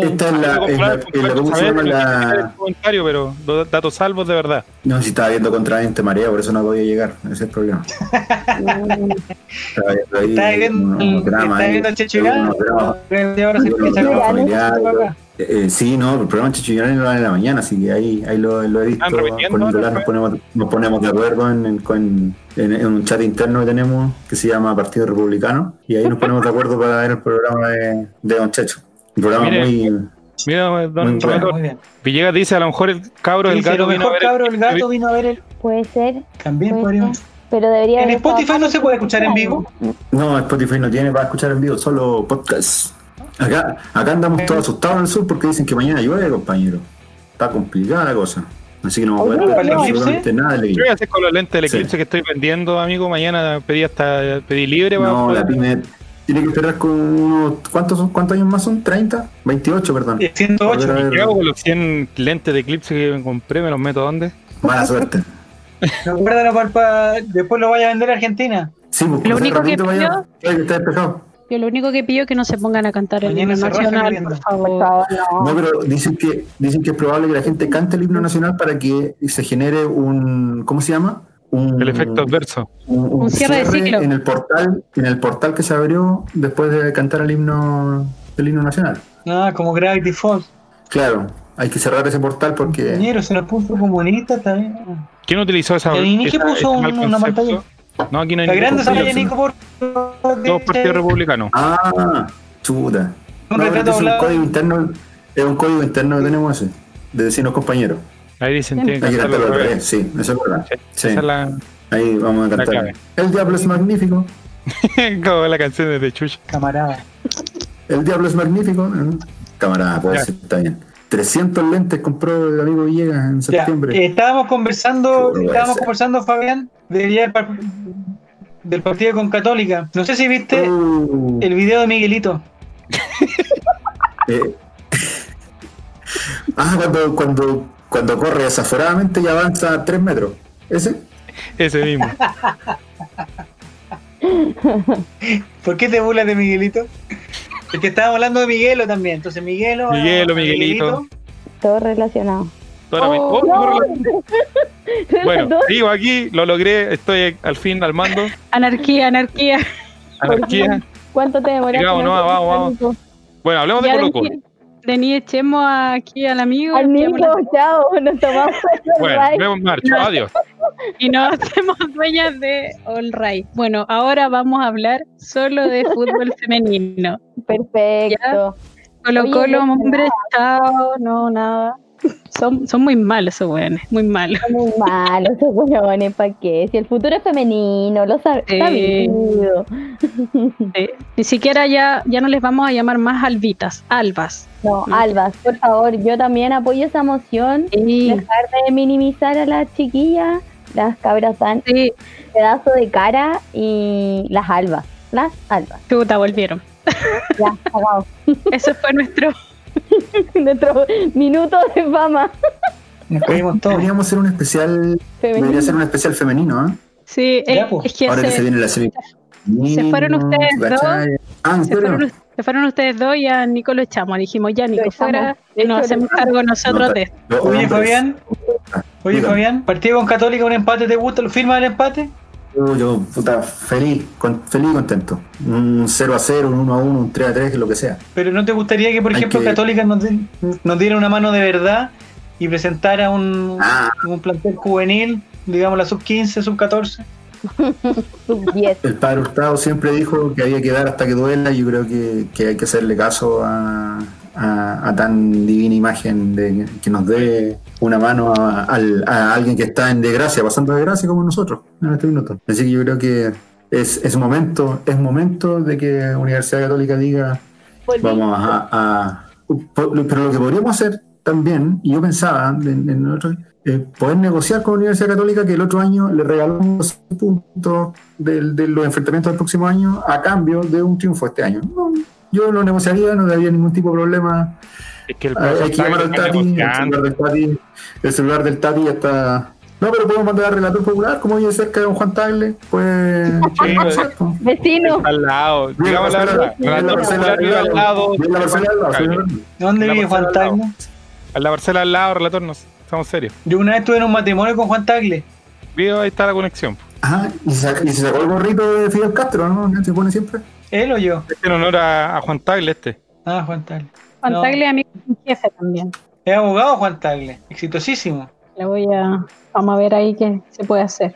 Speaker 4: Sí.
Speaker 5: Esta es la, es la, es la- ¿cómo se llama la-
Speaker 3: el comentario, pero do- datos salvos de verdad.
Speaker 5: No, si estaba viendo contraviente marea, por eso no podía llegar. Ese es el problema.
Speaker 4: Mm.
Speaker 5: Estaba viendo ahí
Speaker 1: Estaba viendo,
Speaker 5: unos- unos dramas
Speaker 1: estaba
Speaker 5: ahí,
Speaker 1: viendo Chechurá.
Speaker 5: unos dramas.
Speaker 1: Y ahora se
Speaker 5: unos
Speaker 1: empieza a
Speaker 5: dramas
Speaker 4: Chechurá,
Speaker 5: familiares.
Speaker 1: acordar.
Speaker 5: Eh, eh, sí, no, el programa Chichillón lo dan en la mañana, así que ahí, ahí lo, lo he visto.
Speaker 3: ¿Están repitiendo
Speaker 5: Con Nicolás nos
Speaker 3: ahora?
Speaker 5: ponemos, nos ponemos de acuerdo en, en- con- en- en un chat interno que tenemos que se llama Partido Republicano y ahí nos ponemos de acuerdo para ver el programa de, de Don Checho. Un programa
Speaker 3: Mire,
Speaker 5: muy...
Speaker 3: Mira, don
Speaker 5: Muy
Speaker 1: Bueno,
Speaker 5: bueno.
Speaker 3: Roberto
Speaker 1: muy bien.
Speaker 3: Villegas dice, a lo mejor el cabro del
Speaker 1: Dice,
Speaker 3: gato
Speaker 1: lo
Speaker 3: vino a
Speaker 1: mejor
Speaker 3: ver...
Speaker 1: cabro el gato vino a ver el...
Speaker 4: Puede ser,
Speaker 1: También
Speaker 4: puede
Speaker 1: podríamos...
Speaker 4: ser. Pero debería
Speaker 1: En
Speaker 4: haber estado
Speaker 1: Spotify no se puede
Speaker 4: fácil.
Speaker 1: escuchar en vivo.
Speaker 5: No, Spotify no tiene para escuchar en vivo, solo podcast. Acá, acá andamos todos asustados en el sur porque dicen que mañana llueve, compañero. Está complicada la cosa. Así que no vamos a
Speaker 4: Oye,
Speaker 5: poder
Speaker 1: ¿para el
Speaker 5: ver
Speaker 1: eclipse?
Speaker 5: absolutamente nada de
Speaker 3: ¿Qué voy a hacer con los lentes del
Speaker 5: Sí.
Speaker 3: eclipse que estoy vendiendo, amigo? Mañana pedí hasta pedí libre. para
Speaker 5: No,
Speaker 3: poder-
Speaker 5: la pyme tiene que esperar con unos. ¿Cuántos, son, cuántos años más son? ¿30? 28, perdón.
Speaker 1: Eh, 108.
Speaker 5: Pero-
Speaker 3: ¿Y ¿Qué hago con los 100 lentes de eclipse que me compré? ¿Me los meto dónde?
Speaker 5: Mala suerte.
Speaker 1: Recuérdalo para, después lo vaya a vender a Argentina.
Speaker 5: Sí, pues,
Speaker 2: Lo único que pidió-
Speaker 5: Hay que estar despejado.
Speaker 2: Yo lo único que pido es que no se pongan a cantar el
Speaker 1: Mañana
Speaker 2: himno
Speaker 1: se raja el
Speaker 2: nacional,
Speaker 1: himno.
Speaker 2: por
Speaker 4: Por
Speaker 2: favor.
Speaker 4: favor, no.
Speaker 2: Oh.
Speaker 5: No, pero dicen que, dicen que es probable que la gente cante el himno nacional para que se genere un. ¿Cómo se llama? Un,
Speaker 3: El efecto adverso.
Speaker 5: un, un
Speaker 2: Un cierre de ciclo.
Speaker 5: En el, portal, en el portal que se abrió después de cantar el himno, el himno nacional.
Speaker 1: Ah, como Gravity Falls.
Speaker 5: Claro, hay que cerrar ese portal porque.
Speaker 1: Compañero, se nos puso comunista también.
Speaker 3: ¿Quién utilizó esa...
Speaker 1: ¿Y ahí ni qué
Speaker 3: esa-
Speaker 1: puso
Speaker 3: ese mal
Speaker 1: una
Speaker 3: concepto? No, aquí no hay
Speaker 1: La
Speaker 3: ningún
Speaker 1: grande
Speaker 5: esa
Speaker 1: sale
Speaker 5: compañero,
Speaker 1: de Nico por...
Speaker 3: Dos partidos republicanos.
Speaker 5: Ah, chuta.
Speaker 1: Un
Speaker 5: No, este
Speaker 1: retrato
Speaker 5: es un
Speaker 1: hablado.
Speaker 5: código interno, es un código interno que tenemos ese, de decirnos compañeros.
Speaker 3: Ahí dicen tienen que
Speaker 5: Hay que
Speaker 3: cantarlo
Speaker 5: cantarlo
Speaker 3: al
Speaker 5: al
Speaker 3: revés.
Speaker 5: revés, sí, eso es verdad. Sí,
Speaker 3: Esa es la,
Speaker 5: ahí vamos a
Speaker 3: la
Speaker 5: cantar.
Speaker 3: clave.
Speaker 5: El diablo es magnífico,
Speaker 3: como la canción de The Chucha.
Speaker 1: Camarada.
Speaker 5: el diablo es magnífico. mm, Camarada, puede
Speaker 3: Ya.
Speaker 5: ser, está bien. 300 lentes compró el amigo Villegas en
Speaker 1: Ya,
Speaker 5: septiembre.
Speaker 1: eh, estábamos conversando,
Speaker 5: Puede
Speaker 1: estábamos
Speaker 5: ser.
Speaker 1: conversando, Fabián, del, día del par- del partido con Católica. No sé si
Speaker 3: este
Speaker 1: viste
Speaker 5: Uh.
Speaker 1: el video de Miguelito.
Speaker 5: Eh, ah, cuando, cuando, cuando corre desaforadamente y avanza 3 metros. ¿Ese?
Speaker 3: Ese mismo.
Speaker 1: ¿Por qué te burlas de Miguelito? Porque estábamos hablando de Miguelo también. Entonces, Miguelo.
Speaker 3: Miguelo,
Speaker 1: a
Speaker 3: Miguelito.
Speaker 4: Todo relacionado.
Speaker 3: Solamente-
Speaker 2: Oh,
Speaker 3: ¡Oh,
Speaker 4: no!
Speaker 3: qué horror! Bueno, digo aquí, lo logré, estoy al fin al mando.
Speaker 2: Anarquía, anarquía.
Speaker 3: Anarquía.
Speaker 4: ¿Cuánto te demoraste?
Speaker 3: Llegamos, no, vamos, vamos. Bueno, hablemos de
Speaker 2: Ya
Speaker 3: Colo Colo.
Speaker 2: Denis, Denis, echemos aquí al amigo
Speaker 4: Al
Speaker 2: echemos
Speaker 4: Nico,
Speaker 2: la-
Speaker 4: chao, nos tomamos el
Speaker 3: Bueno,
Speaker 4: ride.
Speaker 3: vemos en marcha. Adiós.
Speaker 2: y nos hacemos dueñas de All Right. Bueno, ahora vamos a hablar solo de fútbol femenino.
Speaker 4: Perfecto.
Speaker 2: Colo
Speaker 4: Oye,
Speaker 2: Colo,
Speaker 4: no,
Speaker 2: hombre, chao, no, nada. Son, son muy malos esos weones, muy malos.
Speaker 4: Son Muy malos esos hueones, ¿para qué? Si el futuro es femenino, lo sab-
Speaker 2: Sí.
Speaker 4: sabido.
Speaker 2: Eh, Ni siquiera ya, ya no les vamos a llamar más albitas, albas.
Speaker 4: No,
Speaker 2: No.
Speaker 4: Albas, por favor, yo también apoyo esa moción.
Speaker 2: Sí,
Speaker 4: Dejar de minimizar a las chiquillas. Las cabras dan
Speaker 2: sí,
Speaker 4: pedazo de cara y las albas. Las albas.
Speaker 2: chuta, volvieron.
Speaker 4: Ya, cagado.
Speaker 2: Eso fue nuestro
Speaker 4: Nuestro minuto de fama
Speaker 1: Nos caímos todos.
Speaker 5: Deberíamos hacer un especial. Debería ser
Speaker 4: femenina.
Speaker 5: un especial femenino, ¿eh?
Speaker 2: Sí, eh,
Speaker 1: Ya, po.
Speaker 4: pues.
Speaker 2: es que
Speaker 5: Ahora que se
Speaker 2: se,
Speaker 5: viene la serie.
Speaker 2: se fueron ustedes
Speaker 5: ¿Cachai? Ah, ¿en
Speaker 2: se
Speaker 5: serio?
Speaker 2: fueron, se fueron ustedes dos y a Nico lo echamos. Le dijimos, ya Nico,
Speaker 4: echamos.
Speaker 2: fuera,
Speaker 4: De
Speaker 2: nos
Speaker 4: hecho,
Speaker 2: hacemos
Speaker 4: lo-
Speaker 2: cargo nosotros
Speaker 5: No,
Speaker 2: de esto.
Speaker 5: Los
Speaker 1: Oye,
Speaker 5: hombres.
Speaker 1: Fabián. Oye,
Speaker 5: Dígame.
Speaker 1: Fabián. Partido con Católica, un empate. ¿Te gusta? ¿Lo firma el empate?
Speaker 5: Yo, yo, puta, feliz, con, feliz y contento. Un 0 a 0, un 1 a 1, un 3 a 3, lo que sea.
Speaker 1: Pero ¿no te gustaría que, por
Speaker 5: Hay
Speaker 1: ejemplo,
Speaker 5: que-
Speaker 1: Católica nos, di- nos diera una mano de verdad y presentara un,
Speaker 5: Ah,
Speaker 1: un plantel juvenil, digamos la sub-15, sub-14?
Speaker 4: Sub 10.
Speaker 5: El padre Hurtado siempre dijo que había que dar hasta que duela. Yo creo que, que hay que hacerle caso a, a- a tan divina imagen de que nos dé una mano a, al- a alguien que está en desgracia, pasando desgracia como nosotros en este minuto. Así que yo creo que es, es momento, es momento de que Universidad Católica diga
Speaker 4: Volví.
Speaker 5: vamos a, a- po- pero lo que podríamos hacer también, y yo pensaba en, en otro, eh, poder negociar con la Universidad Católica que el otro año le regalamos puntos del- de, los enfrentamientos del próximo año a cambio de un triunfo este año. No, yo lo negociaría, no había ningún tipo de problema.
Speaker 3: Es que el
Speaker 5: Ah, Hay que llamar al Tati, el celular del Tati, el celular del Tati ya está... No, pero podemos mandar al relator popular, como vive cerca de don Juan Tagle, pues...
Speaker 3: Sí,
Speaker 5: negociar, po.
Speaker 4: Vecino,
Speaker 3: al lado. Digamos la verdad.
Speaker 5: Vive en
Speaker 3: Relator
Speaker 5: parcela
Speaker 3: popular
Speaker 5: de
Speaker 3: vive al lado.
Speaker 5: vive en la parcela de al lado,
Speaker 3: Cagle.
Speaker 5: sí.
Speaker 1: ¿De dónde
Speaker 3: La
Speaker 1: vive Juan
Speaker 3: parcela al lado.
Speaker 1: Tagle?
Speaker 3: A la parcela al lado, relator, no estamos serios.
Speaker 1: Yo una vez estuve en un matrimonio con Juan Tagle.
Speaker 3: Vio, ahí está la conexión.
Speaker 5: Ajá, y se, sac- y se sacó el gorrito de Fidel Castro, ¿no? Se pone siempre.
Speaker 1: ¿Él o yo?
Speaker 3: Este en honor a, a Juan Tagle, este.
Speaker 1: Ah, Juan Tagle.
Speaker 2: Juan
Speaker 1: No.
Speaker 2: Tagle es amigo de mi jefe también.
Speaker 1: Es abogado Juan Tagle. Exitosísimo.
Speaker 2: Le voy a. Vamos a ver ahí qué se puede hacer.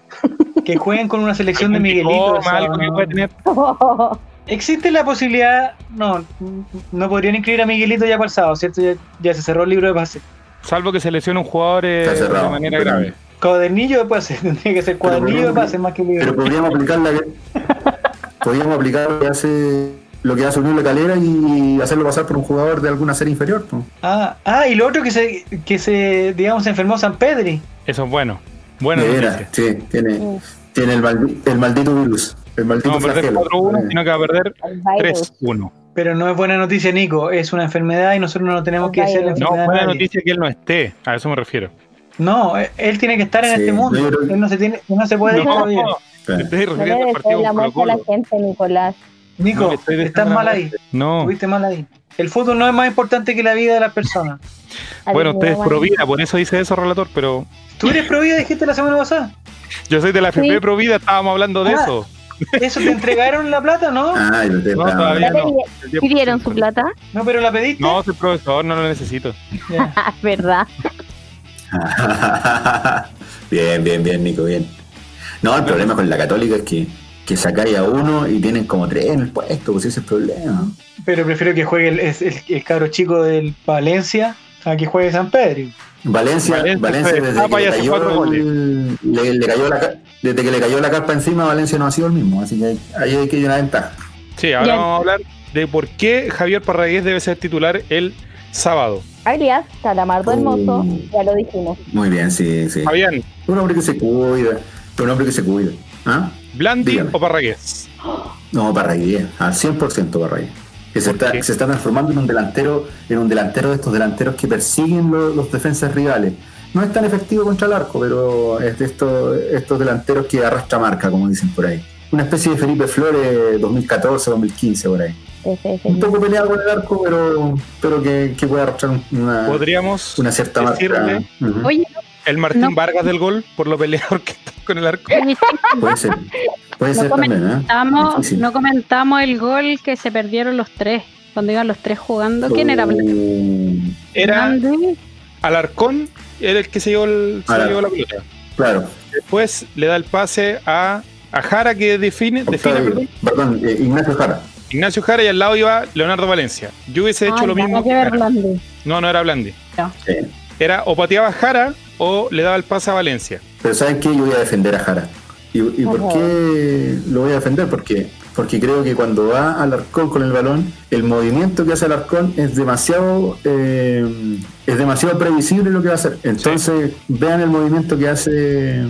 Speaker 1: Que jueguen con una selección de
Speaker 3: Algún
Speaker 1: Miguelito.
Speaker 3: diploma,
Speaker 1: o sea,
Speaker 3: algo que
Speaker 1: no.
Speaker 3: puede tener.
Speaker 1: Existe la posibilidad. No, no podrían inscribir a Miguelito ya para el sábado, ¿cierto? Ya, ya se cerró el libro de pase.
Speaker 3: Salvo que se lesione un jugador eh,
Speaker 5: Está cerrado.
Speaker 3: de manera
Speaker 5: Pero-
Speaker 3: grave.
Speaker 1: Cuadernillo de pase. Tendría que ser cuadernillo de pase más que
Speaker 5: Pero
Speaker 1: libro.
Speaker 5: podríamos aplicar la que. Podríamos aplicar lo que hace, lo que hace Unión La Calera y hacerlo pasar por un jugador de alguna serie inferior. po.
Speaker 1: Ah, ah, y lo otro que se, que se digamos, se enfermó San Pedri.
Speaker 3: Eso es bueno. Bueno,
Speaker 5: de veras, sí, tiene, tiene el, maldi- el maldito virus. El
Speaker 3: no
Speaker 5: maldito
Speaker 3: va a perder
Speaker 5: flagelo. Eh,
Speaker 3: 4-1, sino que va a perder
Speaker 4: el virus.
Speaker 3: 3-1.
Speaker 1: Pero no es buena noticia, Nico. Es una enfermedad y nosotros no tenemos que
Speaker 4: Ay,
Speaker 1: hacer la
Speaker 4: no,
Speaker 3: No,
Speaker 1: enfermedad. a
Speaker 3: buena
Speaker 1: nadie.
Speaker 3: noticia que él no esté. A eso me refiero.
Speaker 1: No, eh, él tiene que estar en
Speaker 5: Sí,
Speaker 1: este mundo.
Speaker 5: yo creo que-
Speaker 1: Él no se, tiene, no se puede ir
Speaker 3: No,
Speaker 1: todavía.
Speaker 3: no, te estoy
Speaker 5: Eh,
Speaker 4: No
Speaker 3: refiriendo
Speaker 4: le
Speaker 3: al
Speaker 4: desees
Speaker 3: partido
Speaker 4: la
Speaker 3: con
Speaker 4: muerte a la
Speaker 3: Colo-Colo.
Speaker 4: gente, Nicolás.
Speaker 1: Nico,
Speaker 3: No, estoy dejando
Speaker 1: estás
Speaker 3: la
Speaker 1: mal ahí.
Speaker 3: muerte. No.
Speaker 1: Estuviste mal ahí. El fútbol no es más importante que la vida de las personas.
Speaker 3: Bueno, usted es
Speaker 4: Adiós,
Speaker 3: pro vida, por eso dice eso, relator, pero
Speaker 1: Tú eres pro vida, dijiste la semana pasada.
Speaker 3: yo soy de la FP
Speaker 4: Sí.
Speaker 3: pro vida, estábamos hablando de
Speaker 1: Ah.
Speaker 3: eso.
Speaker 1: ¿Eso te entregaron la plata, no?
Speaker 5: Ay, lo
Speaker 3: No,
Speaker 5: tengo.
Speaker 3: todavía
Speaker 4: ¿Ya te
Speaker 3: no.
Speaker 4: di-
Speaker 3: El
Speaker 4: ¿Sí
Speaker 3: 10%.
Speaker 4: dieron su plata?
Speaker 1: No, pero la pediste.
Speaker 3: No, soy profesor, no lo necesito.
Speaker 1: Ya.
Speaker 4: Ah, verdad.
Speaker 5: bien, bien, bien, Nico, bien. No, el problema con la católica es que, que sacáis a uno y tienen como tres en el puesto, pues ese es el problema.
Speaker 1: Pero prefiero que juegue el, el, el cabro chico del Valencia a que juegue San Pedro.
Speaker 5: Valencia,
Speaker 3: Valencia
Speaker 5: Valencia,
Speaker 3: fue
Speaker 5: desde
Speaker 3: tapa
Speaker 5: que,
Speaker 3: y
Speaker 5: le
Speaker 3: hace cuatro
Speaker 5: cayó,
Speaker 3: goles.
Speaker 5: el- le- le cayó la, ca- desde que le cayó la carpa encima, Valencia no ha sido el mismo. Así que hay- ahí hay que ir a ventaja.
Speaker 3: Sí, ahora
Speaker 4: Ya.
Speaker 3: vamos a hablar de por qué Javier Parragués debe ser titular el sábado.
Speaker 4: Alias, Calamardo Hermoso,
Speaker 5: Mm.
Speaker 4: ya lo dijimos.
Speaker 5: Muy bien, sí, sí.
Speaker 3: Fabián,
Speaker 5: Un hombre que se cuida. Un hombre que se cuida. ¿Ah?
Speaker 3: ¿Blandi
Speaker 5: Dígame.
Speaker 3: o Parragués?
Speaker 5: No, Parragués, al 100% Parragués. Que se
Speaker 3: ¿Por
Speaker 5: está,
Speaker 3: qué?
Speaker 5: se está transformando en un delantero, en un delantero de estos delanteros que persiguen lo- los defensas rivales. No es tan efectivo contra el arco, pero es de estos, estos delanteros que arrastra marca, como dicen por ahí. Una especie de Felipe Flores 2014-2015 por ahí.
Speaker 4: Ese es
Speaker 5: un
Speaker 4: el-
Speaker 5: poco peleado con el arco, pero, pero que, que puede arrastrar una,
Speaker 3: Podríamos
Speaker 5: Ah, una cierta marca.
Speaker 3: decirle-
Speaker 5: Ujú,
Speaker 2: Oye,
Speaker 3: el Martín
Speaker 2: No.
Speaker 3: Vargas del gol por lo peleador que está con el
Speaker 4: Eh,
Speaker 3: arco.
Speaker 5: Puede ser. Puede
Speaker 2: No
Speaker 5: ser
Speaker 2: come-
Speaker 5: también, ¿eh?
Speaker 2: comentamos,
Speaker 5: Difícil.
Speaker 2: no comentamos el gol que se perdieron los tres. Cuando iban los tres jugando, ¿quién era?
Speaker 5: Uh,
Speaker 3: Era
Speaker 2: Hernández?
Speaker 3: Alarcón, era el que se llevó, el- se
Speaker 5: Alarcón.
Speaker 3: llevó la pelota.
Speaker 5: Claro.
Speaker 3: Después le da el pase a, a Jara que define, define
Speaker 5: Octavio-
Speaker 3: perdón,
Speaker 5: perdón, eh, Ignacio Jara.
Speaker 3: Ignacio Jara y al lado iba Leonardo Valencia. Yo hubiese hecho
Speaker 2: Ah,
Speaker 3: lo
Speaker 2: nada
Speaker 3: mismo.
Speaker 2: que
Speaker 3: que
Speaker 2: ver,
Speaker 3: Jara.
Speaker 2: Blandi.
Speaker 3: No, no era Blandi.
Speaker 5: Sí.
Speaker 3: Era o pateaba Jara o le daba el pase a Valencia.
Speaker 5: Pero ¿saben qué? Yo voy a defender a Jara. ¿Y, y por
Speaker 4: Ajá.
Speaker 5: qué lo voy a defender? Porque, porque creo que cuando va al arcón con el balón, el movimiento que hace el arcón es demasiado eh, es demasiado previsible lo que va a hacer. Entonces, vean el movimiento que hace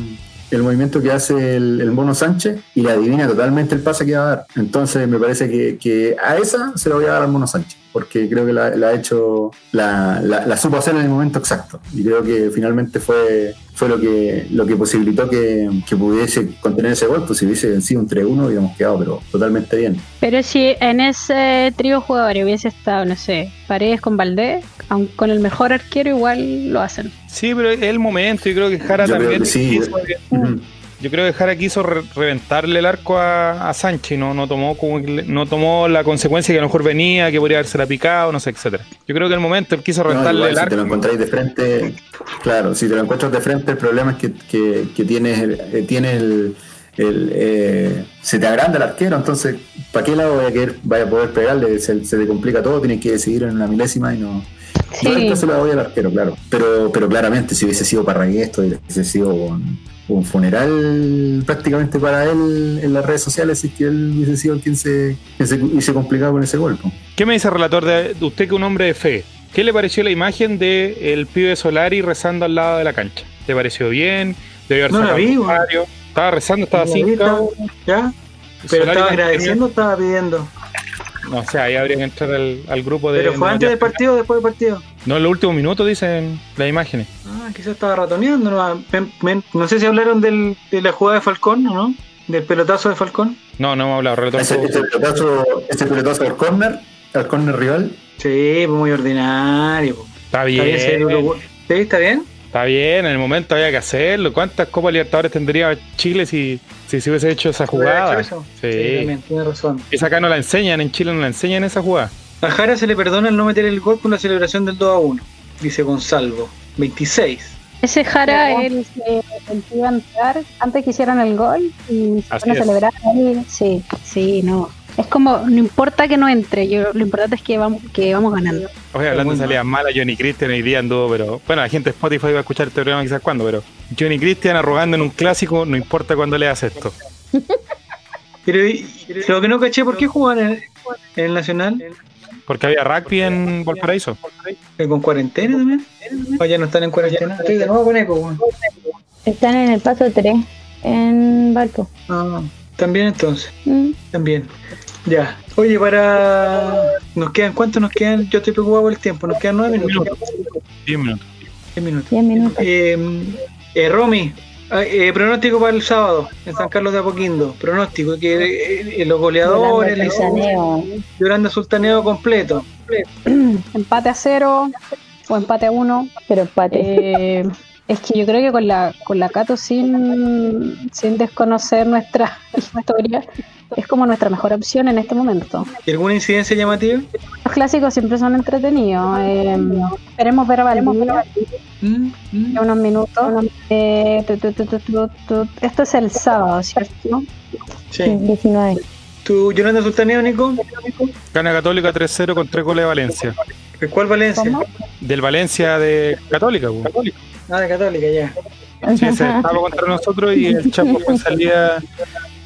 Speaker 5: el movimiento que hace el, el Mono Sánchez y le adivina totalmente el pase que va a dar. Entonces me parece que, que a esa se la voy a dar al Mono Sánchez, porque creo que la, la ha hecho, la, la- la supo hacer en el momento exacto. Y creo que finalmente fue, fue lo, que, lo que posibilitó que, que pudiese contener ese gol, pues si hubiese sido un 3-1 hubiéramos quedado, pero totalmente bien.
Speaker 2: Pero si en ese trío jugadores hubiese estado, no sé, Paredes con Valdés, aun con el mejor arquero igual lo hacen.
Speaker 3: Sí, pero es el momento y creo que Jara
Speaker 5: Yo creo
Speaker 3: también.
Speaker 5: que sí. eh.
Speaker 3: quiso-
Speaker 5: Ujú.
Speaker 3: yo creo que Jara quiso re- reventarle el arco a, a Sánchez, no, no tomó como que le- no tomó la consecuencia que a lo mejor venía, que podría haberse la picado, no sé, etcétera. Yo creo que el momento él quiso
Speaker 5: No,
Speaker 3: reventarle
Speaker 5: igual,
Speaker 3: el
Speaker 5: si te lo
Speaker 3: arco.
Speaker 5: encontráis de frente, claro, si te lo encuentras de frente, el problema es que, que, que tienes, el- eh, tienes el. el, eh, se te agranda el arquero, entonces, ¿para qué lado vaya a, querer- vaya a poder pegarle? Se, se te complica todo, tienes que decidir en una milésima y no.
Speaker 2: Sí.
Speaker 5: Yo esta se la doy al arquero, claro. Pero, pero claramente, si hubiese sido Parragués, esto hubiese sido un, un funeral prácticamente para él en las redes sociales, si es que él hubiese sido quien se, quien se, hubiese complicado con ese golpe.
Speaker 3: ¿Qué me dice el relator de, de usted que es un hombre de fe? ¿Qué le pareció la imagen de el pibe Solari rezando al lado de la cancha? ¿Te pareció bien? ¿Debió haber
Speaker 1: No la
Speaker 3: sacado
Speaker 1: vi,
Speaker 3: un
Speaker 1: weón.
Speaker 3: Mario? Estaba rezando, estaba
Speaker 1: La
Speaker 3: así.
Speaker 1: vi,
Speaker 3: cabrón.
Speaker 1: estaba- ¿Ya? ¿Pero
Speaker 3: Solari
Speaker 1: estaba
Speaker 3: mantenía-
Speaker 1: agradeciendo o estaba pidiendo?
Speaker 3: No, o sea, ahí habría que entrar al, al grupo de.
Speaker 1: ¿Pero fue
Speaker 3: de-
Speaker 1: antes del partido o después del partido?
Speaker 3: No, en los últimos minutos dicen las imágenes.
Speaker 1: Ah, quizás estaba ratoneando. No, Me- me- no sé si hablaron del- de la jugada de Falcón o no. Del pelotazo de Falcón.
Speaker 3: No, no hemos hablado. relator-
Speaker 5: Ese, ese pelotazo, ese pelotazo al corner, al corner rival.
Speaker 1: Sí, pues muy ordinario. po.
Speaker 3: Está
Speaker 1: Está
Speaker 3: bien.
Speaker 1: bien ser urugu- ¿Sí? ¿Está bien?
Speaker 3: Está bien, en el momento había que hacerlo. ¿Cuántas Copas Libertadores tendría Chile si, si se hubiese hecho esa
Speaker 1: ¿Hubiera
Speaker 3: jugada?
Speaker 1: hecho eso?
Speaker 3: Sí.
Speaker 1: también, tiene razón.
Speaker 3: Esa acá no la enseñan, en Chile no la enseñan esa jugada.
Speaker 1: A Jara se le perdona el no meter el gol con la celebración del 2 a 1, dice Gonzalvo. 26.
Speaker 2: Ese Jara
Speaker 4: Pero-
Speaker 2: es el que el que iba a entrar antes que hicieran el gol y se
Speaker 3: Así
Speaker 2: van a
Speaker 3: es.
Speaker 2: celebrar ahí. Sí, sí, no. Es como, no importa que no entre, yo, lo importante es que vamos, que vamos ganando.
Speaker 3: Oye, hablando
Speaker 1: muy
Speaker 3: de salidas malas, Johnny Christian hoy día anduvo, pero bueno, la gente de Spotify va a escuchar este programa quizás cuando, pero Johnny Christian arrogando en un clásico, no importa cuándo le hace esto.
Speaker 1: Pero y- lo que no caché, ¿por qué jugaban en, en el Nacional?
Speaker 3: Porque había rugby en Valparaíso.
Speaker 1: ¿Eh, ¿Con cuarentena también? ¿O ya no están en cuarentena? Estoy de nuevo con eco, weón.
Speaker 4: Están en el paso 3, en Valpo.
Speaker 1: Ah, también entonces,
Speaker 4: Mm.
Speaker 1: también. Ya. Oye, para. ¿Nos quedan cuántos nos quedan? Yo estoy preocupado por el tiempo, nos quedan nueve minutos.
Speaker 3: 10 minutos.
Speaker 1: Diez minutos.
Speaker 4: 10 minutos.
Speaker 1: Eh, eh, Romy, ah, eh, pronóstico para el sábado en San Carlos de Apoquindo. Pronóstico, que eh, eh, los goleadores,
Speaker 4: Yolanda Quisaneo.
Speaker 1: los- Yolanda Sultaneo completo.
Speaker 2: empate a cero o empate a uno.
Speaker 4: Pero empate.
Speaker 2: Eh, es que yo creo que con la, con la Cato, sin, sin desconocer nuestra historia, es como nuestra mejor opción en este momento.
Speaker 1: ¿Y ¿Alguna incidencia llamativa?
Speaker 2: Los clásicos siempre son entretenidos. eh, esperemos ver a Valdivia
Speaker 1: Mm, mm.
Speaker 2: en unos minutos. Eh, tu, tu, tu, tu, tu, tu. Esto es el sábado, ¿cierto?
Speaker 1: Sí.
Speaker 4: 19.
Speaker 1: ¿Tú, Yolanda Sultaneo, Nico?
Speaker 3: Gana Católica 3-0 con 3 goles de Valencia.
Speaker 1: ¿De ¿Cuál Valencia?
Speaker 2: ¿Cómo?
Speaker 3: Del Valencia de Católica, pues.
Speaker 1: Ah, de Católica, ya.
Speaker 3: Sí, se estaba contra nosotros y el Chapo en salida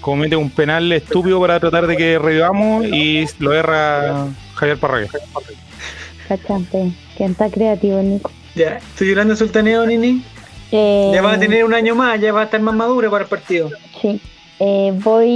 Speaker 3: comete un penal estúpido para tratar de que revivamos y lo erra Javier Parragués.
Speaker 4: Cachante. Que está creativo, Nico.
Speaker 1: Ya. ¿Tú, Yolanda Sultaneo, Nini?
Speaker 4: Eh,
Speaker 1: Ya va a tener un año más, ya va a estar más madura para el partido.
Speaker 4: Sí. Eh, voy.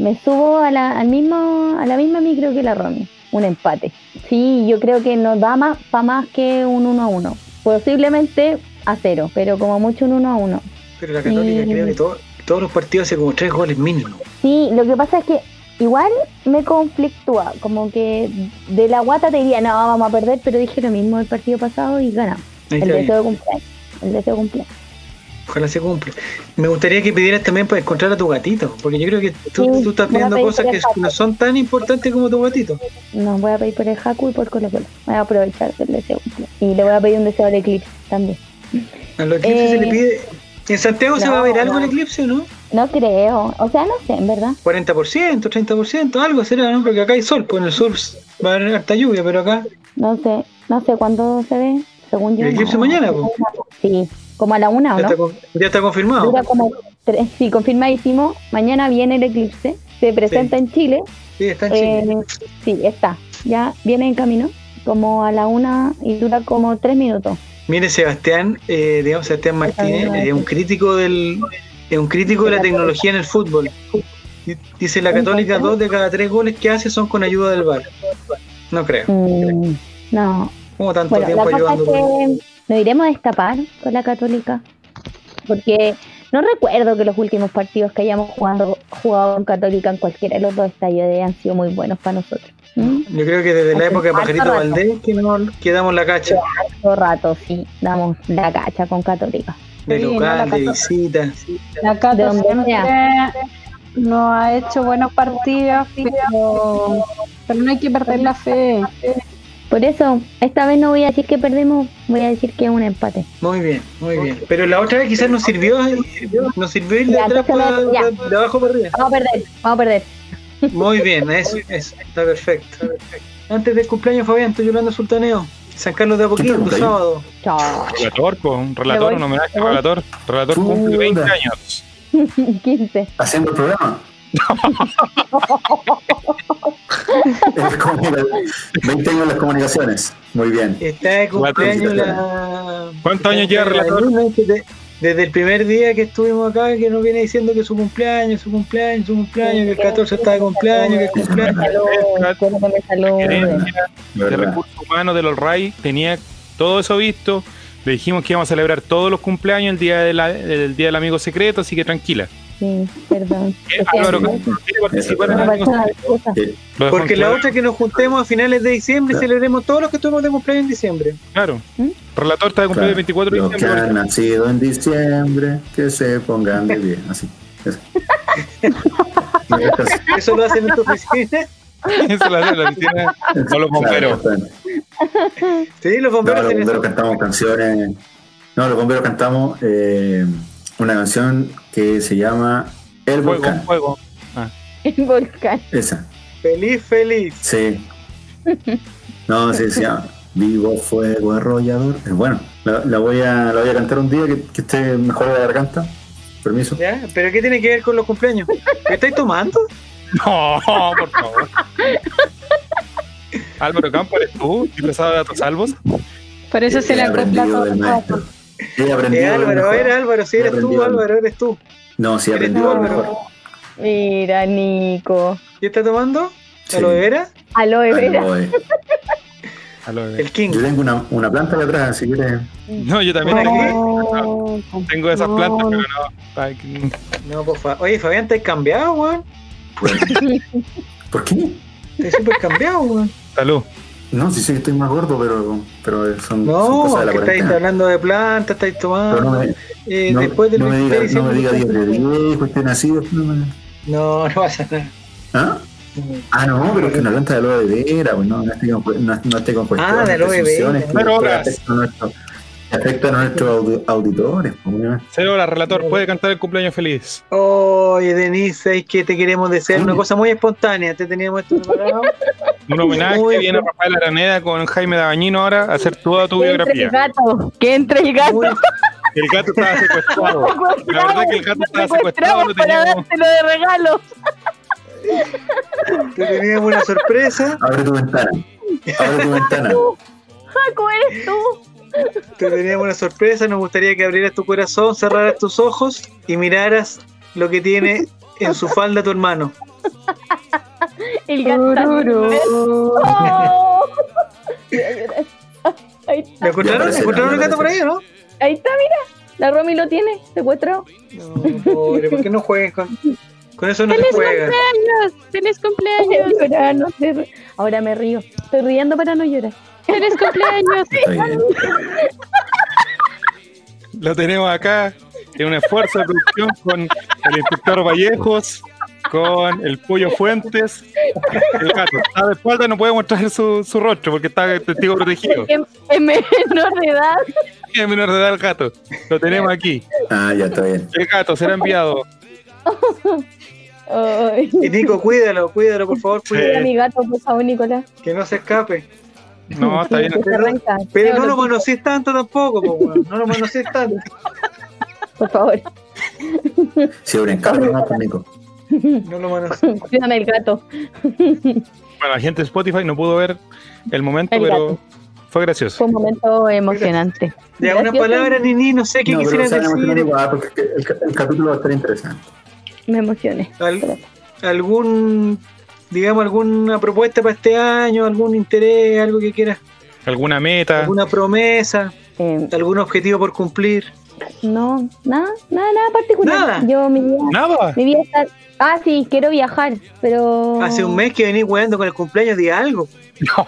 Speaker 4: Me subo a la, al mismo, a la misma micro que la Romy. Un empate. Sí, yo creo que nos da más para más que un 1 a 1. Posiblemente a cero, pero como mucho un 1 a 1.
Speaker 1: Pero la Católica,
Speaker 4: Sí.
Speaker 1: creo que todo- todos los partidos hace como tres goles mínimo.
Speaker 4: Sí, lo que pasa es que igual me conflictúa, como que de la guata te diría, no, vamos a perder, pero dije lo mismo el partido pasado y ganamos.
Speaker 1: Ahí
Speaker 4: El
Speaker 1: está bien.
Speaker 4: deseo de cumpleaños. El deseo de cumpleaños.
Speaker 1: Ojalá se cumpla. Me gustaría que pidieras también para encontrar a tu gatito, porque yo creo que tú,
Speaker 4: Sí,
Speaker 1: tú estás
Speaker 4: voy a
Speaker 1: pidiendo
Speaker 4: pedir
Speaker 1: cosas que
Speaker 4: tres patas.
Speaker 1: no son tan importantes como tu gatito.
Speaker 4: No, voy a pedir por el Haku y por Colo Colo. Voy a aprovechar del deseo de cumpleaños. Y le voy a pedir un deseo al Eclipse también.
Speaker 1: A los eclipses
Speaker 4: Eh,
Speaker 1: se le pide. ¿En Santiago se
Speaker 4: no,
Speaker 1: va a ver algo
Speaker 4: no.
Speaker 1: el eclipse o no?
Speaker 4: No creo. O sea, no sé, en verdad.
Speaker 1: 40%, 30%, algo será, ¿no? Porque acá hay sol, pues en el sur va a haber harta lluvia, pero acá.
Speaker 4: No sé. No sé cuándo se ve. Según yo.
Speaker 1: ¿El eclipse
Speaker 4: no.
Speaker 1: mañana, po?
Speaker 4: Sí. Como a la una, ¿o
Speaker 1: Ya,
Speaker 4: ¿Ah, no?
Speaker 1: está, con- ya está confirmado.
Speaker 4: Dura como tres. Sí, confirmadísimo. Mañana viene el eclipse. Se presenta en Chile.
Speaker 1: Sí, está en Chile.
Speaker 4: Eh, sí, está. Ya viene en camino. Como a la una y dura como tres minutos.
Speaker 1: Mire, Sebastián, eh, digamos, Sebastián Martínez
Speaker 4: Sebastián
Speaker 1: es un crítico del es un crítico de la tecnología en el fútbol. Di- Dice la Católica, dos de cada tres goles que hace son con ayuda del VAR. No creo.
Speaker 4: Mm, no,
Speaker 1: ¿Cómo tanto
Speaker 4: Bueno, la
Speaker 1: tiempo
Speaker 4: cosa es
Speaker 1: ayudando?
Speaker 4: que nos iremos a escapar con la Católica, porque no recuerdo que los últimos partidos que hayamos jugado, jugado con Católica en cualquiera de los dos estadios de- han sido muy buenos para nosotros. ¿Mm?
Speaker 1: Yo creo que desde la
Speaker 4: Hace
Speaker 1: época de
Speaker 4: harto
Speaker 1: Pajarito
Speaker 4: rato.
Speaker 1: Valdés que no quedamos la cacha.
Speaker 4: Todo rato sí, damos la cacha con Católica.
Speaker 1: De
Speaker 2: Sí, no,
Speaker 1: local,
Speaker 2: la
Speaker 1: de
Speaker 2: Católica.
Speaker 1: visita.
Speaker 2: La Cato
Speaker 4: De donde
Speaker 2: siempre
Speaker 4: sea.
Speaker 2: no ha hecho buenos partidos, pero, pero no hay que perder la fe.
Speaker 4: Por eso, esta vez no voy a decir que perdemos, voy a decir que es un empate.
Speaker 1: Muy bien, muy bien. Pero la otra vez quizás nos sirvió, nos sirvió ir de
Speaker 4: Ya,
Speaker 1: atrás
Speaker 4: entonces
Speaker 1: para,
Speaker 4: no- ya.
Speaker 1: de- de abajo para arriba.
Speaker 4: Vamos a perder, vamos a perder.
Speaker 1: Muy bien, eso, eso, está perfecto. está perfecto. Antes del cumpleaños, Fabián, estoy Yolanda Sultaneo. San Carlos de
Speaker 5: ¿Qué
Speaker 1: Apoquindo,
Speaker 5: cumpleaños?
Speaker 1: sábado.
Speaker 4: Chao.
Speaker 3: Relator, pues, un relator, un homenaje al relator. Relator cumple
Speaker 5: Puta.
Speaker 3: 20 años.
Speaker 4: 15.
Speaker 5: Haciendo el programa. Es como que 20 años en las comunicaciones. Muy bien.
Speaker 1: Está de cumpleaños la.
Speaker 3: ¿Cuántos años
Speaker 1: está
Speaker 3: lleva
Speaker 1: de
Speaker 3: el relator?
Speaker 1: cumpleaños que te- Desde el primer día que estuvimos acá, que nos viene diciendo que su cumpleaños, su cumpleaños, su cumpleaños, que el 14 está de cumpleaños, que el cumpleaños.
Speaker 4: Saludos, quiero que me saluden.
Speaker 3: Gerencia de
Speaker 5: ¿verdad?
Speaker 3: recursos humanos del All Ray tenía todo eso visto. Le dijimos que íbamos a celebrar todos los cumpleaños el día, de la- el día del amigo secreto, así que tranquila.
Speaker 4: Sí, perdón.
Speaker 3: Eh, Álvaro, ¿cómo quiere participar en el
Speaker 4: Me
Speaker 3: amigo
Speaker 4: pasaron
Speaker 3: secreto?
Speaker 4: las cosas.
Speaker 3: Lo dejó
Speaker 1: Porque
Speaker 3: en
Speaker 1: la
Speaker 3: claro,
Speaker 1: otra es que nos juntemos a finales de diciembre y
Speaker 5: Claro.
Speaker 1: celebremos todos los que estuvimos de cumpleaños en diciembre.
Speaker 3: Claro.
Speaker 4: ¿Mm?
Speaker 3: Relator está de cumpleaños el 24 de
Speaker 5: Los que
Speaker 3: diciembre.
Speaker 5: han nacido en diciembre, que se pongan de bien. Así. eso.
Speaker 1: Eso lo hacen en tu oficina.
Speaker 3: Eso lo hace la oficina con los bomberos.
Speaker 5: Claro,
Speaker 1: Sí, los
Speaker 5: No,
Speaker 1: bomberos
Speaker 5: los
Speaker 1: hacen
Speaker 5: bomberos
Speaker 1: eso.
Speaker 5: cantamos canciones. No, los bomberos cantamos eh, una canción que se llama El
Speaker 3: Fuego,
Speaker 5: Volcán.
Speaker 3: fuego.
Speaker 4: El volcán.
Speaker 5: Esa,
Speaker 1: Feliz, feliz.
Speaker 5: sí. No, sí, se llama Vivo Fuego Arrollador. Es bueno, la, la voy a, la voy a cantar un día que, que esté mejor de la garganta. Permiso.
Speaker 1: ¿Ya? ¿Pero qué tiene que ver con los cumpleaños? ¿Me estáis tomando?
Speaker 3: No, por favor. Álvaro Campo, ¿eres tú? ¿Disfrazado de datos salvos?
Speaker 2: Por eso se
Speaker 5: He
Speaker 2: le acopla
Speaker 5: aprendido del maestro.
Speaker 2: todo.
Speaker 5: He aprendido
Speaker 1: Eh,
Speaker 5: del
Speaker 1: Álvaro,
Speaker 5: mejor.
Speaker 1: era Álvaro, si eres tú,
Speaker 5: Aprendido.
Speaker 1: Álvaro, eres tú.
Speaker 5: No, sí, he
Speaker 1: Eres
Speaker 5: aprendido
Speaker 1: tú,
Speaker 5: del
Speaker 1: Álvaro.
Speaker 5: mejor.
Speaker 4: Mira, Nico.
Speaker 1: ¿Y está tomando?
Speaker 5: Sí.
Speaker 1: ¿A lo de era?
Speaker 4: Aloe
Speaker 5: Ay,
Speaker 4: vera.
Speaker 5: no, eh.
Speaker 3: A lo de-
Speaker 1: El King.
Speaker 5: Yo tengo una, una planta de atrás, si quieres.
Speaker 3: eh. No, yo también
Speaker 1: ¿Para
Speaker 3: tengo,
Speaker 2: Oh.
Speaker 4: No.
Speaker 3: tengo esas
Speaker 4: No.
Speaker 3: plantas, pero no. ay, que-
Speaker 1: No, por favor. Oye, Fabián, te has cambiado, weón.
Speaker 5: ¿Por qué?
Speaker 1: Te has súper cambiado, weón.
Speaker 3: Salud.
Speaker 5: No, sí sé que estoy más gordo, pero, pero son, son
Speaker 1: No,
Speaker 5: cosas de la
Speaker 1: que estáis
Speaker 5: cuarentena.
Speaker 1: hablando de plantas, estáis
Speaker 5: Pero no
Speaker 1: tomando.
Speaker 5: me,
Speaker 1: Eh,
Speaker 5: no,
Speaker 1: después del
Speaker 5: no me
Speaker 1: 23
Speaker 5: digas no me diga
Speaker 1: de
Speaker 5: 10 de
Speaker 1: diciembre-
Speaker 5: 10, usted nacido. No, me-
Speaker 1: No, no pasa nada.
Speaker 5: ¿Ah? ah, no, pero es que una planta de aloe vera, pues no, no estoy con, no, no estoy con cuestiones.
Speaker 1: Ah, de aloe vera.
Speaker 5: presunciones que
Speaker 3: Pero
Speaker 5: después
Speaker 3: horas.
Speaker 5: afectan a nuestro- afectan a nuestros audi- auditores. pues, ¿no?
Speaker 3: Cero horas, relator. Puede cantar el cumpleaños feliz.
Speaker 1: Oye, Denise, es que te queremos desear
Speaker 5: Sí.
Speaker 1: una cosa muy espontánea. Te teníamos esto preparado.
Speaker 3: Un homenaje
Speaker 1: Muy
Speaker 3: que viene a Rafael Araneda con Jaime Dabañino ahora a hacer toda tu
Speaker 4: Que entre el
Speaker 3: biografía.
Speaker 4: gato. Que entre el gato.
Speaker 1: Muy-
Speaker 3: El gato estaba secuestrado. La verdad que el gato estaba secuestrado, lo
Speaker 4: para
Speaker 3: teníamos.
Speaker 4: dárselo de regalo.
Speaker 1: te teníamos una sorpresa.
Speaker 5: Abre tu ventana. Abre tu ventana.
Speaker 4: Paco, eres tú.
Speaker 1: Te teníamos una sorpresa. Nos gustaría que abrieras tu corazón, cerraras tus ojos y miraras lo que tiene en su falda tu hermano.
Speaker 4: El gato. ¡Oh! Voy a llorar. Ahí
Speaker 1: ¿Lo
Speaker 4: está.
Speaker 1: encontraron?
Speaker 5: Ya,
Speaker 1: ¿Encontraron el
Speaker 5: ya,
Speaker 1: gato por ahí,
Speaker 5: ya.
Speaker 1: o no?
Speaker 4: Ahí está, mira. La Romy lo tiene secuestrado.
Speaker 1: No, pobre, ¿por qué no jueguen con, con eso? No se
Speaker 2: ¡Feliz
Speaker 1: juega.
Speaker 2: cumpleaños! ¡Feliz
Speaker 4: Voy a
Speaker 2: cumpleaños!
Speaker 4: llorar, no sé. Ahora me río. Estoy riendo para no llorar.
Speaker 2: ¡Feliz cumpleaños!
Speaker 5: Está bien.
Speaker 3: Lo tenemos acá en un esfuerzo de producción con el inspector Vallejos, con el Pollo Fuentes. El gato está de espalda, no puede mostrar su, su rostro porque está de testigo protegido.
Speaker 4: En en menor de edad.
Speaker 3: Es menor de edad el gato. Lo tenemos aquí.
Speaker 5: Ah, ya está bien.
Speaker 3: El gato será enviado.
Speaker 4: Ay.
Speaker 1: Y Nico, cuídalo, cuídalo, por favor,
Speaker 4: Mira
Speaker 1: cuídalo,
Speaker 4: mi gato, por favor, Nicolás.
Speaker 1: que no se escape.
Speaker 3: No, está bien.
Speaker 4: Que se arranca.
Speaker 1: Pero no lo conocís tanto tampoco, po, weón, no lo conocís tanto.
Speaker 4: Por favor,
Speaker 5: Si abren carro, no, conmigo.
Speaker 1: No lo conocís.
Speaker 4: cuídame el gato.
Speaker 3: Bueno, la gente de Spotify no pudo ver el momento,
Speaker 4: El
Speaker 3: pero fue gracioso.
Speaker 4: Fue un momento emocionante.
Speaker 1: Ya, una
Speaker 4: Gracioso.
Speaker 1: palabra, Nini, no sé qué
Speaker 5: No, pero
Speaker 1: quisieras
Speaker 5: se van a emocionar
Speaker 1: decir.
Speaker 5: igual, porque el, ca- el capítulo va a estar interesante.
Speaker 4: Me emocioné.
Speaker 1: Al- algún, digamos, alguna propuesta para este año, algún interés, algo que quieras,
Speaker 3: ¿Alguna meta?
Speaker 1: alguna promesa,
Speaker 4: Eh,
Speaker 1: algún objetivo por cumplir.
Speaker 4: no, nada, nada, nada particular.
Speaker 1: Nada.
Speaker 4: Yo mi vida,
Speaker 3: Nada.
Speaker 4: mi vida está. Ah, sí, quiero viajar, pero.
Speaker 1: Hace un mes que venís weando con el cumpleaños, di algo.
Speaker 4: No,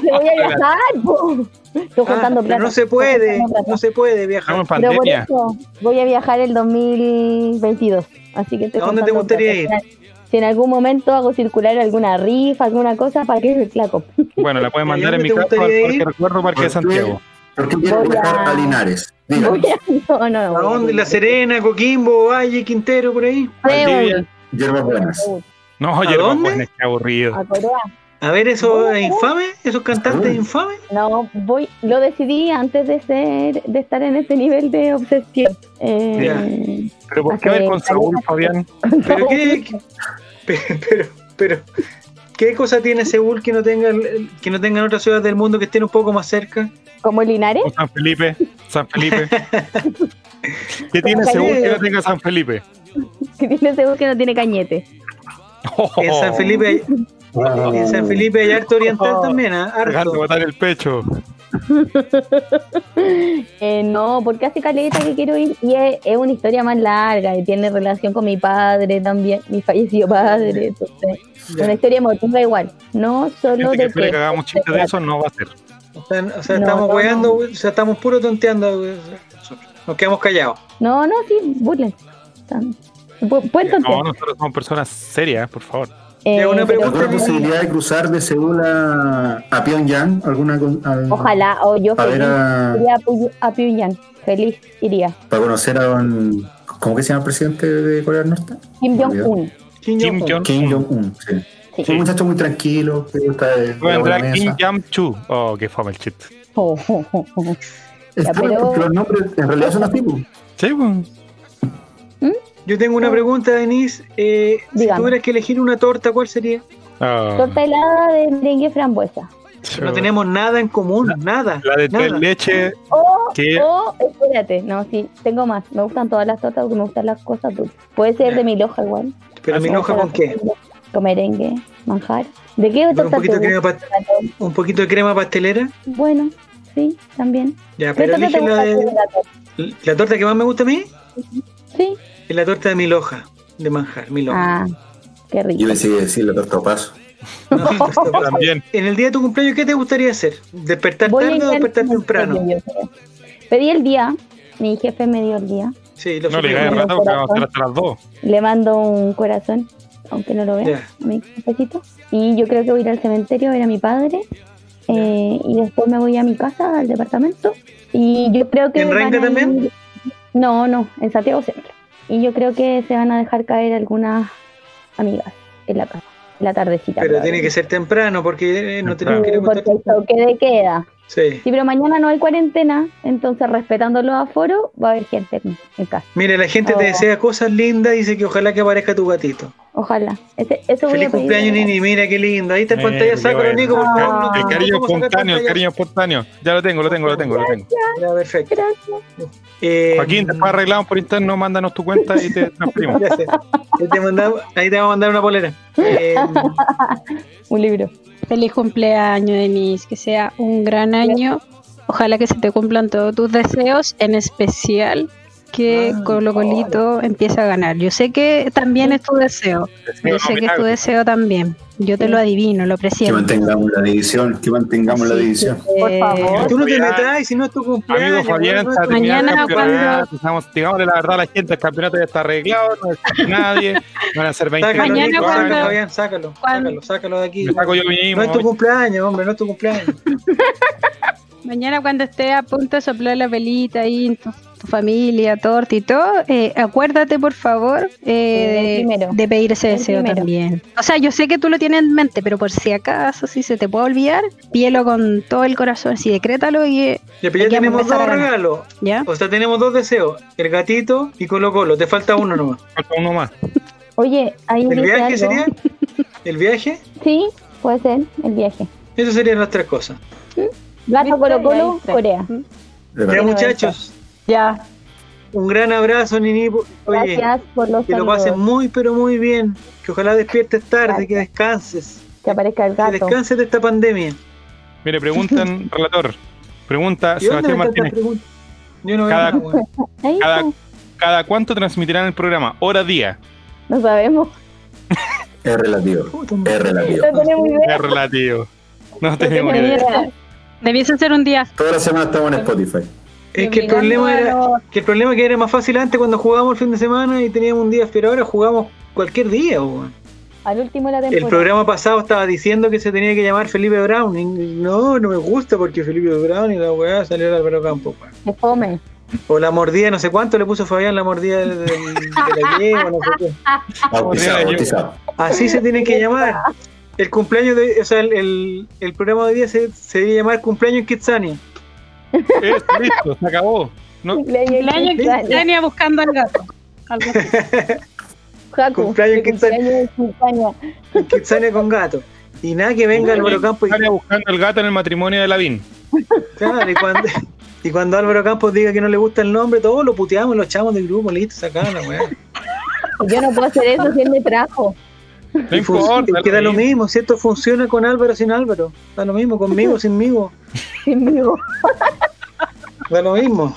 Speaker 4: que voy a viajar. po. Estoy
Speaker 1: Ah,
Speaker 4: juntando
Speaker 1: pero
Speaker 4: plata.
Speaker 1: no se puede,
Speaker 4: Estoy juntando
Speaker 1: no
Speaker 4: plata.
Speaker 1: se puede viajar.
Speaker 3: Estamos en
Speaker 4: Pero por
Speaker 3: pandemia.
Speaker 4: eso voy a viajar el 2022. Así que estoy
Speaker 1: ¿A dónde te
Speaker 4: juntando
Speaker 1: gustaría
Speaker 4: plata. Si en algún momento hago circular alguna rifa, alguna cosa, para que la copa.
Speaker 3: Bueno, la pueden
Speaker 1: ¿Y a
Speaker 3: mandar en
Speaker 1: dónde
Speaker 3: mi
Speaker 1: te
Speaker 3: caso al
Speaker 1: gustaría
Speaker 3: Parque
Speaker 1: ir?
Speaker 3: Recuerdo Parque de
Speaker 5: ¿Por qué?
Speaker 3: Santiago.
Speaker 5: ¿Por qué quieren
Speaker 4: Voy a-
Speaker 5: viajar a Linares? Diga,
Speaker 4: Voy a- No, no,
Speaker 1: ¿A
Speaker 4: voy a-
Speaker 1: dónde? La Serena, Coquimbo, Valle, Quintero, por ahí.
Speaker 4: Seúl.
Speaker 3: Valdivia.
Speaker 5: hierbas buenas.
Speaker 3: No,
Speaker 1: ¿A
Speaker 3: Yerba
Speaker 1: dónde?
Speaker 3: Buena, qué aburrido.
Speaker 4: A Corea.
Speaker 1: A ver, ¿eso es infame? ¿Esos cantantes
Speaker 5: Sí.
Speaker 1: infames?
Speaker 4: No, voy, lo decidí antes de ser, de estar en este nivel de obsesión. Eh,
Speaker 3: Pero ¿por qué ver con Saúl, Fabián?
Speaker 1: ¿Pero qué, qué- pero, pero, pero, ¿qué cosa tiene Seúl que no tenga que no tengan otras ciudades del mundo que estén un poco más cerca?
Speaker 4: Como Linares,
Speaker 3: ¿O San Felipe? ¿San Felipe? ¿Qué tiene
Speaker 4: San
Speaker 3: Seúl que
Speaker 1: Felipe.
Speaker 3: no tenga San Felipe?
Speaker 4: que tiene seguro que no tiene cañete.
Speaker 1: En San Felipe,
Speaker 5: Ah,
Speaker 1: en San Felipe hay harto oriental
Speaker 3: Oh.
Speaker 1: también, ¿ah?
Speaker 3: Dejando
Speaker 1: harto.
Speaker 3: botar el pecho.
Speaker 4: Eh, no, porque hace caleta que quiero ir y es, es una historia más larga y tiene relación con mi padre también, mi fallecido padre. Entonces,
Speaker 1: Ya.
Speaker 4: una historia emotiva igual, no solo
Speaker 3: Gente
Speaker 4: de
Speaker 3: que quiere
Speaker 4: que
Speaker 3: que hagamos chistes de eso no va a ser.
Speaker 1: O sea, o sea,
Speaker 4: No,
Speaker 1: estamos
Speaker 4: no,
Speaker 1: weando,
Speaker 4: no.
Speaker 1: we- o sea, estamos puro tonteando. we- nosotros. Nos quedamos callados.
Speaker 4: No, no, sí, burlen. Pueden Eh,
Speaker 3: No, nosotros somos personas serias, por favor.
Speaker 1: Ya, una pregunta
Speaker 5: ¿Alguna
Speaker 1: Pero-
Speaker 5: posibilidad de cruzar de Seúl a, a Pyongyang? ¿Alguna, con- al-
Speaker 4: Ojalá, o yo
Speaker 5: Para ver
Speaker 4: feliz
Speaker 5: a-
Speaker 4: iría a Pyu- a Pyongyang. Feliz iría.
Speaker 5: Para conocer a don. ¿Cómo que se llama el presidente de Corea del Norte?
Speaker 4: Kim Jong-un.
Speaker 1: Kim
Speaker 3: Kim
Speaker 1: Jong-un.
Speaker 3: Jong-
Speaker 5: Kim Jong-un. sí.
Speaker 4: Sí.
Speaker 5: Un muchacho muy tranquilo, que gusta de, de
Speaker 3: Luego
Speaker 5: la buena
Speaker 3: vendrá Kim
Speaker 5: mesa.
Speaker 3: Jam-chu. Oh, qué fama el chiste.
Speaker 4: Oh, oh, oh,
Speaker 5: Ah.
Speaker 4: oh.
Speaker 5: Está
Speaker 4: Ya,
Speaker 5: bien,
Speaker 4: pero-
Speaker 5: porque Los nombres en realidad son así.
Speaker 3: Sí, pues.
Speaker 1: Yo tengo una pregunta, Denise. Eh, si
Speaker 4: Dígame.
Speaker 1: tuvieras que elegir una torta, ¿cuál sería?
Speaker 3: Ah.
Speaker 4: Torta helada de merengue frambuesa.
Speaker 1: No tenemos nada en común, nada.
Speaker 3: La de tres
Speaker 1: nada.
Speaker 3: leche
Speaker 4: O,
Speaker 3: que
Speaker 4: o, espérate, no, sí, tengo más. Me gustan todas las tortas porque me gustan las cosas dulces. Puede ser de mi loja igual.
Speaker 1: Pero me
Speaker 4: Ah,
Speaker 1: enoja con qué?
Speaker 4: Con merengue, manjar. ¿De qué
Speaker 1: Con un
Speaker 4: torta te
Speaker 1: poquito, de crema,
Speaker 4: gusta?
Speaker 1: pa- un poquito de crema pastelera.
Speaker 4: Bueno, sí, también.
Speaker 1: Ya,
Speaker 4: ¿Qué
Speaker 1: Ah, pero
Speaker 4: torta te
Speaker 1: elige la
Speaker 4: gusta?
Speaker 1: de. La torta que más me gusta a mí
Speaker 4: Sí.
Speaker 1: es la torta de mi loja, de manjar, mi loja.
Speaker 4: Ah, qué rico.
Speaker 5: Yo pensé que decir la torta paso.
Speaker 3: también.
Speaker 1: En el día de tu cumpleaños, ¿qué te gustaría hacer? ¿Despertar
Speaker 4: Voy a
Speaker 1: tarde o
Speaker 4: entrar
Speaker 1: despertar
Speaker 4: en el
Speaker 1: temprano?
Speaker 4: sueño, yo creo. Pedí el día, mi jefe me dio el día.
Speaker 1: Sí, lo
Speaker 3: No
Speaker 1: supe.
Speaker 3: le digáis
Speaker 4: el
Speaker 3: rato porque vamos a estar hasta las dos.
Speaker 4: Le mando un corazón, aunque no lo vea,
Speaker 1: Ya.
Speaker 4: a mi jefecito. Y yo creo que voy a ir al cementerio a ver a mi padre.
Speaker 1: Ya.
Speaker 4: Eh, y después me voy a mi casa, al departamento. Y yo creo que.
Speaker 1: ¿En
Speaker 4: van
Speaker 1: Renca
Speaker 4: a
Speaker 1: también?
Speaker 4: ir- No, no, en Santiago Centro. Y yo creo que se van a dejar caer algunas amigas en la casa, en la tardecita.
Speaker 1: Pero tiene que ser temprano porque eh, no tenemos que ir a
Speaker 4: Porque
Speaker 1: contar-
Speaker 4: el toque de queda.
Speaker 1: Sí.
Speaker 4: Sí, pero mañana no hay cuarentena, entonces respetando los aforos va a haber gente en- en casa.
Speaker 1: Mira, la gente te
Speaker 2: Ah.
Speaker 4: Oh.
Speaker 1: desea cosas lindas, dice que ojalá que aparezca tu gatito.
Speaker 4: Ojalá. Ese- eso voy
Speaker 1: Feliz
Speaker 4: a pedir.
Speaker 1: cumpleaños, Nini, mira qué lindo. Ahí está el
Speaker 3: Eh,
Speaker 1: pantallazo,
Speaker 3: qué
Speaker 1: sácalo,
Speaker 3: bueno.
Speaker 1: Nico, por
Speaker 4: Ah.
Speaker 1: favor. no-
Speaker 3: El
Speaker 1: no
Speaker 3: cariño
Speaker 1: podemos sacar
Speaker 3: espontáneo, el cariño espontáneo. Ya lo tengo, lo tengo, lo tengo, lo tengo.
Speaker 1: pantallazo. Ya, perfecto.
Speaker 4: Gracias.
Speaker 1: Eh,
Speaker 3: Joaquín, después arreglamos por interno, mándanos tu cuenta y te transferimos.
Speaker 1: ya sé. Ahí te mandamos- Ahí te vamos a mandar una polera. Eh,
Speaker 4: Un libro.
Speaker 2: Feliz cumpleaños, Denise. Que sea un gran año. Ojalá que se te cumplan todos tus deseos, en especial que
Speaker 1: Ah,
Speaker 2: Colo Colito empiece a ganar. Yo sé que también es tu deseo. Yo sé que es tu deseo también. Yo te lo adivino, lo
Speaker 5: Que
Speaker 2: presiento.
Speaker 5: mantengamos la división, que mantengamos la
Speaker 2: Así
Speaker 5: división.
Speaker 2: que,
Speaker 4: Por
Speaker 2: Eh,
Speaker 4: favor.
Speaker 1: tú no te
Speaker 3: Fabián.
Speaker 1: metas, si no es tu cumpleaños.
Speaker 3: Amigo Fabián,
Speaker 1: ¿no?
Speaker 3: está terminando el
Speaker 2: Mañana
Speaker 3: campeonato. Digamos, digámosle la verdad a la gente, el campeonato ya está arreglado, no es nadie, van a ser 20
Speaker 1: Sácalo,
Speaker 2: Mañana
Speaker 1: Nico,
Speaker 2: cuando-
Speaker 1: sácalo, Fabián, sácalo,
Speaker 2: cuando-
Speaker 1: sácalo, sácalo de aquí.
Speaker 3: Me saco yo mismo.
Speaker 1: No es tu cumpleaños, hombre, no es tu cumpleaños.
Speaker 2: Mañana cuando esté a punto de soplar la velita ahí, en tu, tu familia, torta y todo, eh, acuérdate por favor eh,
Speaker 4: Sí, del
Speaker 2: de,
Speaker 4: primero.
Speaker 2: de pedir ese
Speaker 4: Del
Speaker 2: deseo
Speaker 4: primero.
Speaker 2: también. O sea, yo sé que tú lo tienes en mente, pero por si acaso, si se te puede olvidar, pídelo con todo el corazón, si decrétalo y eh,
Speaker 1: Ya, pero ya
Speaker 2: Aquí vamos a
Speaker 1: tenemos
Speaker 2: empezar
Speaker 1: dos
Speaker 2: a ganar.
Speaker 1: regalos.
Speaker 2: ya.
Speaker 1: Ah. O sea, tenemos dos deseos: el gatito y Colo Colo. Te falta uno nomás.
Speaker 3: Falta uno más.
Speaker 4: Oye, ahí
Speaker 1: ¿El
Speaker 4: dice
Speaker 1: viaje
Speaker 4: algo.
Speaker 1: sería? ¿El viaje?
Speaker 4: Sí, puede ser el viaje.
Speaker 1: Eso serían las tres cosas.
Speaker 4: Gato Colo Colo,
Speaker 2: está.
Speaker 4: Corea.
Speaker 5: De
Speaker 1: Ya,
Speaker 5: verdad.
Speaker 1: muchachos,
Speaker 2: Ya.
Speaker 1: un gran abrazo, Nini. Oye,
Speaker 4: Gracias por los
Speaker 1: que lo pases
Speaker 4: saludos.
Speaker 1: muy, pero muy bien. Que ojalá despiertes tarde,
Speaker 4: Gracias.
Speaker 1: que descanses.
Speaker 4: Que aparezca el
Speaker 1: Que
Speaker 4: gato.
Speaker 1: descanses de esta pandemia.
Speaker 3: Mire, preguntan, relator, pregunta
Speaker 1: ¿Y dónde
Speaker 3: Sebastián
Speaker 1: me están
Speaker 3: Martínez.
Speaker 1: las preguntas? Yo no veo
Speaker 3: Cada-
Speaker 1: nada, weón.
Speaker 4: Ahí
Speaker 3: Cada,
Speaker 4: está.
Speaker 3: ¿Cada cuánto transmitirán el programa? Hora, día.
Speaker 4: No sabemos.
Speaker 5: Es relativo.
Speaker 1: Puta,
Speaker 5: Es relativo.
Speaker 4: No tenemos idea.
Speaker 3: Es relativo. No
Speaker 4: No
Speaker 3: tenemos idea.
Speaker 2: Debiese ser un día.
Speaker 5: Toda la semana estamos en Spotify.
Speaker 1: Es que el problema era. Que el problema es que era más fácil antes cuando jugábamos el fin de semana y teníamos un día, pero ahora jugamos cualquier día. weón.
Speaker 4: Al último de la
Speaker 1: El
Speaker 4: temporada.
Speaker 1: programa pasado estaba diciendo que se tenía que llamar Felipe Browning. No, no me gusta porque Felipe Browning, la weá, salió al Álvaro Campo. weón.
Speaker 4: Se come.
Speaker 1: O la mordida, no sé cuánto le puso Fabián la mordida del- del- de la yegua, no sé qué.
Speaker 5: Bautizado, bautizado.
Speaker 1: Así se tiene que llamar. El cumpleaños de. O sea, el, el, el programa de hoy día se, se debe llamar Cumpleaños en Kitsania.
Speaker 3: Es, listo, se acabó. No,
Speaker 4: Cumpleaños
Speaker 2: Cumpleaños en Kitsania buscando al gato. Algo así.
Speaker 4: Jaco,
Speaker 1: Cumpleaños en
Speaker 4: mi cumpleaños es Quinceañera.
Speaker 1: En Kitsania con gato. Y nada que venga Álvaro Campos y,
Speaker 3: Sale buscando el gato en el matrimonio de Lavín.
Speaker 1: claro, y cuando, y cuando Álvaro Campos diga que no le gusta el nombre, todos lo puteamos, lo echamos del grupo, listo, sacaron la weá.
Speaker 4: Yo no puedo hacer eso si él me trajo.
Speaker 3: No
Speaker 1: Y fun-
Speaker 3: importa.
Speaker 1: y Pues, queda lo
Speaker 3: Lavín.
Speaker 1: mismo, ¿cierto? Funciona con Álvaro sin Álvaro. Da lo mismo, conmigo, sinmigo.
Speaker 4: Conmigo.
Speaker 1: Da lo mismo.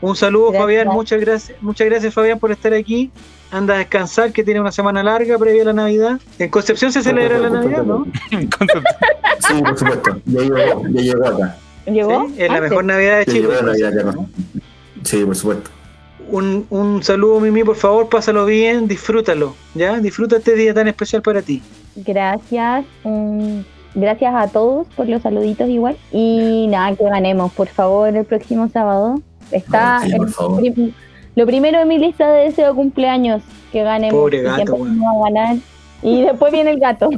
Speaker 1: Un saludo,
Speaker 4: Gracias.
Speaker 1: Fabián. Muchas gracias, muchas gracias, Fabián, por estar aquí. Anda a descansar, que tiene una semana larga previa a la Navidad. En Concepción se celebra la Navidad, ¿no?
Speaker 3: Concepción.
Speaker 5: Sí, por supuesto. Ya llegó, ya llegó acá.
Speaker 4: ¿Llegó?
Speaker 1: Sí, es la
Speaker 4: Antes.
Speaker 1: mejor Navidad de
Speaker 5: Ya
Speaker 1: Chile.
Speaker 5: llegó la vida acá. ¿no? Sí, por supuesto.
Speaker 1: Un, un saludo, Mimi, por favor, pásalo bien, disfrútalo, ¿ya? Disfruta este día tan especial para ti.
Speaker 4: Gracias. mm, gracias a todos por los saluditos igual. Y nada, que ganemos, por favor, el próximo sábado. Está
Speaker 5: Sí, por
Speaker 4: el
Speaker 5: favor.
Speaker 4: prim- lo primero de mi lista de deseo de cumpleaños, que ganemos.
Speaker 1: Pobre
Speaker 4: y
Speaker 1: gato,
Speaker 4: siempre
Speaker 1: weón.
Speaker 4: vamos a ganar. Y después viene el gato.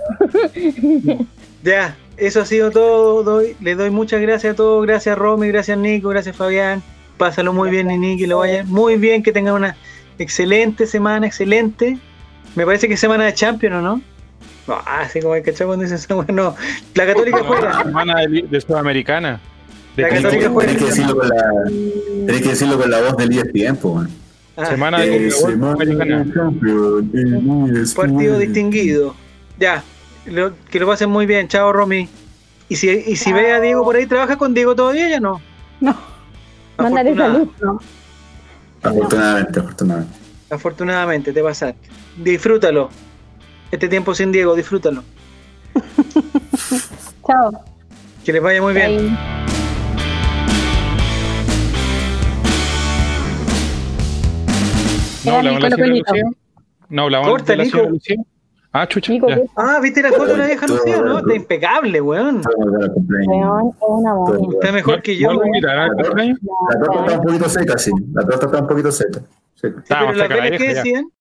Speaker 1: Ya, eso ha sido todo. Doy, les doy muchas gracias a todos. Gracias, Romy. Gracias, Nico. Gracias, Fabián. Pásalo muy bien, Nini. Que lo vayan muy bien. Que tengan una excelente semana. Excelente. Me parece que es semana de Champions, ¿o ¿no? No, así como hay que cuando dicen semana. No, la Católica
Speaker 3: La
Speaker 1: juega.
Speaker 3: hermana de, de Sudamericana. De
Speaker 1: Pues, La
Speaker 3: Cristóbal.
Speaker 1: Católica
Speaker 5: Tenés que
Speaker 1: juega.
Speaker 5: decirlo con la, tenés que decirlo con la voz del líder tiempo, man.
Speaker 1: Ah,
Speaker 3: Semana de
Speaker 5: Eh,
Speaker 3: Conmebol Sudamericana.
Speaker 1: partido distinguido. Ya, lo- que lo pasen muy bien. Chao, Romy. Y si, y si ve a Diego por ahí, ¿trabaja con Diego todavía ya no?
Speaker 2: No.
Speaker 4: Mándale
Speaker 1: Afortunada.
Speaker 4: salud.
Speaker 5: Afortunadamente, afortunadamente.
Speaker 1: Afortunadamente te pasaste. Disfrútalo. Este tiempo sin Diego, disfrútalo.
Speaker 2: Chao.
Speaker 1: Que les vaya muy bien.
Speaker 4: Ahí.
Speaker 3: No hablamos de la
Speaker 2: Nicolás
Speaker 3: señora
Speaker 2: Colito.
Speaker 3: Lucía. No hablamos
Speaker 1: Corta,
Speaker 3: de la señora
Speaker 1: Nico.
Speaker 3: Lucía. Ah, chucha.
Speaker 4: Nico,
Speaker 3: ya.
Speaker 4: que-
Speaker 1: Ah, ¿viste la foto de la vieja
Speaker 5: Todo
Speaker 1: Lucía? ¿No?
Speaker 5: bueno.
Speaker 1: Está impecable, weón.
Speaker 5: Vamos a volver al
Speaker 4: weón,
Speaker 5: cumpleaños.
Speaker 4: es una momia.
Speaker 1: Está mejor
Speaker 3: No-
Speaker 1: que yo. ¿eh?
Speaker 3: no lo
Speaker 1: weón.
Speaker 3: invitará al cumpleaños.
Speaker 5: La torta está un poquito seca, sí. La torta está un poquito seca. Sí.
Speaker 1: Sí, pero
Speaker 3: Estábamos
Speaker 1: las
Speaker 3: cerca de la
Speaker 1: velas que
Speaker 3: vieja, ya.
Speaker 1: decían,